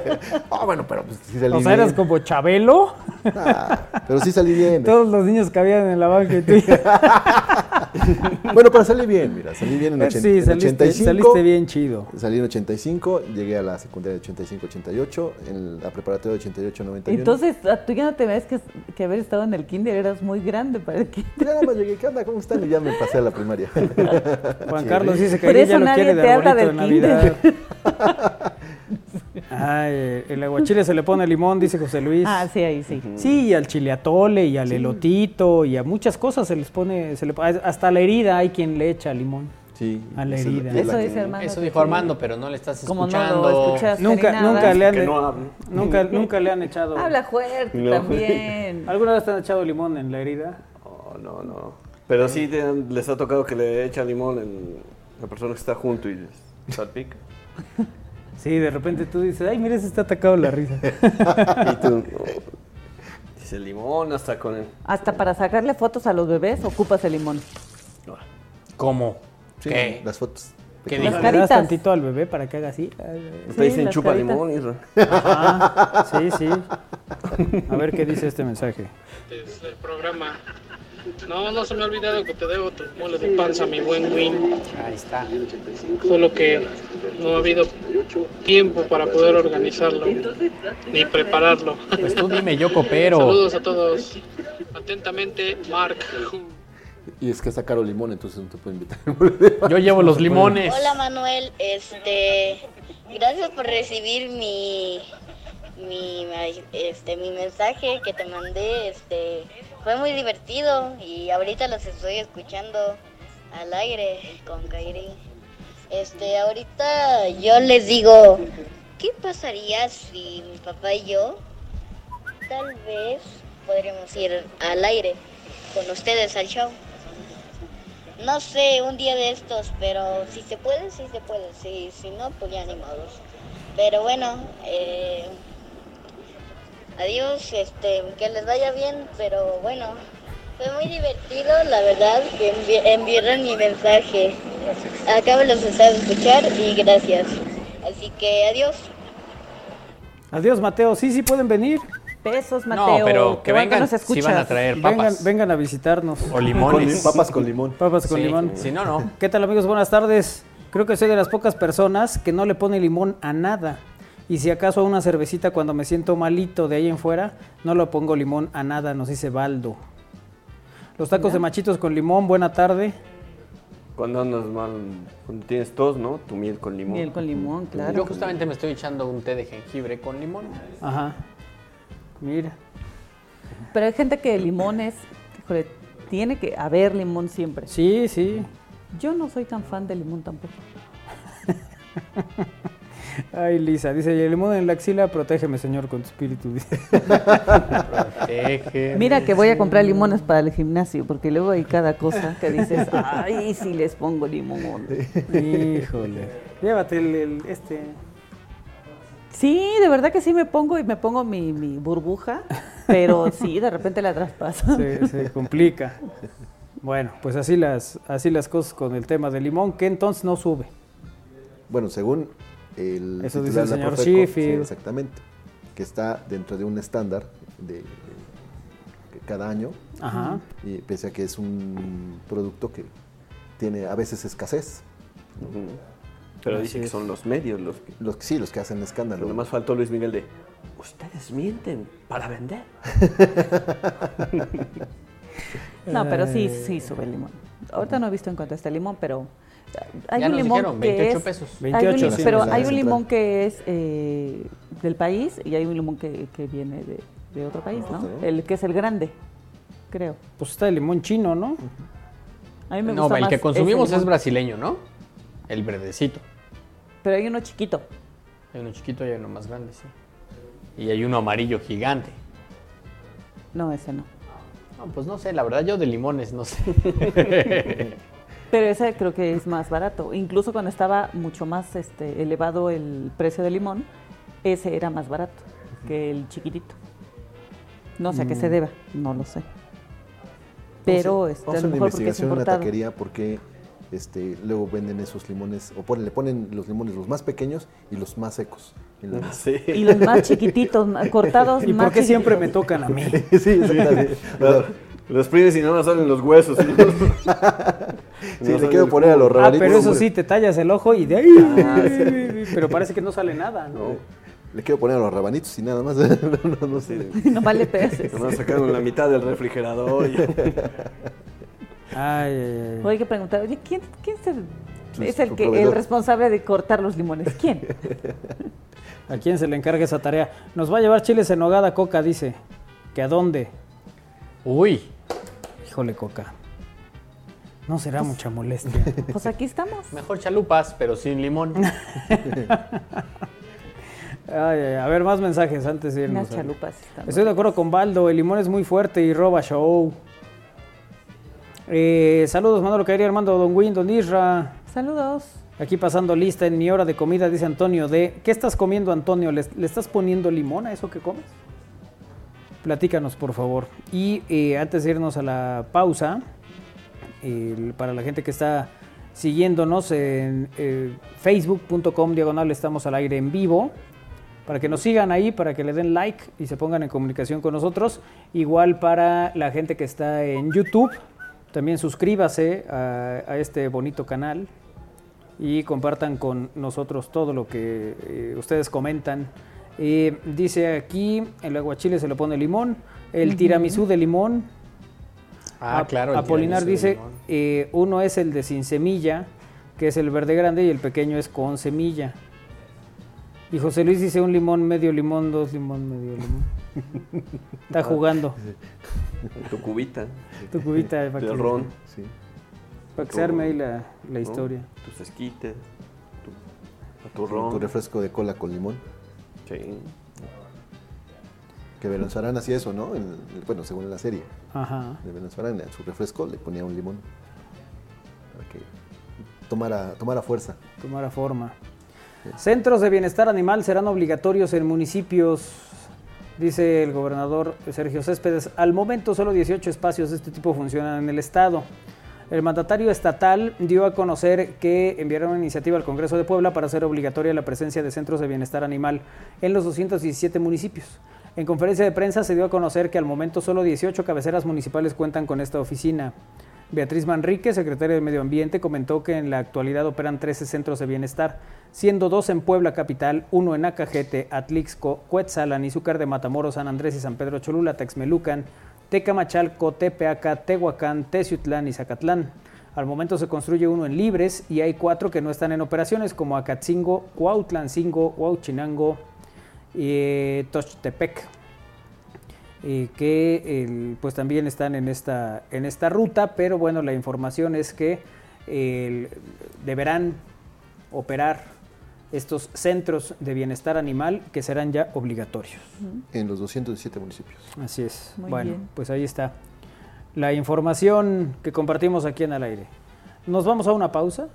[SPEAKER 1] Ah, bueno, pero pues sí salí
[SPEAKER 4] O sea, eras
[SPEAKER 1] bien.
[SPEAKER 4] como Chabelo.
[SPEAKER 1] Ah, pero sí salí bien.
[SPEAKER 4] Todos los niños que habían en la banca y tú.
[SPEAKER 1] bueno, pero salí bien, mira, salí bien en,
[SPEAKER 4] Eh,
[SPEAKER 1] 80,
[SPEAKER 4] sí,
[SPEAKER 1] en
[SPEAKER 4] saliste-
[SPEAKER 1] 85.
[SPEAKER 4] saliste bien chido.
[SPEAKER 1] Salí en 85, llegué a la secundaria de 85-88, en la preparatoria de 88-91.
[SPEAKER 2] Entonces, ¿a tú ya no te ves que, que haber estado en el kinder, eras muy grande para el kinder.
[SPEAKER 1] Ya nada más llegué, ¿qué onda? ¿Cómo están? Y ya me pasé a la primaria.
[SPEAKER 4] Juan
[SPEAKER 1] Sí.
[SPEAKER 4] Carlos dice que ahorita ya lo quiere de arbolito de Navidad. Ay, el aguachile se le pone limón, dice José Luis.
[SPEAKER 2] Ah, sí, ahí sí.
[SPEAKER 4] Sí, y al chile atole, y al
[SPEAKER 2] Sí.
[SPEAKER 4] elotito, y a muchas cosas se les pone, se le, hasta a la herida hay quien le echa limón.
[SPEAKER 1] Sí.
[SPEAKER 4] A la
[SPEAKER 5] Esa-
[SPEAKER 4] herida.
[SPEAKER 5] es la que- Eso dijo Armando, pero no le estás
[SPEAKER 2] Como no lo
[SPEAKER 5] escuchando.
[SPEAKER 2] escuchaste ni
[SPEAKER 4] Nunca,
[SPEAKER 2] nada.
[SPEAKER 4] nunca le han,
[SPEAKER 5] Que no hable.
[SPEAKER 4] nunca, nunca le han echado.
[SPEAKER 2] Habla fuerte
[SPEAKER 3] No.
[SPEAKER 2] también.
[SPEAKER 4] ¿Alguna vez te han echado limón en la herida?
[SPEAKER 3] Oh, no, no. Pero sí te han- les ha tocado que le echa limón en la persona que está junto y les salpica.
[SPEAKER 4] Sí, de repente tú dices, ay, mira, se está atacado la risa.
[SPEAKER 3] y tú, no. Dice limón hasta con el...
[SPEAKER 2] Hasta para sacarle fotos a los bebés ocupas el limón.
[SPEAKER 5] ¿Cómo?
[SPEAKER 1] Sí, las fotos.
[SPEAKER 5] ¿Qué
[SPEAKER 4] Le
[SPEAKER 5] dijo?
[SPEAKER 4] das
[SPEAKER 2] caritas.
[SPEAKER 4] tantito al bebé para que haga así.
[SPEAKER 3] Te dicen
[SPEAKER 4] las
[SPEAKER 3] chupa
[SPEAKER 4] caritas.
[SPEAKER 3] limón, Isra.
[SPEAKER 4] Ajá, Ah, sí, sí. A ver qué dice este mensaje.
[SPEAKER 19] Es el programa. No, no se me ha olvidado que te debo tu mole de panza, mi buen win.
[SPEAKER 5] Ahí está.
[SPEAKER 19] Solo que no ha habido tiempo para poder organizarlo ni prepararlo.
[SPEAKER 5] Pues tú dime, yo coopero.
[SPEAKER 19] Saludos a todos. Atentamente, Mark.
[SPEAKER 1] Y es que está caro limón, entonces no te puedo invitar.
[SPEAKER 5] Yo llevo los limones.
[SPEAKER 20] Hola Manuel, este, gracias por recibir mi, mi, este, mi mensaje que te mandé, este, fue muy divertido y ahorita los estoy escuchando al aire con Kairi. Este, ahorita yo les digo, ¿qué pasaría si mi papá y yo tal vez podríamos ir al aire con ustedes al show? No sé, un día de estos, pero si se puede, si se puede. Si, si no, pues ya ni modos. Pero bueno, eh, adiós, este, que les vaya bien, pero bueno, fue muy divertido, la verdad, que envi- enviaron mi mensaje. Acabo los de escuchar y gracias. Así que adiós.
[SPEAKER 4] Adiós, Mateo. Sí, sí pueden venir.
[SPEAKER 2] Pesos, Mateo.
[SPEAKER 5] pero que
[SPEAKER 2] qué bueno
[SPEAKER 5] vengan,
[SPEAKER 2] nos
[SPEAKER 5] si
[SPEAKER 2] escuchas.
[SPEAKER 5] van a traer
[SPEAKER 4] Vengan-
[SPEAKER 5] papas.
[SPEAKER 4] vengan a visitarnos.
[SPEAKER 5] O limones. Con lim- papas
[SPEAKER 1] con limón.
[SPEAKER 4] Papas con
[SPEAKER 5] Sí,
[SPEAKER 4] limón.
[SPEAKER 5] si no, no.
[SPEAKER 4] ¿Qué tal, amigos? Buenas tardes. Creo que soy de las pocas personas que no le pone limón a nada. Y si acaso a una cervecita cuando me siento malito de ahí en fuera, no le pongo limón a nada, nos dice Baldo. Los tacos de machitos con limón, buena tarde.
[SPEAKER 3] Cuando andas mal, cuando tienes tos, ¿no? Tu miel con limón.
[SPEAKER 5] Yo justamente me estoy echando un té de jengibre con limón.
[SPEAKER 4] Ajá. Mira.
[SPEAKER 2] Pero hay gente que limones, híjole, tiene que haber limón siempre.
[SPEAKER 4] Sí, sí.
[SPEAKER 2] Yo no soy tan fan de limón tampoco.
[SPEAKER 4] Ay, Lisa, dice, y el limón en la axila, protégeme, señor, con tu espíritu. dice.
[SPEAKER 2] Mira que voy a comprar limones para el gimnasio, porque luego hay cada cosa que dices, ay, si les pongo limón.
[SPEAKER 4] Híjole. Llévate el, el- este.
[SPEAKER 2] Sí, de verdad que sí me pongo y me pongo mi, mi burbuja, pero sí, de repente la traspaso.
[SPEAKER 4] Se, se complica. Bueno, pues así las, así las cosas con el tema del limón, que entonces no sube.
[SPEAKER 1] Bueno, según el
[SPEAKER 4] Eso
[SPEAKER 1] titular
[SPEAKER 4] dice el
[SPEAKER 1] de la
[SPEAKER 4] señor
[SPEAKER 1] Profeco, sí,
[SPEAKER 4] Sheffield.
[SPEAKER 1] exactamente, que está dentro de un estándar de, de- que cada año,
[SPEAKER 4] Ajá.
[SPEAKER 1] y pese a que es un producto que tiene a veces escasez.
[SPEAKER 3] Pero dice que son los medios los que...
[SPEAKER 1] Los, que- sí, los que hacen escándalo.
[SPEAKER 3] Nada más faltó Luis Miguel de... Ustedes mienten para vender.
[SPEAKER 2] No, pero sí,
[SPEAKER 5] Eh,
[SPEAKER 2] sí sube el limón. Ahorita no he visto en cuánto está el limón, pero hay
[SPEAKER 5] Ya
[SPEAKER 2] un
[SPEAKER 5] nos
[SPEAKER 2] limón
[SPEAKER 5] dijeron,
[SPEAKER 2] que
[SPEAKER 5] 28
[SPEAKER 2] es,
[SPEAKER 5] pesos.
[SPEAKER 2] hay un
[SPEAKER 5] 28,
[SPEAKER 2] lim-
[SPEAKER 5] sí,
[SPEAKER 2] pero
[SPEAKER 5] en la
[SPEAKER 2] hay un
[SPEAKER 5] central.
[SPEAKER 2] limón que es eh, del país y hay un limón que, que viene de, de otro país, ¿no?
[SPEAKER 4] Ajá.
[SPEAKER 2] El que es el grande, creo.
[SPEAKER 4] Pues está el limón chino, ¿no?
[SPEAKER 2] A mí me
[SPEAKER 5] no,
[SPEAKER 2] gusta
[SPEAKER 5] el
[SPEAKER 2] más
[SPEAKER 5] que
[SPEAKER 2] ese
[SPEAKER 5] consumimos es
[SPEAKER 2] limón.
[SPEAKER 5] brasileño, ¿no? El verdecito.
[SPEAKER 2] Pero hay uno chiquito.
[SPEAKER 5] Hay uno chiquito y hay uno más grande, sí. Y hay uno amarillo gigante.
[SPEAKER 2] No, ese no.
[SPEAKER 5] No, pues no sé, la verdad yo de limones no sé.
[SPEAKER 2] Pero ese creo que es más barato. Incluso cuando estaba mucho más este, elevado el precio del limón, ese era más barato que el chiquitito. No sé a qué se
[SPEAKER 1] Mm.
[SPEAKER 2] deba, no lo sé.
[SPEAKER 1] Vamos
[SPEAKER 2] Pero
[SPEAKER 1] a-
[SPEAKER 2] este,
[SPEAKER 1] vamos
[SPEAKER 2] a
[SPEAKER 1] a
[SPEAKER 2] lo
[SPEAKER 1] una
[SPEAKER 2] mejor porque es
[SPEAKER 1] investigación en una
[SPEAKER 2] importado.
[SPEAKER 1] taquería porque este, luego venden esos limones, o ponen, le ponen los limones los más pequeños y los más secos. en
[SPEAKER 3] Ah,
[SPEAKER 1] la mesa.
[SPEAKER 2] Y los más chiquititos, ma- cortados
[SPEAKER 4] ¿Y
[SPEAKER 2] más
[SPEAKER 4] por qué siempre me
[SPEAKER 2] chiquititos.
[SPEAKER 4] tocan a mí?
[SPEAKER 1] sí, sí, así. Pero
[SPEAKER 3] Lo exprimes y no nos salen los huesos. sí,
[SPEAKER 1] Sí, le quiero poner a los
[SPEAKER 4] Ah,
[SPEAKER 1] rabanitos.
[SPEAKER 4] pero eso sí, te tallas el ojo y de ahí.
[SPEAKER 1] Ah,
[SPEAKER 4] Pero parece que no sale nada, ¿no?
[SPEAKER 1] Le quiero poner a los rabanitos y nada más. no, no, no sé.
[SPEAKER 2] No vale peces.
[SPEAKER 3] Nomás sacaron la mitad del refrigerador. y-
[SPEAKER 4] Ay, ay, ay.
[SPEAKER 2] Hay que preguntar, oye, ¿quién, quién se-
[SPEAKER 4] Pues,
[SPEAKER 2] es el,
[SPEAKER 4] tu
[SPEAKER 2] que, el
[SPEAKER 4] proveedor.
[SPEAKER 2] responsable de cortar los limones? ¿Quién?
[SPEAKER 4] ¿A quién se le encarga esa tarea? Nos va a llevar chiles en nogada, Coca, dice. ¿Que a dónde?
[SPEAKER 5] Uy.
[SPEAKER 4] Híjole, Coca. No será mucha molestia.
[SPEAKER 2] Pues aquí estamos.
[SPEAKER 5] Mejor chalupas, pero sin limón.
[SPEAKER 4] Ay, ay, a ver, más mensajes antes de irnos.
[SPEAKER 2] Unas chalupas están
[SPEAKER 4] Estoy de acuerdo con Baldo, el limón es muy fuerte y roba show. Eh, saludos, Manolo Caería, Armando Don Win, Don Isra.
[SPEAKER 2] Saludos.
[SPEAKER 4] Aquí pasando lista en mi hora de comida, dice Antonio D. ¿Qué estás comiendo, Antonio? ¿Le, le estás poniendo limón a eso que comes? Platícanos, por favor. Y eh, antes de irnos a la pausa, el- para la gente que está siguiéndonos en eh, facebook.com diagonal estamos al aire en vivo para que nos sigan ahí, para que le den like y se pongan en comunicación con nosotros. Igual para la gente que está en YouTube, también suscríbase a, a este bonito canal y compartan con nosotros todo lo que eh, ustedes comentan. Eh, dice aquí, el aguachile se le pone limón, el
[SPEAKER 5] Ujú.
[SPEAKER 4] tiramisú de limón.
[SPEAKER 5] Ah,
[SPEAKER 4] Ap-
[SPEAKER 5] claro, el
[SPEAKER 4] Apolinar
[SPEAKER 5] tiramisú de
[SPEAKER 4] dice, eh, uno es el de sin semilla, que es el verde grande, y el pequeño es con semilla. Y José Luis dice un limón, medio limón, dos limón, medio limón. Está jugando.
[SPEAKER 3] Tu cubita.
[SPEAKER 4] Tu cubita de
[SPEAKER 3] El ron.
[SPEAKER 1] Sí.
[SPEAKER 4] Para que se arme ahí la, la historia.
[SPEAKER 3] Tus esquites. Tu, tu ron.
[SPEAKER 1] Tu refresco de cola con limón.
[SPEAKER 3] Sí.
[SPEAKER 1] Que Belanzarán hacía eso, ¿no? En- bueno, según la serie.
[SPEAKER 4] Ajá.
[SPEAKER 1] De Belanzarán, en su refresco le ponía un limón. Para que tomara, tomara fuerza.
[SPEAKER 4] Tomara forma. Centros de bienestar animal serán obligatorios en municipios, dice el gobernador Sergio Céspedes. Al momento solo 18 espacios de este tipo funcionan en el estado. El mandatario estatal dio a conocer que enviará una iniciativa al Congreso de Puebla para hacer obligatoria la presencia de centros de bienestar animal en los 217 municipios. En conferencia de prensa se dio a conocer que al momento solo 18 cabeceras municipales cuentan con esta oficina. Beatriz Manrique, secretaria de Medio Ambiente, comentó que en la actualidad operan 13 centros de bienestar, siendo dos en Puebla Capital, uno en Acajete, Atlixco, Cuetzalan, Izúcar de Matamoros, San Andrés y San Pedro Cholula, Texmelucan, Tecamachalco, Tepeaca, Tehuacán, Teciutlán y Zacatlán. Al momento se construye uno en Libres y hay cuatro que no están en operaciones, como Acatzingo, Cuautlancingo, Huauchinango y eh, Tochtepec eh, que el- pues también están en esta, en esta ruta, pero bueno, la información es que el- deberán operar estos centros de bienestar animal que serán ya obligatorios.
[SPEAKER 1] En los 217 municipios.
[SPEAKER 4] Así es.
[SPEAKER 1] Muy
[SPEAKER 4] bueno,
[SPEAKER 1] bien.
[SPEAKER 4] pues ahí está la información que compartimos aquí en al aire. Nos vamos a una pausa.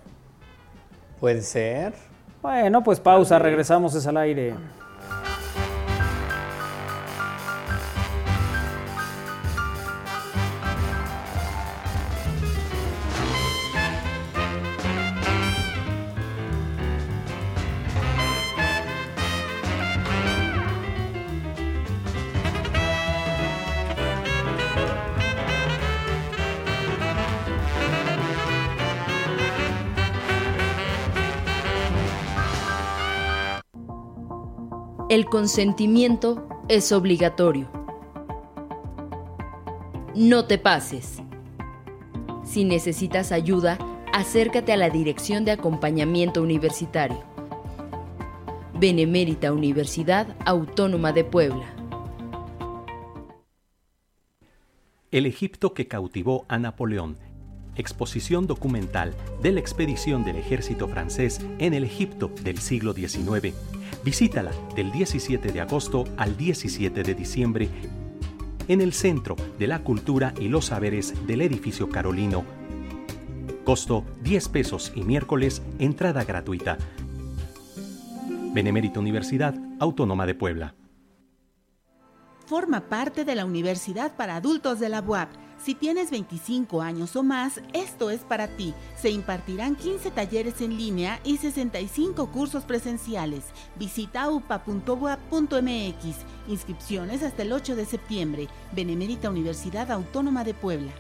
[SPEAKER 5] Puede ser.
[SPEAKER 4] Bueno, pues pausa, regresamos es al aire.
[SPEAKER 8] El consentimiento es obligatorio. No te pases. Si necesitas ayuda, acércate a la Dirección de Acompañamiento Universitario. Benemérita Universidad Autónoma de Puebla.
[SPEAKER 18] El Egipto que cautivó a Napoleón. Exposición documental de la expedición del ejército francés en el Egipto del siglo XIX. Visítala del 17 de agosto al 17 de diciembre en el Centro de la Cultura y los Saberes del Edificio Carolino. Costo 10 pesos y miércoles entrada gratuita. Benemérita Universidad Autónoma de Puebla.
[SPEAKER 9] Forma parte de la Universidad para Adultos de la UAP. Si tienes 25 años o más, esto es para ti. Se impartirán 15 talleres en línea y 65 cursos presenciales. Visita upa.boa.mx. Inscripciones hasta el 8 de septiembre. Benemérita Universidad Autónoma de Puebla.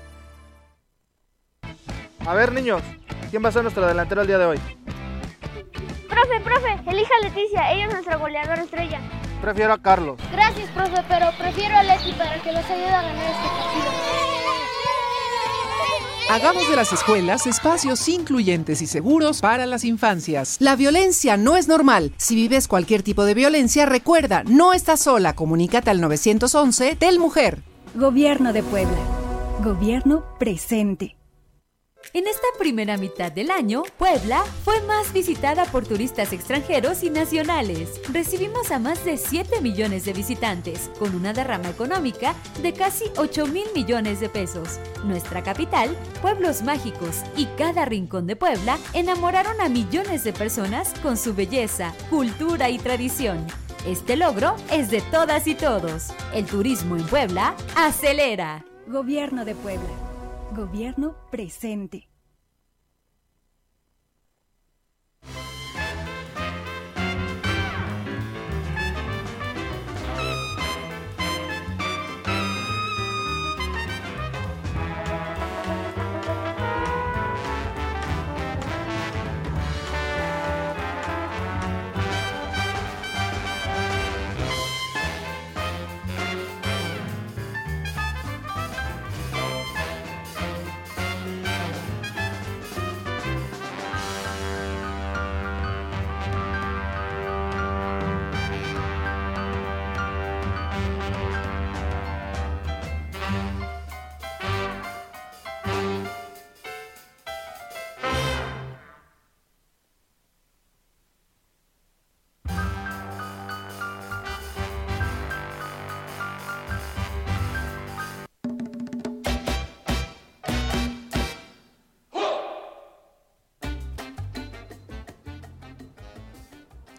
[SPEAKER 10] A ver, niños, ¿quién va a ser nuestro delantero el día de hoy?
[SPEAKER 11] Profe, profe, elija a Leticia, ella es nuestra goleadora estrella.
[SPEAKER 10] Prefiero a Carlos.
[SPEAKER 11] Gracias, profe, pero prefiero a Leti para que nos ayude a ganar este partido.
[SPEAKER 12] Hagamos de las escuelas espacios incluyentes y seguros para las infancias.
[SPEAKER 13] La violencia no es normal. Si vives cualquier tipo de violencia, recuerda, no estás sola. Comunícate al 911 del Mujer.
[SPEAKER 14] Gobierno de Puebla. Gobierno presente.
[SPEAKER 15] En esta primera mitad del año, Puebla fue más visitada por turistas extranjeros y nacionales. Recibimos a más de 7 millones de visitantes, con una derrama económica de casi 8 mil millones de pesos. Nuestra capital, pueblos mágicos y cada rincón de Puebla enamoraron a millones de personas con su belleza, cultura y tradición. Este logro es de todas y todos. El turismo en Puebla acelera.
[SPEAKER 14] Gobierno de Puebla. Gobierno presente.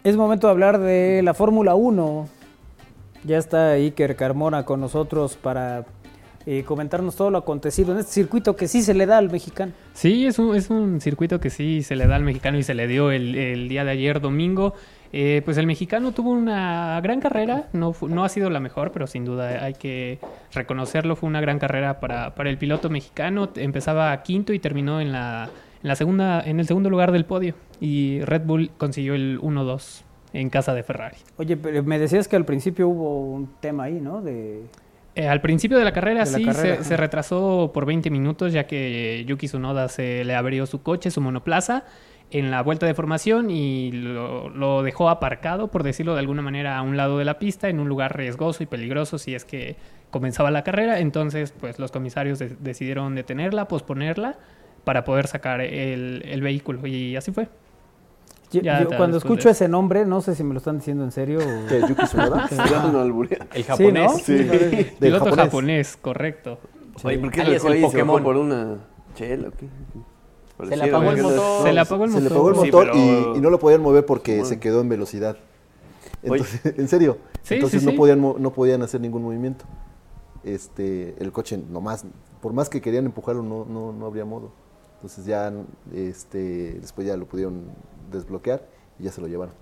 [SPEAKER 4] Es momento de hablar de la Fórmula 1. Ya está Iker Carmona con nosotros para eh, comentarnos todo lo acontecido en este circuito que sí se le da al mexicano.
[SPEAKER 7] Sí, es un, es un circuito que sí se le da al mexicano y se le dio el, el día de ayer, domingo. Eh, pues el mexicano tuvo una gran carrera, no, fu- no ha sido la mejor, pero sin duda hay que reconocerlo, fue una gran carrera para, para el piloto mexicano, empezaba quinto y terminó en, la, en, la segunda, en el segundo lugar del podio y Red Bull consiguió el 1-2 en casa de Ferrari.
[SPEAKER 4] Oye, pero me decías que al principio hubo un tema ahí, ¿no? De...
[SPEAKER 7] Eh, al principio de la carrera
[SPEAKER 4] De la
[SPEAKER 7] sí
[SPEAKER 4] carrera,
[SPEAKER 7] se,
[SPEAKER 4] ajá.
[SPEAKER 7] se retrasó por 20 minutos ya que Yuki Tsunoda se le abrió su coche, su monoplaza en la vuelta de formación y lo, lo dejó aparcado, por decirlo de alguna manera, a un lado de la pista, en un lugar riesgoso y peligroso si es que comenzaba la carrera. Entonces, pues los comisarios de- decidieron detenerla, posponerla para poder sacar el, el vehículo y así fue.
[SPEAKER 4] Yo-
[SPEAKER 7] Ya
[SPEAKER 4] yo
[SPEAKER 7] te-
[SPEAKER 4] cuando
[SPEAKER 7] después de
[SPEAKER 4] escucho ese nombre, no sé si me lo están diciendo en serio. o-
[SPEAKER 7] ¿Qué, Yuki Tsunoda?
[SPEAKER 4] Sí.
[SPEAKER 7] Ya no alburea. El japonés. Sí. Del Piloto japonés. japonés, correcto.
[SPEAKER 3] Oye, ¿por qué
[SPEAKER 7] Alias
[SPEAKER 3] lo dejó
[SPEAKER 7] el
[SPEAKER 3] ahí? ¿Se bajó
[SPEAKER 7] Pokémon.
[SPEAKER 3] por una chela o qué?
[SPEAKER 1] Se
[SPEAKER 3] Pareciera
[SPEAKER 1] le
[SPEAKER 3] que
[SPEAKER 1] apagó el
[SPEAKER 3] no-
[SPEAKER 1] motor.
[SPEAKER 3] no,
[SPEAKER 1] Se le apagó el
[SPEAKER 3] Sí,
[SPEAKER 1] motor
[SPEAKER 3] pero-
[SPEAKER 1] y, y no lo podían mover porque
[SPEAKER 3] Bueno.
[SPEAKER 1] se quedó en velocidad.
[SPEAKER 3] Oye.
[SPEAKER 1] Entonces, en serio.
[SPEAKER 3] Sí,
[SPEAKER 1] Entonces
[SPEAKER 3] sí,
[SPEAKER 1] no
[SPEAKER 3] sí.
[SPEAKER 1] podían mo- no podían hacer ningún movimiento. Este, el coche nomás, por más que querían empujarlo, no, no, no habría modo. Entonces ya este, después ya lo pudieron desbloquear y ya se lo llevaron.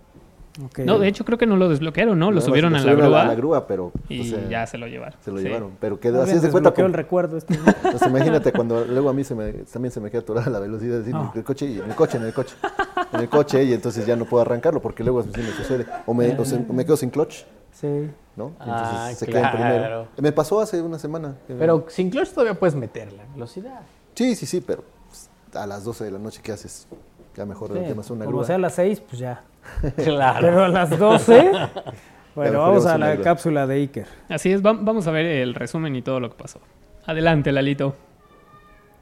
[SPEAKER 4] Ok.
[SPEAKER 7] No, de hecho creo que no lo desbloquearon, ¿no? Lo
[SPEAKER 1] No,
[SPEAKER 7] subieron,
[SPEAKER 1] lo
[SPEAKER 7] a la
[SPEAKER 1] subieron a
[SPEAKER 7] grúa.
[SPEAKER 1] la- a la grúa, pero,
[SPEAKER 7] Y
[SPEAKER 1] o sea,
[SPEAKER 7] ya se lo llevaron.
[SPEAKER 1] se lo
[SPEAKER 7] Sí.
[SPEAKER 1] llevaron, pero quedó
[SPEAKER 4] Más
[SPEAKER 1] así
[SPEAKER 4] bien
[SPEAKER 1] de cuenta.
[SPEAKER 4] desbloqueó
[SPEAKER 1] como-
[SPEAKER 4] el recuerdo este.
[SPEAKER 1] Pues imagínate cuando luego a mí se me, también se me queda atorada la velocidad así,
[SPEAKER 4] Ah.
[SPEAKER 1] en el coche y en el coche, en el coche, en el coche y entonces ya no puedo arrancarlo porque luego así me sucede o me, o se- o me quedo sin clutch,
[SPEAKER 4] Sí.
[SPEAKER 1] ¿no? Entonces
[SPEAKER 5] Ah,
[SPEAKER 1] se queda
[SPEAKER 5] claro.
[SPEAKER 1] en primero. Me pasó hace una semana. que-
[SPEAKER 5] Pero sin clutch todavía puedes meterla. Velocidad.
[SPEAKER 1] sí, sí, sí, pero pues, a las 12 de la noche qué haces? Ya mejor
[SPEAKER 4] Sí,
[SPEAKER 1] te tomas una
[SPEAKER 4] como
[SPEAKER 1] grúa.
[SPEAKER 4] sea a las 6, pues ya.
[SPEAKER 5] Claro.
[SPEAKER 4] Pero a las 12.
[SPEAKER 1] Ya
[SPEAKER 4] bueno,
[SPEAKER 1] mejor
[SPEAKER 4] vamos
[SPEAKER 1] llevas
[SPEAKER 4] a
[SPEAKER 1] una
[SPEAKER 4] la
[SPEAKER 1] grúa.
[SPEAKER 4] cápsula de Iker.
[SPEAKER 7] Así es, vam- vamos a ver el resumen y todo lo que pasó. Adelante, Lalito.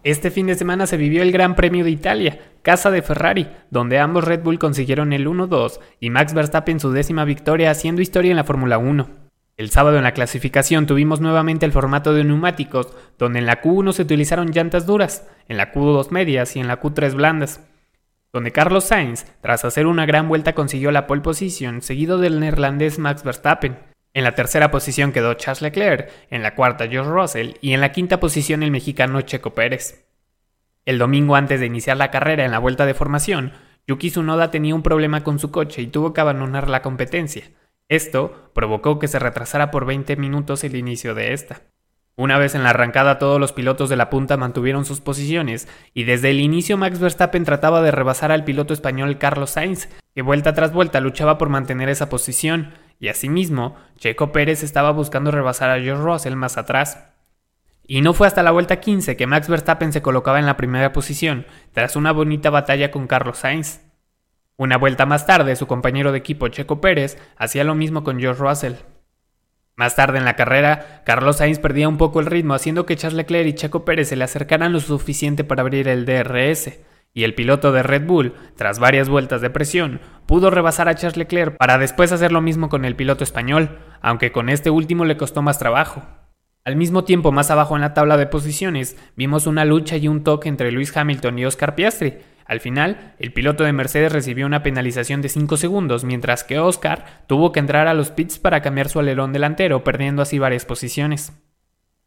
[SPEAKER 7] Este fin de semana se vivió el Gran Premio de Italia, casa de Ferrari, donde ambos Red Bull consiguieron el 1-2 y Max Verstappen su décima victoria haciendo historia en la Fórmula 1. El sábado en la clasificación tuvimos nuevamente el formato de neumáticos, donde en la Q1 se utilizaron llantas duras, en la Q2 medias y en la Q3 blandas donde Carlos Sainz, tras hacer una gran vuelta, consiguió la pole position, seguido del neerlandés Max Verstappen. En la tercera posición quedó Charles Leclerc, en la cuarta George Russell y en la quinta posición el mexicano Checo Pérez. El domingo antes de iniciar la carrera en la vuelta de formación, Yuki Tsunoda tenía un problema con su coche y tuvo que abandonar la competencia. Esto provocó que se retrasara por 20 minutos el inicio de esta. Una vez en la arrancada todos los pilotos de la punta mantuvieron sus posiciones y desde el inicio Max Verstappen trataba de rebasar al piloto español Carlos Sainz, que vuelta tras vuelta luchaba por mantener esa posición, y asimismo Checo Pérez estaba buscando rebasar a George Russell más atrás. Y no fue hasta la vuelta 15 que Max Verstappen se colocaba en la primera posición, tras una bonita batalla con Carlos Sainz. Una vuelta más tarde, su compañero de equipo Checo Pérez hacía lo mismo con George Russell. Más tarde en la carrera, Carlos Sainz perdía un poco el ritmo, haciendo que Charles Leclerc y Checo Pérez se le acercaran lo suficiente para abrir el DRS, y el piloto de Red Bull, tras varias vueltas de presión, pudo rebasar a Charles Leclerc para después hacer lo mismo con el piloto español, aunque con este último le costó más trabajo. Al mismo tiempo, más abajo en la tabla de posiciones, vimos una lucha y un toque entre Luis Hamilton y Oscar Piastri. Al final, el piloto de Mercedes recibió una penalización de 5 segundos, mientras que Oscar tuvo que entrar a los pits para cambiar su alerón delantero, perdiendo así varias posiciones.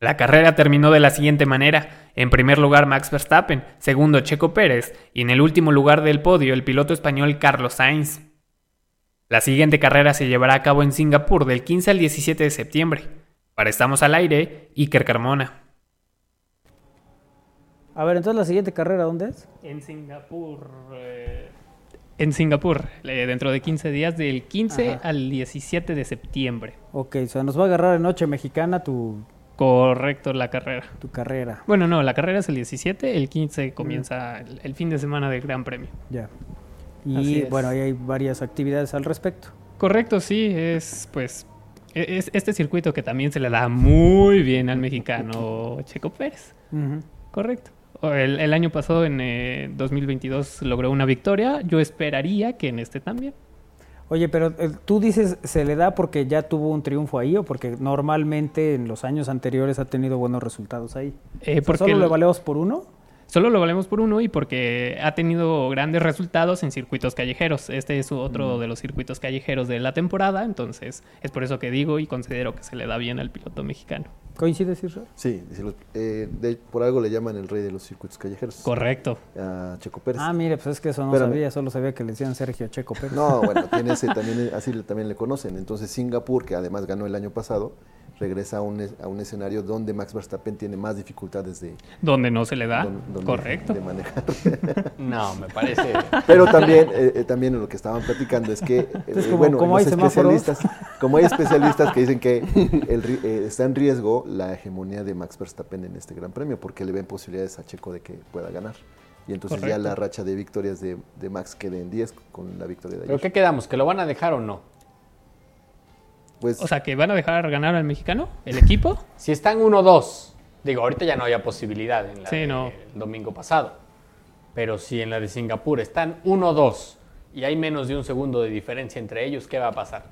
[SPEAKER 7] La carrera terminó de la siguiente manera. En primer lugar Max Verstappen, segundo Checo Pérez y en el último lugar del podio el piloto español Carlos Sainz. La siguiente carrera se llevará a cabo en Singapur del 15 al 17 de septiembre. Para Estamos al Aire, Iker Carmona.
[SPEAKER 4] A ver, entonces la siguiente carrera, ¿dónde es?
[SPEAKER 7] En Singapur. eh, En Singapur, eh, dentro de 15 días, del 15
[SPEAKER 4] Ajá.
[SPEAKER 7] al 17 de septiembre.
[SPEAKER 4] Ok, o sea, nos va a agarrar en noche mexicana tu,
[SPEAKER 7] Correcto, la carrera.
[SPEAKER 4] tu carrera.
[SPEAKER 7] Bueno, no, la carrera es el 17, el 15 comienza el, el fin de semana del Gran Premio.
[SPEAKER 4] Ya.
[SPEAKER 7] Así
[SPEAKER 4] Y
[SPEAKER 7] es.
[SPEAKER 4] bueno, ahí hay varias actividades al respecto.
[SPEAKER 7] Correcto, sí, es pues e- es este circuito que también se le da muy bien al mexicano Checo Pérez.
[SPEAKER 4] Ujú.
[SPEAKER 7] Correcto. O El, el año pasado, en eh, 2022, logró una victoria. Yo esperaría que en este también.
[SPEAKER 4] Oye, pero eh, tú dices, ¿se le da porque ya tuvo un triunfo ahí o porque normalmente en los años anteriores ha tenido buenos resultados ahí?
[SPEAKER 7] Eh,
[SPEAKER 4] ¿Por
[SPEAKER 7] porque
[SPEAKER 4] ¿Solo
[SPEAKER 7] el-
[SPEAKER 4] le valemos por uno?
[SPEAKER 7] Solo lo valemos por uno y porque ha tenido grandes resultados en circuitos callejeros. Este es otro de los circuitos callejeros de la temporada, entonces es por eso que digo y considero que se le da bien al piloto mexicano.
[SPEAKER 4] ¿Coincides, Israel?
[SPEAKER 1] Sí, sí, los- eh, de- por algo le llaman el rey de los circuitos callejeros.
[SPEAKER 7] Correcto.
[SPEAKER 1] A Checo Pérez.
[SPEAKER 4] Ah, mire, pues es que eso no
[SPEAKER 1] Espérame.
[SPEAKER 4] sabía, solo sabía que le decían Sergio Checo Pérez.
[SPEAKER 1] No, bueno, tiene ese también, así le- también le conocen. Entonces Singapur, que además ganó el año pasado, regresa a un, es- a un escenario donde Max Verstappen tiene más dificultades de,
[SPEAKER 7] Donde no se le da.
[SPEAKER 1] don- donde-
[SPEAKER 7] Correcto.
[SPEAKER 1] de manejar.
[SPEAKER 5] No, me parece.
[SPEAKER 1] Pero también, eh, eh, también lo que estaban platicando es que, eh,
[SPEAKER 4] Entonces, como-
[SPEAKER 1] bueno,
[SPEAKER 4] como
[SPEAKER 1] los
[SPEAKER 4] hay semáforos.
[SPEAKER 1] especialistas, como hay especialistas que dicen que el ri- eh, está en riesgo la hegemonía de Max Verstappen en este Gran Premio, porque le ven posibilidades a Checo de que pueda ganar. Y entonces ya
[SPEAKER 5] Correcto.
[SPEAKER 1] la racha de victorias de, de Max quede en 10 con la victoria de
[SPEAKER 5] ¿Pero
[SPEAKER 1] ayer.
[SPEAKER 5] qué quedamos? ¿Que lo van a dejar o no?
[SPEAKER 1] Pues,
[SPEAKER 7] O sea, que van a dejar ganar al mexicano, el equipo.
[SPEAKER 5] si están 1-2, digo, ahorita ya no había posibilidad en la
[SPEAKER 7] Sí,
[SPEAKER 5] del
[SPEAKER 7] no.
[SPEAKER 5] domingo pasado. Pero si en la de Singapur están 1-2 y hay menos de un segundo de diferencia entre ellos, ¿qué va a pasar?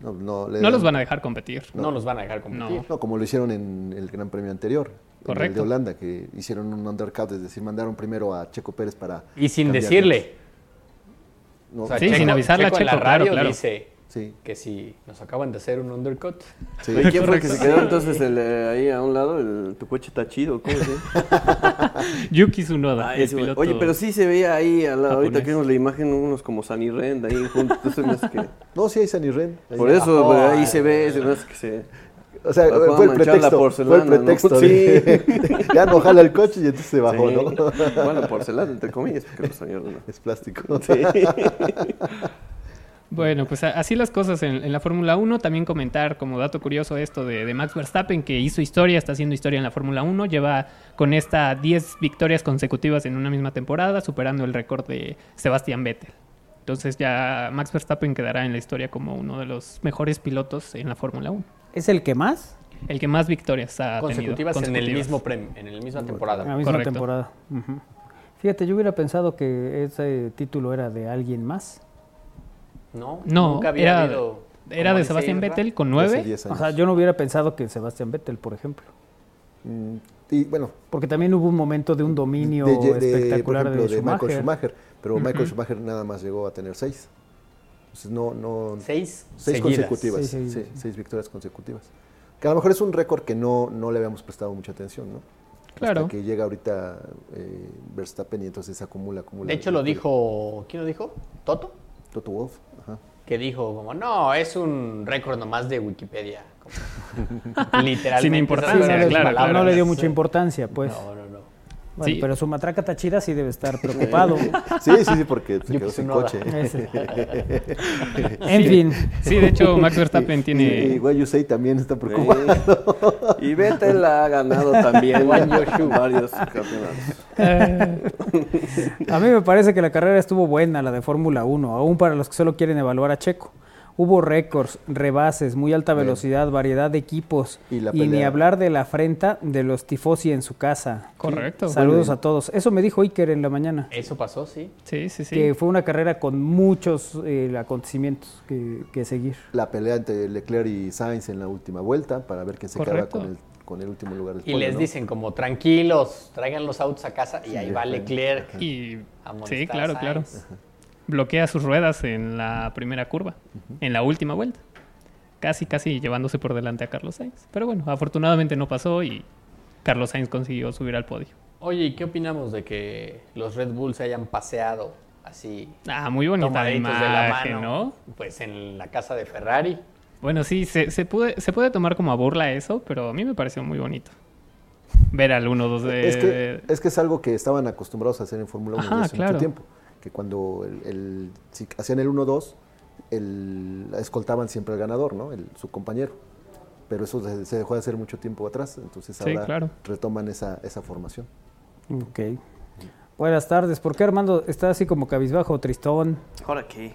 [SPEAKER 1] no, no le
[SPEAKER 7] No
[SPEAKER 1] dan-
[SPEAKER 7] los van a dejar competir.
[SPEAKER 5] No, los van a dejar competir.
[SPEAKER 1] No, como lo hicieron en el Gran Premio anterior. en El de
[SPEAKER 5] Correcto.
[SPEAKER 1] Holanda, que hicieron un undercut, es decir, mandaron primero a Checo Pérez para.
[SPEAKER 5] Y sin
[SPEAKER 1] cambiarlos.
[SPEAKER 5] decirle.
[SPEAKER 1] No,
[SPEAKER 5] O sea,
[SPEAKER 1] sí, sin avisarle a
[SPEAKER 5] en la
[SPEAKER 1] Checo, claro,
[SPEAKER 5] radio
[SPEAKER 1] claro.
[SPEAKER 5] dice
[SPEAKER 1] Sí.
[SPEAKER 5] que si nos acaban de hacer un undercut.
[SPEAKER 1] Sí.
[SPEAKER 3] Oye, ¿Quién fue el que se
[SPEAKER 5] Correcto.
[SPEAKER 3] quedó entonces el, eh, ahí a un lado? El, tu coche está chido, ¿cómo se llama?
[SPEAKER 7] Yuki Tsunoda,
[SPEAKER 3] Ah,
[SPEAKER 7] el
[SPEAKER 3] ese güey.
[SPEAKER 7] piloto
[SPEAKER 3] Oye, pero sí se veía ahí, al lado, ahorita
[SPEAKER 7] japonés.
[SPEAKER 3] que vemos la imagen, unos como Sanirren ahí juntos. entonces, no sé qué.
[SPEAKER 1] No, sí, hay Sanirren.
[SPEAKER 3] Por eso, güey,
[SPEAKER 5] Ah,
[SPEAKER 3] ahí se ve, se ve que se...
[SPEAKER 1] Ah, O sea,
[SPEAKER 3] bajó a
[SPEAKER 1] fue el
[SPEAKER 3] manchar la
[SPEAKER 1] pretexto. Fue el
[SPEAKER 3] porcelana, ¿no?
[SPEAKER 1] pretexto. de- ya no jala el coche y entonces se bajó,
[SPEAKER 3] Sí.
[SPEAKER 1] ¿no?
[SPEAKER 3] Bueno, porcelana, entre comillas, porque los Sanirren no.
[SPEAKER 1] Es plástico.
[SPEAKER 3] Sí.
[SPEAKER 7] Bueno, pues a- así las cosas en, en la Fórmula 1. También comentar como dato curioso esto de, de Max Verstappen, que hizo historia, está haciendo historia en la Fórmula 1. Lleva con esta 10 victorias consecutivas en una misma temporada, superando el récord de Sebastián Vettel. Entonces ya Max Verstappen quedará en la historia como uno de los mejores pilotos en la Fórmula 1.
[SPEAKER 4] ¿Es el que más?
[SPEAKER 7] El que más victorias ha
[SPEAKER 5] Consecutivas,
[SPEAKER 7] tenido.
[SPEAKER 5] en el mismo premio, en la misma temporada.
[SPEAKER 4] En la misma temporada. Ujú. Fíjate, yo hubiera pensado que ese título era de alguien más.
[SPEAKER 5] No,
[SPEAKER 7] No,
[SPEAKER 5] nunca había
[SPEAKER 7] era-
[SPEAKER 5] habido,
[SPEAKER 7] era
[SPEAKER 5] como
[SPEAKER 7] de
[SPEAKER 5] dice
[SPEAKER 7] Sebastián
[SPEAKER 5] Isra.
[SPEAKER 7] Vettel con
[SPEAKER 1] nueve.
[SPEAKER 4] nueve.
[SPEAKER 1] diez
[SPEAKER 4] O sea, yo no hubiera pensado que Sebastián Vettel, por ejemplo.
[SPEAKER 1] Mm, Y bueno,
[SPEAKER 4] Porque también hubo un momento de un dominio
[SPEAKER 1] de, de- por
[SPEAKER 4] espectacular
[SPEAKER 1] ejemplo,
[SPEAKER 4] de,
[SPEAKER 1] de Michael
[SPEAKER 4] Schumacher.
[SPEAKER 1] Schumacher. Pero Michael
[SPEAKER 4] Ujú.
[SPEAKER 1] Schumacher nada más llegó a tener seis. Pues no, no,
[SPEAKER 5] Seis
[SPEAKER 1] seis
[SPEAKER 5] seguidas.
[SPEAKER 1] consecutivas.
[SPEAKER 5] Seis seguidas.
[SPEAKER 1] sí, seis victorias consecutivas. Que a lo mejor es un récord que no, no le habíamos prestado mucha atención, ¿no?
[SPEAKER 5] Claro.
[SPEAKER 1] Hasta que llega ahorita eh, Verstappen y entonces acumula, acumula.
[SPEAKER 5] De hecho, lo dijo. ¿Quién lo dijo? ¿Toto?
[SPEAKER 1] Toto Wolf. Ajá.
[SPEAKER 5] Que dijo, como, no, es un récord nomás de Wikipedia. Como, literalmente.
[SPEAKER 4] Sin
[SPEAKER 5] esas
[SPEAKER 4] importancia,
[SPEAKER 5] eran las
[SPEAKER 4] claro.
[SPEAKER 5] palabras.
[SPEAKER 4] No le dio mucha importancia, pues.
[SPEAKER 5] No, no, no.
[SPEAKER 4] Bueno,
[SPEAKER 5] Sí.
[SPEAKER 4] pero su matraca tachida sí debe estar preocupado.
[SPEAKER 1] Sí, sí, sí, porque se
[SPEAKER 4] Yuki
[SPEAKER 1] quedó sin
[SPEAKER 4] Tsunoda.
[SPEAKER 1] coche.
[SPEAKER 4] Ese. en fin.
[SPEAKER 1] Y- Y Güey Yusei también está preocupado.
[SPEAKER 3] Y Vettel ha ganado también varios campeonatos.
[SPEAKER 4] A mí me parece que la carrera estuvo buena, la de Fórmula 1, aún para los que solo quieren evaluar a Checo. Hubo récords, rebases, muy alta
[SPEAKER 1] Bien.
[SPEAKER 4] velocidad, variedad de equipos y,
[SPEAKER 1] la
[SPEAKER 4] ni
[SPEAKER 1] pelea.
[SPEAKER 4] hablar de la afrenta de los tifosi en su casa.
[SPEAKER 5] Correcto.
[SPEAKER 4] Saludos
[SPEAKER 5] Bien.
[SPEAKER 4] a todos. Eso me dijo Iker en la mañana,
[SPEAKER 5] Eso pasó, sí.
[SPEAKER 7] Sí, sí,
[SPEAKER 4] que fue una carrera con muchos eh, acontecimientos que, que seguir.
[SPEAKER 1] La pelea entre Leclerc y Sainz en la última vuelta para ver quién se quedaba
[SPEAKER 5] Correcto.
[SPEAKER 1] con el, con el último lugar del
[SPEAKER 5] Y
[SPEAKER 1] podio,
[SPEAKER 5] les
[SPEAKER 1] Pues, ¿no?
[SPEAKER 5] dicen como tranquilos, traigan los autos a casa y
[SPEAKER 1] Sí,
[SPEAKER 5] ahí
[SPEAKER 1] ya
[SPEAKER 5] va
[SPEAKER 1] fue.
[SPEAKER 5] Leclerc.
[SPEAKER 7] Y
[SPEAKER 5] a molestar
[SPEAKER 7] sí,
[SPEAKER 5] a
[SPEAKER 7] claro, claro.
[SPEAKER 5] Sainz.
[SPEAKER 7] Bloquea sus ruedas en la primera curva, en la última vuelta. Casi, casi llevándose por delante a Carlos Sainz. Pero bueno, afortunadamente no pasó y Carlos Sainz consiguió subir al podio.
[SPEAKER 5] Oye, ¿y qué opinamos de que los Red Bull se hayan paseado así?
[SPEAKER 7] Ah, muy bonita
[SPEAKER 5] tomaditos
[SPEAKER 7] imagen, ¿no?
[SPEAKER 5] Pues en la casa de Ferrari.
[SPEAKER 7] Bueno, sí, se, se, puede, se puede tomar como a burla eso, pero a mí me pareció muy bonito. Ver al 1-2 de...
[SPEAKER 1] es, que, es que es algo que estaban acostumbrados a hacer en Fórmula 1
[SPEAKER 7] Ajá,
[SPEAKER 1] desde hace
[SPEAKER 7] claro.
[SPEAKER 1] mucho tiempo. Que cuando el, el- si hacían el 1-2, el- escoltaban siempre al ganador, ¿no? El- su compañero. Pero eso se, se dejó de hacer mucho tiempo atrás. Entonces
[SPEAKER 4] Sí,
[SPEAKER 1] ahora
[SPEAKER 4] claro.
[SPEAKER 1] retoman esa, esa formación.
[SPEAKER 4] Ok. Buenas tardes. ¿Por qué Armando está así como cabizbajo, tristón?
[SPEAKER 3] ¿Ahora qué?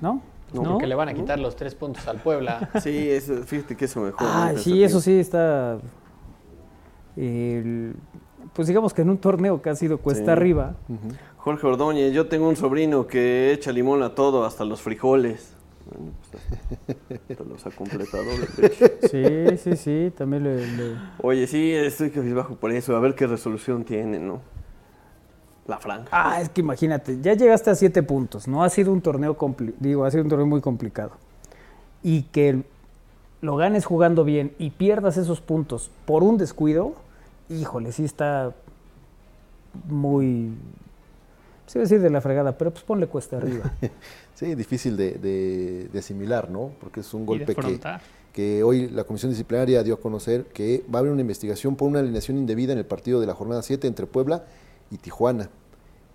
[SPEAKER 4] ¿No?
[SPEAKER 5] No, porque le van a quitar los tres puntos al Puebla.
[SPEAKER 3] Sí, eso, fíjate que eso mejor.
[SPEAKER 4] Ah, sí, eso sí está. el- pues digamos que en un torneo que ha sido cuesta arriba.
[SPEAKER 3] Jorge Ordóñez, yo tengo un sobrino que echa limón a todo, hasta los frijoles. Bueno, pues, hasta los ha completado. de
[SPEAKER 4] Sí,
[SPEAKER 3] hecho.
[SPEAKER 4] sí, sí, también le. le-
[SPEAKER 3] Oye, sí, estoy cabizbajo por eso, a ver qué resolución tiene, ¿no? La franja.
[SPEAKER 4] Ah, es que imagínate, ya llegaste a siete puntos, ¿no? Ha sido un torneo, compli- digo, ha sido un torneo muy complicado. Y que lo ganes jugando bien y pierdas esos puntos por un descuido, híjole, sí está muy. Se iba a decir de la fregada, pero pues ponle cuesta arriba.
[SPEAKER 1] Sí, difícil de, de- de asimilar, ¿no? Porque es un golpe que,
[SPEAKER 7] afrontar.
[SPEAKER 1] que hoy la Comisión Disciplinaria dio a conocer que va a haber una investigación por una alineación indebida en el partido de la jornada 7 entre Puebla y Tijuana.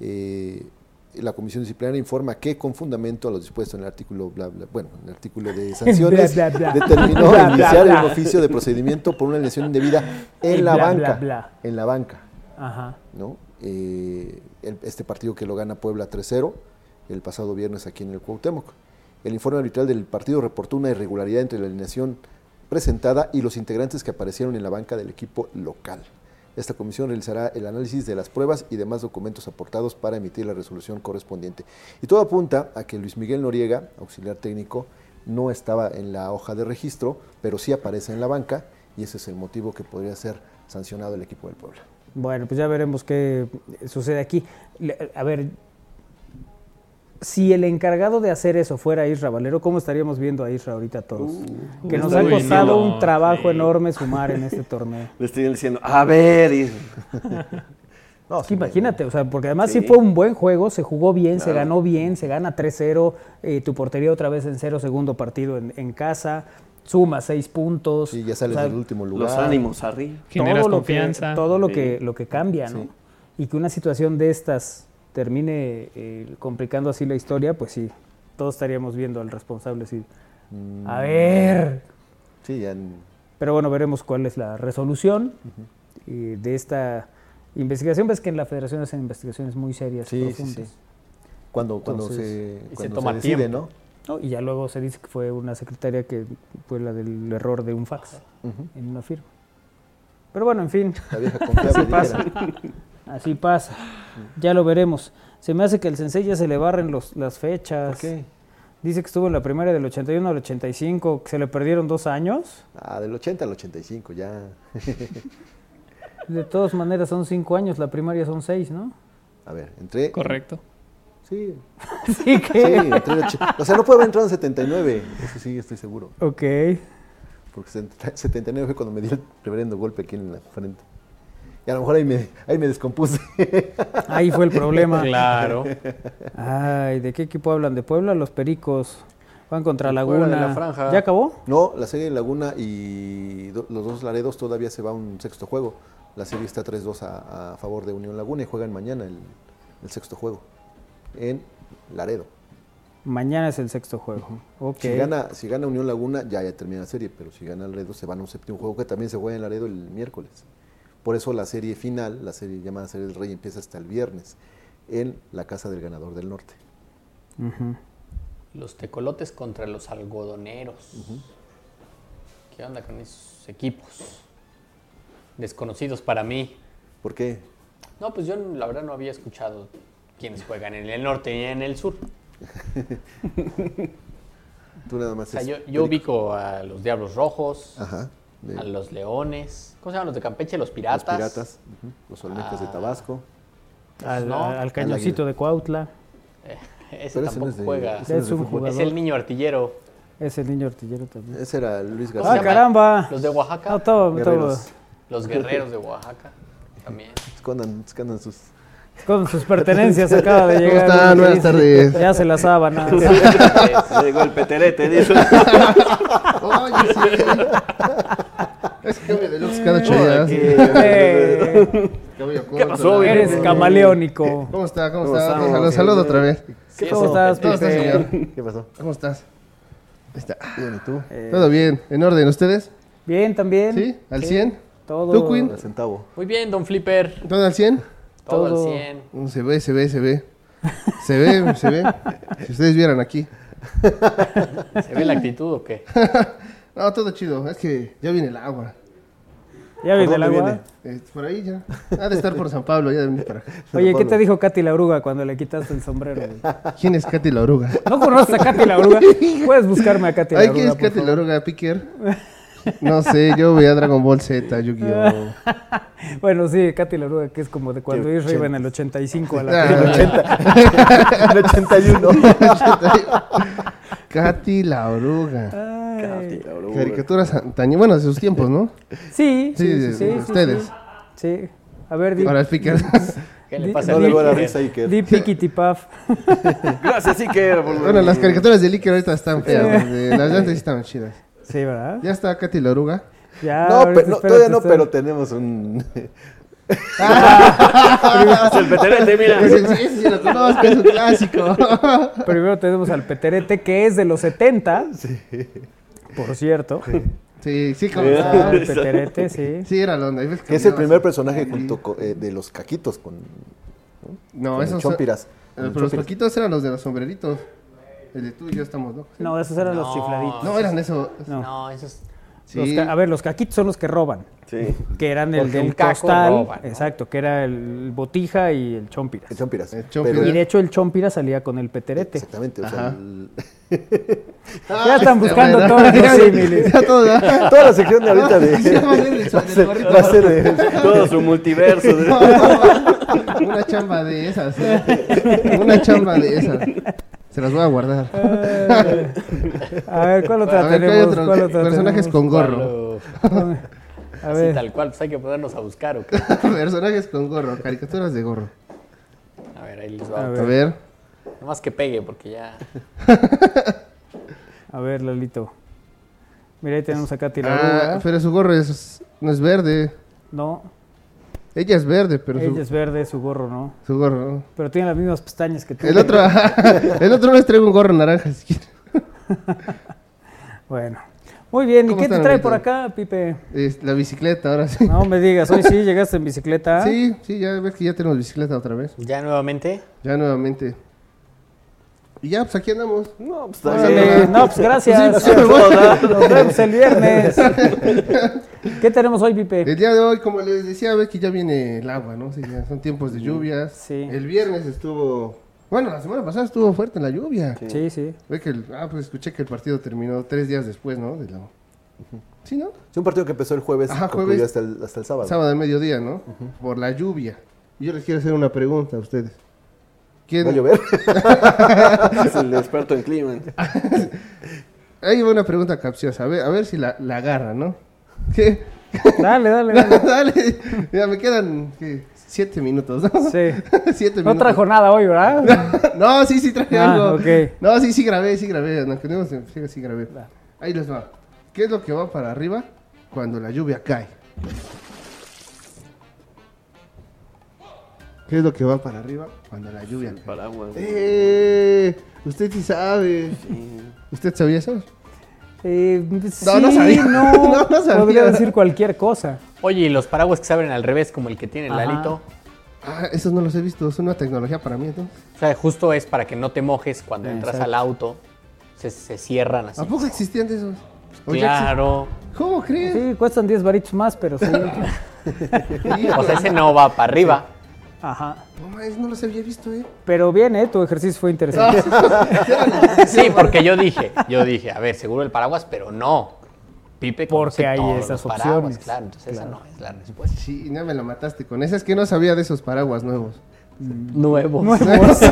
[SPEAKER 1] Eh, la Comisión Disciplinaria informa que con fundamento a lo dispuesto en el artículo bla, bla, bueno, en el artículo de sanciones
[SPEAKER 4] Bla, bla, bla.
[SPEAKER 1] determinó
[SPEAKER 4] Bla, bla,
[SPEAKER 1] iniciar
[SPEAKER 4] bla.
[SPEAKER 1] un oficio de procedimiento por una alineación indebida
[SPEAKER 4] Y
[SPEAKER 1] en la
[SPEAKER 4] bla, bla,
[SPEAKER 1] banca,
[SPEAKER 4] bla.
[SPEAKER 1] en la banca.
[SPEAKER 4] Ajá.
[SPEAKER 1] ¿no? Eh, el- este partido que lo gana Puebla 3-0 el pasado viernes aquí en el Cuauhtémoc. El informe arbitral del partido reportó una irregularidad entre la alineación presentada y los integrantes que aparecieron en la banca del equipo local. Esta comisión realizará el análisis de las pruebas y demás documentos aportados para emitir la resolución correspondiente. Y todo apunta a que Luis Miguel Noriega, auxiliar técnico, no estaba en la hoja de registro, pero sí aparece en la banca y ese es el motivo que podría ser sancionado el equipo del Puebla.
[SPEAKER 4] Bueno, pues ya veremos qué sucede aquí. Le- A ver, si el encargado de hacer eso fuera Isra Valero, ¿cómo estaríamos viendo a Isra ahorita todos? que nos ha
[SPEAKER 3] uy,
[SPEAKER 4] costado
[SPEAKER 3] Uh, no,
[SPEAKER 4] un trabajo
[SPEAKER 3] sí.
[SPEAKER 4] enorme sumar en este torneo.
[SPEAKER 3] Le estoy diciendo, a ver. y-
[SPEAKER 4] Es que imagínate, o sea, porque además sí.
[SPEAKER 3] Sí.
[SPEAKER 4] fue un buen juego, se jugó bien, se
[SPEAKER 3] Claro.
[SPEAKER 4] ganó bien, se gana 3-0, eh, tu portería otra vez en cero, segundo partido en, en casa, suma seis puntos.
[SPEAKER 1] Y ya sales
[SPEAKER 4] O sea,
[SPEAKER 1] del último lugar.
[SPEAKER 3] Los ánimos arriba.
[SPEAKER 4] todo lo que, todo lo que lo que cambia, ¿no? Y que una situación de estas termine eh, complicando así la historia, pues sí, todos estaríamos viendo al responsable sí.
[SPEAKER 1] Mm.
[SPEAKER 4] A ver.
[SPEAKER 1] Sí, ya.
[SPEAKER 4] Pero bueno, veremos cuál es la resolución eh, de esta investigación. Ves que en la Federación hacen investigaciones muy serias,
[SPEAKER 1] Sí, sí,
[SPEAKER 4] profundas.
[SPEAKER 1] sí. Cuando, cuando se,
[SPEAKER 4] Entonces-
[SPEAKER 1] cuando se decide, ¿no?
[SPEAKER 4] ¿no? Y ya luego se dice que fue una secretaria que fue la del error de un fax
[SPEAKER 1] Ujú.
[SPEAKER 4] en una firma. Pero bueno, en fin.
[SPEAKER 1] La vieja confiable,
[SPEAKER 4] Así pasa.
[SPEAKER 1] dijera.
[SPEAKER 4] Así pasa. Ya lo veremos. Se me hace que el sensei ya se le barren los, las fechas. Dice que estuvo en la primera del 81 al 85, que se le perdieron dos años.
[SPEAKER 1] Ah, del 80 al 85, ya.
[SPEAKER 4] De todas maneras son cinco años, la primaria son seis, ¿no?
[SPEAKER 1] A ver, entré.
[SPEAKER 7] Correcto.
[SPEAKER 1] Sí.
[SPEAKER 4] ¿Sí qué?
[SPEAKER 1] entré en el chi- o sea, no puedo haber entrado en 79, eso sí estoy seguro.
[SPEAKER 4] Ok.
[SPEAKER 1] Porque 70 79 fue cuando me di el reverendo golpe aquí en la frente. Y a lo mejor ahí me, ahí me descompuse.
[SPEAKER 4] Ahí fue el problema.
[SPEAKER 1] Claro.
[SPEAKER 4] Ay, ¿de qué equipo hablan? ¿De Puebla? Los Pericos. Van contra Laguna.
[SPEAKER 1] Fuera de la franja.
[SPEAKER 4] ¿Ya acabó?
[SPEAKER 1] No, la serie de Laguna y do- los dos Laredos todavía se va a un sexto juego. La serie está 3-2 a, a favor de Unión Laguna y juegan mañana el, el sexto juego en Laredo.
[SPEAKER 4] Mañana es el sexto juego. Ok.
[SPEAKER 1] Si, gana, si gana Unión Laguna ya, ya termina la serie, pero si gana Laredo se van a un séptimo juego que también se juega en Laredo el miércoles. Por eso la serie final, la serie llamada Serie del Rey, empieza hasta el viernes en la casa del ganador del norte.
[SPEAKER 4] Ujú.
[SPEAKER 5] Los tecolotes contra los algodoneros. ¿Qué onda con esos equipos? Desconocidos para mí.
[SPEAKER 1] ¿Por qué?
[SPEAKER 5] No, pues yo la verdad no había escuchado quiénes juegan en el norte y en el sur.
[SPEAKER 1] Tú nada
[SPEAKER 5] O
[SPEAKER 1] más
[SPEAKER 5] sea,
[SPEAKER 1] es
[SPEAKER 5] yo, yo
[SPEAKER 1] perico.
[SPEAKER 5] ubico a los Diablos Rojos,
[SPEAKER 1] Ajá, de-
[SPEAKER 5] a los Leones, ¿cómo se llaman los de Campeche? Los
[SPEAKER 1] Los
[SPEAKER 5] Piratas.
[SPEAKER 1] piratas, ujú, los olmecas de
[SPEAKER 5] Ah.
[SPEAKER 1] Tabasco.
[SPEAKER 4] Al,
[SPEAKER 5] No,
[SPEAKER 4] al cañoncito de Coautla.
[SPEAKER 5] Eh, ese
[SPEAKER 1] Pero ese
[SPEAKER 5] tampoco
[SPEAKER 1] no es de-
[SPEAKER 5] juega.
[SPEAKER 1] ese no
[SPEAKER 4] es de Es un fútbol.
[SPEAKER 5] Es el niño artillero.
[SPEAKER 4] Es el niño artillero también.
[SPEAKER 1] Ese era Luis
[SPEAKER 5] ¿Cómo
[SPEAKER 4] ¡Ah,
[SPEAKER 5] se llama?
[SPEAKER 4] caramba!
[SPEAKER 5] Los de
[SPEAKER 21] Ah,
[SPEAKER 5] Oaxaca.
[SPEAKER 4] No, todo-
[SPEAKER 1] Guerreros.
[SPEAKER 4] todo.
[SPEAKER 5] Los guerreros de Oaxaca también.
[SPEAKER 1] Escondan, escondan sus.
[SPEAKER 4] Con sus pertenencias acaba de
[SPEAKER 1] ¿Cómo
[SPEAKER 4] llegar.
[SPEAKER 1] están? Buenas
[SPEAKER 4] Sí,
[SPEAKER 1] tardes.
[SPEAKER 4] Ya se la sábana.
[SPEAKER 3] Llegó el peterete, dice.
[SPEAKER 21] Oye, sí. Es que cambio de looks cada ocho días.
[SPEAKER 4] Eh.
[SPEAKER 21] Cabello
[SPEAKER 4] ¿Qué
[SPEAKER 21] corto, largo.
[SPEAKER 4] pasó? Eres camaleónico.
[SPEAKER 21] ¿Cómo está? ¿Cómo,
[SPEAKER 4] ¿Cómo
[SPEAKER 21] está?
[SPEAKER 4] estamos?
[SPEAKER 21] Déjalo, saludo otra vez.
[SPEAKER 4] ¿Qué ¿Cómo pasó, estás,
[SPEAKER 21] ¿Cómo
[SPEAKER 4] Pepe?
[SPEAKER 21] señor?
[SPEAKER 1] ¿Qué pasó?
[SPEAKER 21] ¿Cómo estás? Ahí está.
[SPEAKER 1] Bien, ¿y tú?
[SPEAKER 21] Todo bien, en orden. ¿Ustedes?
[SPEAKER 4] Bien, también.
[SPEAKER 21] Eh, ¿Sí? ¿Al 100?
[SPEAKER 4] Todo.
[SPEAKER 21] ¿Tú, Queen?
[SPEAKER 1] Al centavo.
[SPEAKER 5] Muy bien, don Flipper.
[SPEAKER 21] ¿Todo al 100?
[SPEAKER 5] Todo, al 100.
[SPEAKER 21] Mm, Se ve, se ve, se ve. Se ve, se ve. Si ustedes vieran aquí.
[SPEAKER 5] ¿Se ve la actitud o qué?
[SPEAKER 21] No, todo chido. Es que ya viene el agua.
[SPEAKER 4] ¿Ya viene el agua?
[SPEAKER 21] Eh, por ahí ya. Ha de estar por San Pablo, ya de venir para acá.
[SPEAKER 4] Oye, ¿qué te dijo Katy la oruga cuando le quitaste el sombrero? güey?
[SPEAKER 21] ¿Quién es Katy la oruga?
[SPEAKER 4] ¿No conoces a Katy la oruga? Puedes buscarme a Katy la
[SPEAKER 21] Ay,
[SPEAKER 4] oruga.
[SPEAKER 21] ¿quién es
[SPEAKER 4] por
[SPEAKER 21] Katy la oruga, Piquer? No sé, yo veía Dragon Ball Z, Yu-Gi-Oh.
[SPEAKER 4] favor. Bueno, sí, Katy la oruga, que es como de cuando
[SPEAKER 21] Qué
[SPEAKER 4] Israel iba en
[SPEAKER 21] ochenta.
[SPEAKER 4] el 85 a
[SPEAKER 21] Ah,
[SPEAKER 4] la
[SPEAKER 21] el 80.
[SPEAKER 4] el
[SPEAKER 21] 81. 81. Katy la oruga.
[SPEAKER 4] Katy
[SPEAKER 21] la oruga. Caricaturas antaño, bueno, de sus tiempos, ¿no?
[SPEAKER 4] Sí, sí, sí,
[SPEAKER 21] de-
[SPEAKER 4] sí,
[SPEAKER 21] de
[SPEAKER 4] sí,
[SPEAKER 21] ustedes.
[SPEAKER 4] sí. Sí. A ver, di.
[SPEAKER 21] Ahora el Piquer.
[SPEAKER 5] ¿Qué
[SPEAKER 21] le
[SPEAKER 4] di-
[SPEAKER 21] pasa
[SPEAKER 4] di-
[SPEAKER 21] al No le va la
[SPEAKER 4] di-
[SPEAKER 21] risa a Iker.
[SPEAKER 4] Di piquitipaf.
[SPEAKER 3] Gracias, Iker. por-
[SPEAKER 21] Bueno, las caricaturas de Iker ahorita están feas.
[SPEAKER 4] Sí.
[SPEAKER 21] de- Las de antes sí estaban chidas.
[SPEAKER 4] Sí, ¿verdad?
[SPEAKER 21] Ya está Katy la oruga.
[SPEAKER 4] Ya,
[SPEAKER 1] no,
[SPEAKER 4] ahorita
[SPEAKER 1] pero, no,
[SPEAKER 4] espérate,
[SPEAKER 1] todavía no,
[SPEAKER 4] está-
[SPEAKER 1] pero tenemos un.
[SPEAKER 21] Ah. es
[SPEAKER 3] el peterete, mira.
[SPEAKER 21] Ese, ese sí lo conozco, es un clásico.
[SPEAKER 4] Primero tenemos al Peterete, que es de los 70. Por cierto.
[SPEAKER 21] Sí, sí, como
[SPEAKER 4] Ah, el
[SPEAKER 21] está.
[SPEAKER 4] Peterete, sí.
[SPEAKER 21] Sí, era Londra. ahí ves que
[SPEAKER 1] Que es el
[SPEAKER 21] cambiabas.
[SPEAKER 1] primer personaje junto co- eh, de los caquitos con.
[SPEAKER 21] No,
[SPEAKER 1] con el
[SPEAKER 21] esos son-
[SPEAKER 1] Chompiras.
[SPEAKER 21] Eh, Pero los poquitos eran los de los sombreritos. El de tú y yo estamos locos.
[SPEAKER 4] No, esos eran los chifladitos.
[SPEAKER 21] No, eran esos.
[SPEAKER 4] No.
[SPEAKER 5] No, eso es.
[SPEAKER 4] Los
[SPEAKER 21] Sí.
[SPEAKER 4] ca- a ver, los caquitos son los que roban.
[SPEAKER 21] Sí.
[SPEAKER 4] Que eran el
[SPEAKER 21] Porque un
[SPEAKER 4] del
[SPEAKER 21] caco
[SPEAKER 4] costal.
[SPEAKER 21] roba, ¿no?
[SPEAKER 4] Exacto, que era el Botija y el Chompiras.
[SPEAKER 1] El Chompiras.
[SPEAKER 4] Y de hecho el Chompira salía con el Peterete.
[SPEAKER 1] Exactamente, o sea,
[SPEAKER 4] Ajá.
[SPEAKER 1] el-
[SPEAKER 4] Ya están buscando todos los símiles.
[SPEAKER 21] Ya todo,
[SPEAKER 1] Toda la sección de ahorita de.
[SPEAKER 21] Sí, va a ser el-
[SPEAKER 1] va a ser-
[SPEAKER 21] el gorrito.
[SPEAKER 1] va a ser de-
[SPEAKER 3] Todo su multiverso.
[SPEAKER 21] No, no, no. Una chamba de esas. eh. Una chamba de esas. Se las voy a guardar.
[SPEAKER 4] A ver, ¿cuál otra
[SPEAKER 21] A ver, ¿qué hay
[SPEAKER 4] tenemos?
[SPEAKER 21] otro?
[SPEAKER 4] ¿Cuál otra
[SPEAKER 21] Personajes
[SPEAKER 4] tenemos?
[SPEAKER 21] con gorro.
[SPEAKER 4] ¿Cuál,
[SPEAKER 5] A
[SPEAKER 21] ver.
[SPEAKER 5] Así tal cual, pues hay que ponernos a buscar o qué.
[SPEAKER 21] Personajes con gorro, caricaturas de gorro.
[SPEAKER 5] A ver, ahí les va.
[SPEAKER 21] A ver.
[SPEAKER 5] Nomás que pegue porque ya.
[SPEAKER 4] A ver, Lalito. Mira, ahí tenemos a Katy la
[SPEAKER 21] Ah,
[SPEAKER 4] oruga.
[SPEAKER 21] pero su gorro es- no es verde.
[SPEAKER 4] No,
[SPEAKER 21] Ella es verde, pero
[SPEAKER 4] ella
[SPEAKER 21] su,
[SPEAKER 4] es verde, su gorro no.
[SPEAKER 21] su gorro. ¿no?
[SPEAKER 4] Pero tiene las mismas pestañas que tú.
[SPEAKER 21] El otro, el otro les traigo un gorro naranja si quieren.
[SPEAKER 4] Bueno. Muy bien, ¿y
[SPEAKER 21] ¿Cómo
[SPEAKER 4] qué te
[SPEAKER 21] están
[SPEAKER 4] trae
[SPEAKER 21] ahorita?
[SPEAKER 4] por acá, Pipe?
[SPEAKER 21] Es la bicicleta ahora sí.
[SPEAKER 4] No me digas, hoy sí llegaste en bicicleta. ¿ah?
[SPEAKER 21] Sí, sí, ya ves que ya tenemos bicicleta otra vez.
[SPEAKER 5] ¿Ya nuevamente?
[SPEAKER 21] Ya nuevamente. Y ya, pues aquí andamos.
[SPEAKER 3] No, pues
[SPEAKER 4] Órale, no, pues gracias.
[SPEAKER 21] Sí, me voy.
[SPEAKER 4] Nos vemos el viernes. ¿Qué tenemos hoy, Pipe?
[SPEAKER 21] El día de hoy, como les decía, ves que ya viene el agua, ¿no? Sí, ya son tiempos de lluvias.
[SPEAKER 4] Sí.
[SPEAKER 21] El viernes estuvo. Bueno, la semana pasada estuvo fuerte la lluvia.
[SPEAKER 4] Sí, sí.
[SPEAKER 21] Ve que el- ah, pues escuché que el partido terminó tres días después, ¿no? De la- Sí, ¿no?
[SPEAKER 1] Sí, un partido que empezó el jueves,
[SPEAKER 21] Ajá,
[SPEAKER 1] concluyó
[SPEAKER 21] jueves.
[SPEAKER 1] hasta el, hasta el sábado.
[SPEAKER 21] Sábado al mediodía, ¿no? Por la lluvia. Y yo les quiero hacer una pregunta a ustedes. ¿Quién?
[SPEAKER 3] ¿Va a llover? es el experto en clima.
[SPEAKER 21] Ahí va una pregunta capciosa. A ver, a ver si la, la agarra, ¿no? ¿Qué?
[SPEAKER 4] Dale, dale,
[SPEAKER 21] dale. Mira, me quedan ¿qué? siete minutos, ¿no?
[SPEAKER 4] Sí.
[SPEAKER 21] siete minutos.
[SPEAKER 4] No trajo nada hoy, ¿verdad?
[SPEAKER 21] No, sí, sí traje
[SPEAKER 4] Ah,
[SPEAKER 21] algo.
[SPEAKER 4] ok.
[SPEAKER 21] No, sí, sí grabé, sí grabé. No, que no se fija, sí grabé. Ahí les va. ¿Qué es lo que va para arriba cuando la lluvia cae? ¿Qué es lo que va para arriba cuando la lluvia cae?
[SPEAKER 3] Paraguas.
[SPEAKER 21] ¡Eh! Usted sí sabe. ¿Usted sabía eso?
[SPEAKER 4] Eh,
[SPEAKER 21] No, no
[SPEAKER 4] sí,
[SPEAKER 21] sabía.
[SPEAKER 4] no,
[SPEAKER 21] No, no sabía.
[SPEAKER 4] Podría decir cualquier cosa.
[SPEAKER 5] Oye, y los paraguas que se abren al revés, como el que tiene el
[SPEAKER 21] Ajá.
[SPEAKER 5] alito.
[SPEAKER 21] Ah, esos no los he visto. Es una tecnología para mí, entonces.
[SPEAKER 5] O sea, justo es para que no te mojes cuando entras
[SPEAKER 21] Exacto.
[SPEAKER 5] al auto. Se, se cierran así.
[SPEAKER 21] ¿A poco existían de esos? Oye,
[SPEAKER 5] Claro.
[SPEAKER 21] ¿Cómo crees?
[SPEAKER 4] Sí, cuestan 10 varitos más, pero sí.
[SPEAKER 5] O sea, ese no va para arriba.
[SPEAKER 4] Ajá.
[SPEAKER 21] No, mames, no los había visto, ¿eh?
[SPEAKER 4] Pero bien, ¿eh? Tu ejercicio fue interesante.
[SPEAKER 5] Sí, porque yo dije, yo dije, a ver, seguro el paraguas, pero no. Pipe conoce
[SPEAKER 4] Porque hay
[SPEAKER 5] todos
[SPEAKER 4] esas
[SPEAKER 5] los paraguas,
[SPEAKER 4] opciones.
[SPEAKER 5] Claro, entonces
[SPEAKER 4] Claro.
[SPEAKER 5] esa no es la respuesta.
[SPEAKER 21] Sí, no me lo mataste con esa. Es que no sabía de esos paraguas nuevos.
[SPEAKER 5] Nuevos.
[SPEAKER 1] Nuevos.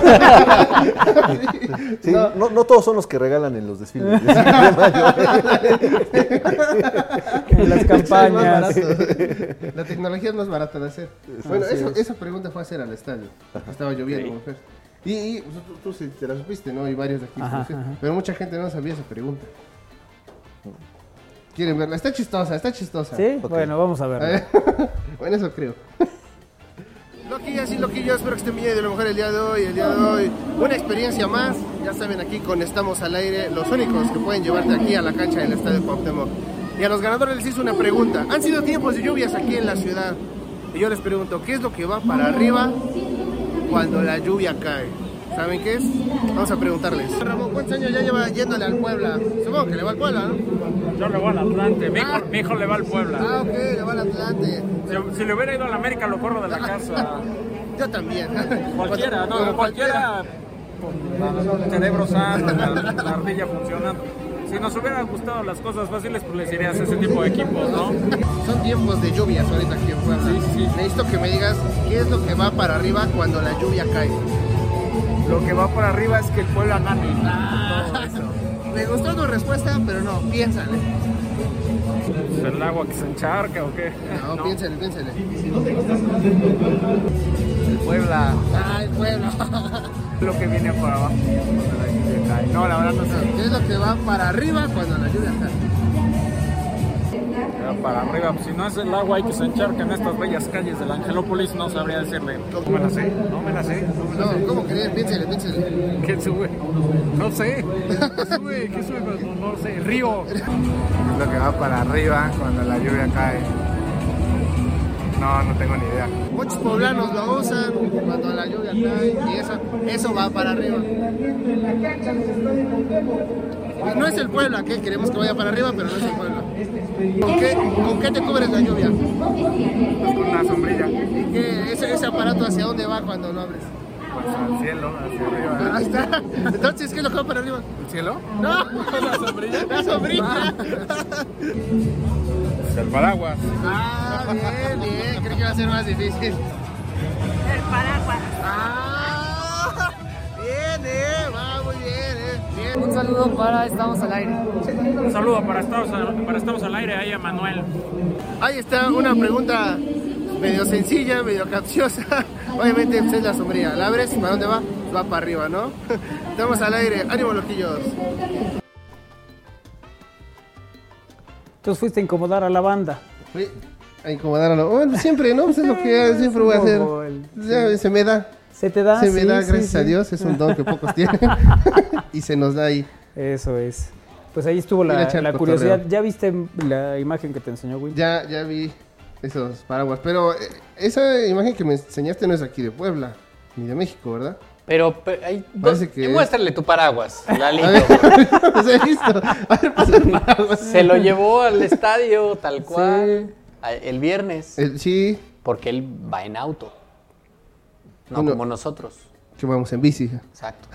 [SPEAKER 1] Sí, no. No, todos son los que regalan en los desfiles. de
[SPEAKER 4] En las campañas.
[SPEAKER 21] Es más barato. La tecnología es más barata de hacer. Bueno,
[SPEAKER 4] Así
[SPEAKER 21] eso-
[SPEAKER 4] es.
[SPEAKER 21] esa pregunta fue hacer al estadio. Estaba lloviendo,
[SPEAKER 4] Ok.
[SPEAKER 21] mujer. Y, y pues, tú, tú sí te la supiste, ¿no? Y varios de aquí. se
[SPEAKER 4] Ajá,
[SPEAKER 21] la supieron.
[SPEAKER 4] ajá.
[SPEAKER 21] Pero mucha gente no sabía esa pregunta. ¿Quieren verla? Está chistosa, está chistosa.
[SPEAKER 4] Sí, bueno, vamos a verla.
[SPEAKER 21] bueno, eso creo. Loquillas y loquillos, espero que estén bien de lo mejor el día de hoy, el día de hoy. Una experiencia más, ya saben, aquí con Estamos al Aire, los únicos que pueden llevarte aquí a la cancha del Estadio Cuauhtémoc. Y a los ganadores les hice una pregunta. Han sido tiempos de lluvias aquí en la ciudad. Y yo les pregunto, ¿qué es lo que va para arriba cuando la lluvia cae? ¿Saben qué es? Vamos a preguntarles. Ramón, ¿cuántos años ya lleva yéndole al Puebla? Supongo que le va al Puebla, ¿no? Yo le voy al Atlante, mi hijo, le va al Puebla. Ah, ok, le va al Atlante.
[SPEAKER 16] Si, si le hubiera ido a la América, lo corro de la casa.
[SPEAKER 21] Yo también.
[SPEAKER 16] Cualquiera, no,
[SPEAKER 21] Pero
[SPEAKER 16] cualquiera. con Cerebro sano, la, la ardilla funcionando. Si nos hubieran gustado las cosas fáciles, pues les irías a ese tipo de equipos, ¿no?
[SPEAKER 21] Son tiempos de lluvias ahorita aquí en Puebla. Necesito que me digas qué es lo que va para arriba cuando la lluvia cae.
[SPEAKER 16] Lo que va para arriba es que el pueblo gane.
[SPEAKER 21] Me gustó tu respuesta, pero no, piénsale.
[SPEAKER 16] Pues ¿El agua que se encharca o qué?
[SPEAKER 21] No, piénsale, piénsale.
[SPEAKER 16] El Puebla.
[SPEAKER 21] Ay, Puebla.
[SPEAKER 16] Lo que viene para abajo. cuando la lluvia cae. No, la verdad no sé.
[SPEAKER 21] ¿Qué es lo que va para arriba cuando la lluvia cae?
[SPEAKER 16] Era para arriba. pues, Si no es el agua y que se encharca en estas bellas calles del Angelópolis, no sabría decirle. No me la sé, no me la sé.
[SPEAKER 21] No, ¿cómo crees? Piénsele, piénsele.
[SPEAKER 16] ¿Qué sube? No sé. ¿Qué sube? ¿Qué sube? Pero No sé. Río.
[SPEAKER 22] lo que va para arriba cuando la lluvia cae. No, no tengo ni idea.
[SPEAKER 21] Muchos poblanos lo usan cuando la lluvia cae y eso, eso va para arriba. No es el Puebla, que queremos que vaya para arriba, pero no es el Puebla. ¿Con qué, con qué te cubres la lluvia?
[SPEAKER 22] Pues con una sombrilla.
[SPEAKER 21] ¿Qué- ese, ese aparato hacia dónde va cuando lo abres?
[SPEAKER 22] Pues al cielo, hacia arriba.
[SPEAKER 21] Ah, Ahí está. Entonces, ¿qué es lo que va para arriba?
[SPEAKER 22] ¿El cielo?
[SPEAKER 21] No, la sombrilla. La sombrilla.
[SPEAKER 22] Pues el paraguas.
[SPEAKER 21] Ah, bien, bien. Creí que iba a ser más difícil. El paraguas. Ah, bien, eh. Va muy bien, eh. Bien.
[SPEAKER 23] Un saludo para Estamos al Aire.
[SPEAKER 16] Un saludo para Estados, para Estados al Aire, ahí a Manuel.
[SPEAKER 21] Ahí está una pregunta medio sencilla, medio capciosa. Obviamente pues, es la sombría. ¿La abres? ¿Para dónde va? Va para arriba, ¿no? Estamos al aire. Ánimo, loquillos.
[SPEAKER 4] Entonces fuiste a incomodar a la banda.
[SPEAKER 21] Fui a incomodar a la... Bueno, siempre, ¿no? Pues es lo que siempre voy a hacer. Ya, Se me da.
[SPEAKER 4] Se te da.
[SPEAKER 21] Se me
[SPEAKER 4] sí,
[SPEAKER 21] da,
[SPEAKER 4] sí,
[SPEAKER 21] gracias
[SPEAKER 4] sí.
[SPEAKER 21] a Dios. Es un don que pocos tienen. y se nos da ahí.
[SPEAKER 4] Eso es. Pues ahí estuvo
[SPEAKER 21] Ir a
[SPEAKER 4] la,
[SPEAKER 21] echar
[SPEAKER 4] la
[SPEAKER 21] cotorreo.
[SPEAKER 4] curiosidad. ¿Ya viste la imagen que te enseñó Will?
[SPEAKER 21] Ya, ya vi esos paraguas. Pero eh, esa imagen que me enseñaste no es aquí de Puebla, ni de México, ¿verdad?
[SPEAKER 5] Pero, pero ahí,
[SPEAKER 21] Parece que-
[SPEAKER 5] muéstrale tu paraguas, Lalito.
[SPEAKER 21] Los pues he visto. A ver, pasa el paraguas.
[SPEAKER 5] Se lo llevó al estadio, tal cual, a- el viernes.
[SPEAKER 21] El- Eh, sí,
[SPEAKER 5] Porque él va en auto. No
[SPEAKER 21] Bueno.
[SPEAKER 5] como nosotros.
[SPEAKER 21] que vamos en bici.
[SPEAKER 5] Exacto.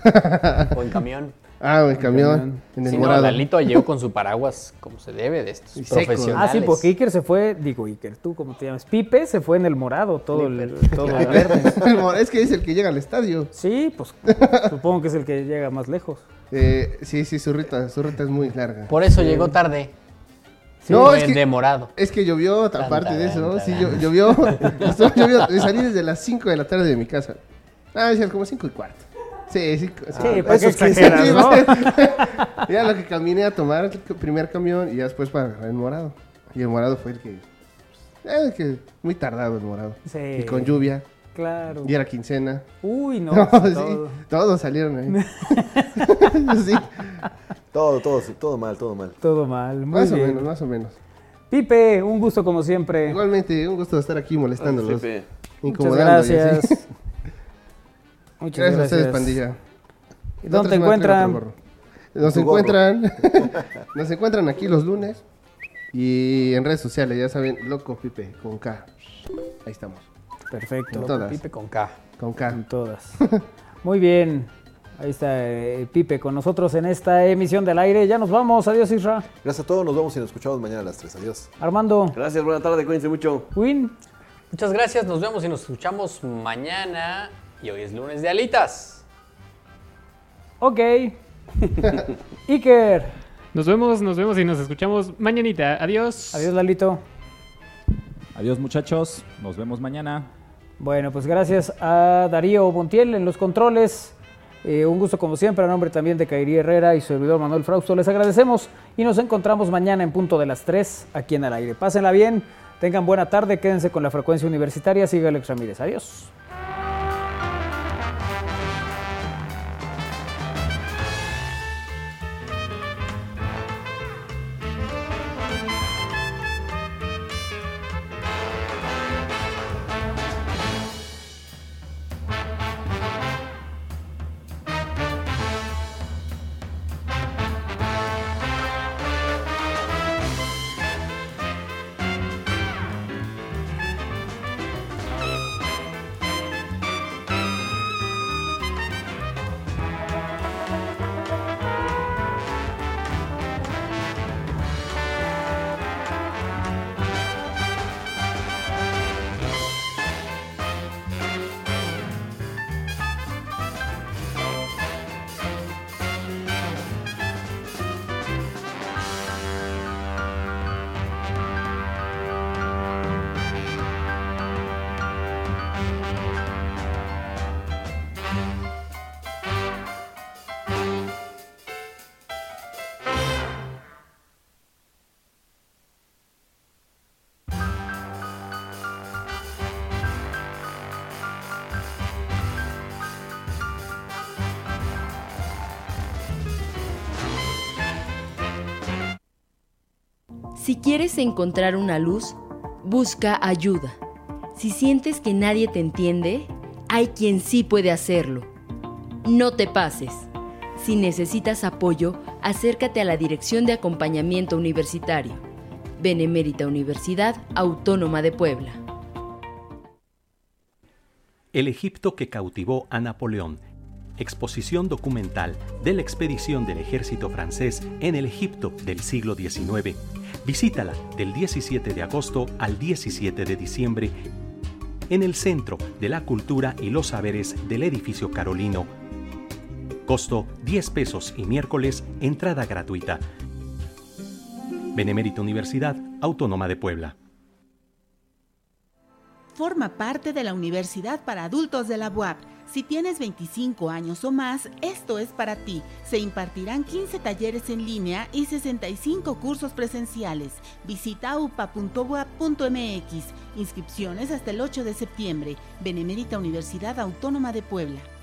[SPEAKER 5] O en camión.
[SPEAKER 21] Ah, en el camión, en el
[SPEAKER 5] Sí, no,
[SPEAKER 21] morado.
[SPEAKER 5] Lalito llegó con su paraguas como se debe de estos profesionales.
[SPEAKER 4] Ah, sí, porque Iker se fue, digo Iker, tú cómo te llamas, Pipe se fue en el morado todo el, todo el viernes.
[SPEAKER 21] es que es el que llega al estadio.
[SPEAKER 4] Sí, pues supongo que es el que llega más lejos.
[SPEAKER 21] Eh, sí, sí, su ruta, su ruta es muy larga.
[SPEAKER 5] Por eso llegó tarde.
[SPEAKER 21] no, es
[SPEAKER 5] de-
[SPEAKER 21] que,
[SPEAKER 5] de morado.
[SPEAKER 21] Es que llovió,
[SPEAKER 5] Tan,
[SPEAKER 21] aparte de eso, ¿no?
[SPEAKER 5] tan,
[SPEAKER 21] Sí,
[SPEAKER 5] tan.
[SPEAKER 21] llo- llovió. Estuvo llovió. Salí desde las 5 de la tarde de mi casa. Ah, decían como 5 y cuarto. Sí, pues, cinco,
[SPEAKER 4] Sí,
[SPEAKER 5] pues
[SPEAKER 4] ¿para qué exageras, no?
[SPEAKER 21] ya pues, lo que caminé a tomar el c- primer camión y ya después para agarrar el morado. Y el morado fue el que. eh, el que muy tardado el morado.
[SPEAKER 4] Sí.
[SPEAKER 21] Y con lluvia.
[SPEAKER 4] Claro.
[SPEAKER 21] Y era quincena.
[SPEAKER 4] Uy, no.
[SPEAKER 21] sí,
[SPEAKER 4] pues, todo.
[SPEAKER 21] todos salieron ahí.
[SPEAKER 1] Todo, todo, sí, todo mal, todo mal.
[SPEAKER 4] Todo mal, muy
[SPEAKER 21] Más o
[SPEAKER 4] bien.
[SPEAKER 21] menos, más o menos.
[SPEAKER 4] Pipe, un gusto como siempre.
[SPEAKER 21] Igualmente, un gusto estar aquí molestándolos.
[SPEAKER 4] Pepe. Muchas
[SPEAKER 21] Incomodándolos, sí.
[SPEAKER 4] gracias. Muchas
[SPEAKER 21] gracias, a ustedes,
[SPEAKER 4] gracias.
[SPEAKER 21] pandilla.
[SPEAKER 4] ¿Y
[SPEAKER 21] La
[SPEAKER 4] dónde
[SPEAKER 21] otra
[SPEAKER 4] te
[SPEAKER 21] semana traigo
[SPEAKER 4] encuentran?
[SPEAKER 21] otro gorro. Nos
[SPEAKER 4] Tu gorro.
[SPEAKER 21] encuentran. nos encuentran aquí los lunes. Y en redes sociales, ya saben, Loco Pipe con K. Ahí estamos.
[SPEAKER 4] Perfecto.
[SPEAKER 21] Con todas.
[SPEAKER 5] Pipe con K.
[SPEAKER 21] Con K.
[SPEAKER 4] todas. Muy bien. Ahí está eh, Pipe con nosotros en esta emisión del aire. Ya nos vamos. Adiós, Isra.
[SPEAKER 1] Gracias a todos, nos vemos y nos escuchamos mañana a las 3. Adiós.
[SPEAKER 4] Armando.
[SPEAKER 3] Gracias, buena tarde, cuídense mucho.
[SPEAKER 4] Win.
[SPEAKER 5] Muchas gracias, nos vemos y nos escuchamos mañana. Y hoy es lunes de alitas.
[SPEAKER 4] Ok. Iker.
[SPEAKER 7] Nos vemos, nos vemos y nos escuchamos mañanita. Adiós.
[SPEAKER 4] Adiós, Lalito.
[SPEAKER 6] Adiós muchachos, nos vemos mañana.
[SPEAKER 4] Bueno, pues gracias a Darío Montiel en los controles. Eh, un gusto como siempre, a nombre también de Kairi Herrera y su servidor Manuel Frausto. Les agradecemos y nos encontramos mañana en punto de las 3 aquí en Al Aire. Pásenla bien, tengan buena tarde, quédense con la frecuencia universitaria. Sigue Alex Ramírez. Adiós.
[SPEAKER 8] Si quieres encontrar una luz, busca ayuda. Si sientes que nadie te entiende, hay quien sí puede hacerlo. No te pases. Si necesitas apoyo, acércate a la Dirección de Acompañamiento Universitario, Benemérita Universidad Autónoma de Puebla.
[SPEAKER 18] El Egipto que cautivó a Napoleón. Exposición documental de la expedición del ejército francés en el Egipto del siglo XIX. Visítala del 17 de agosto al 17 de diciembre en el Centro de la Cultura y los Saberes del Edificio Carolino. Costo 10 pesos y miércoles entrada gratuita. Benemérita Universidad Autónoma de Puebla.
[SPEAKER 9] Forma parte de la Universidad para Adultos de la UAP. Si tienes 25 años o más, esto es para ti. Se impartirán 15 talleres en línea y 65 cursos presenciales. Visita upa.uap.mx. Inscripciones hasta el 8 de septiembre. Benemérita Universidad Autónoma de Puebla.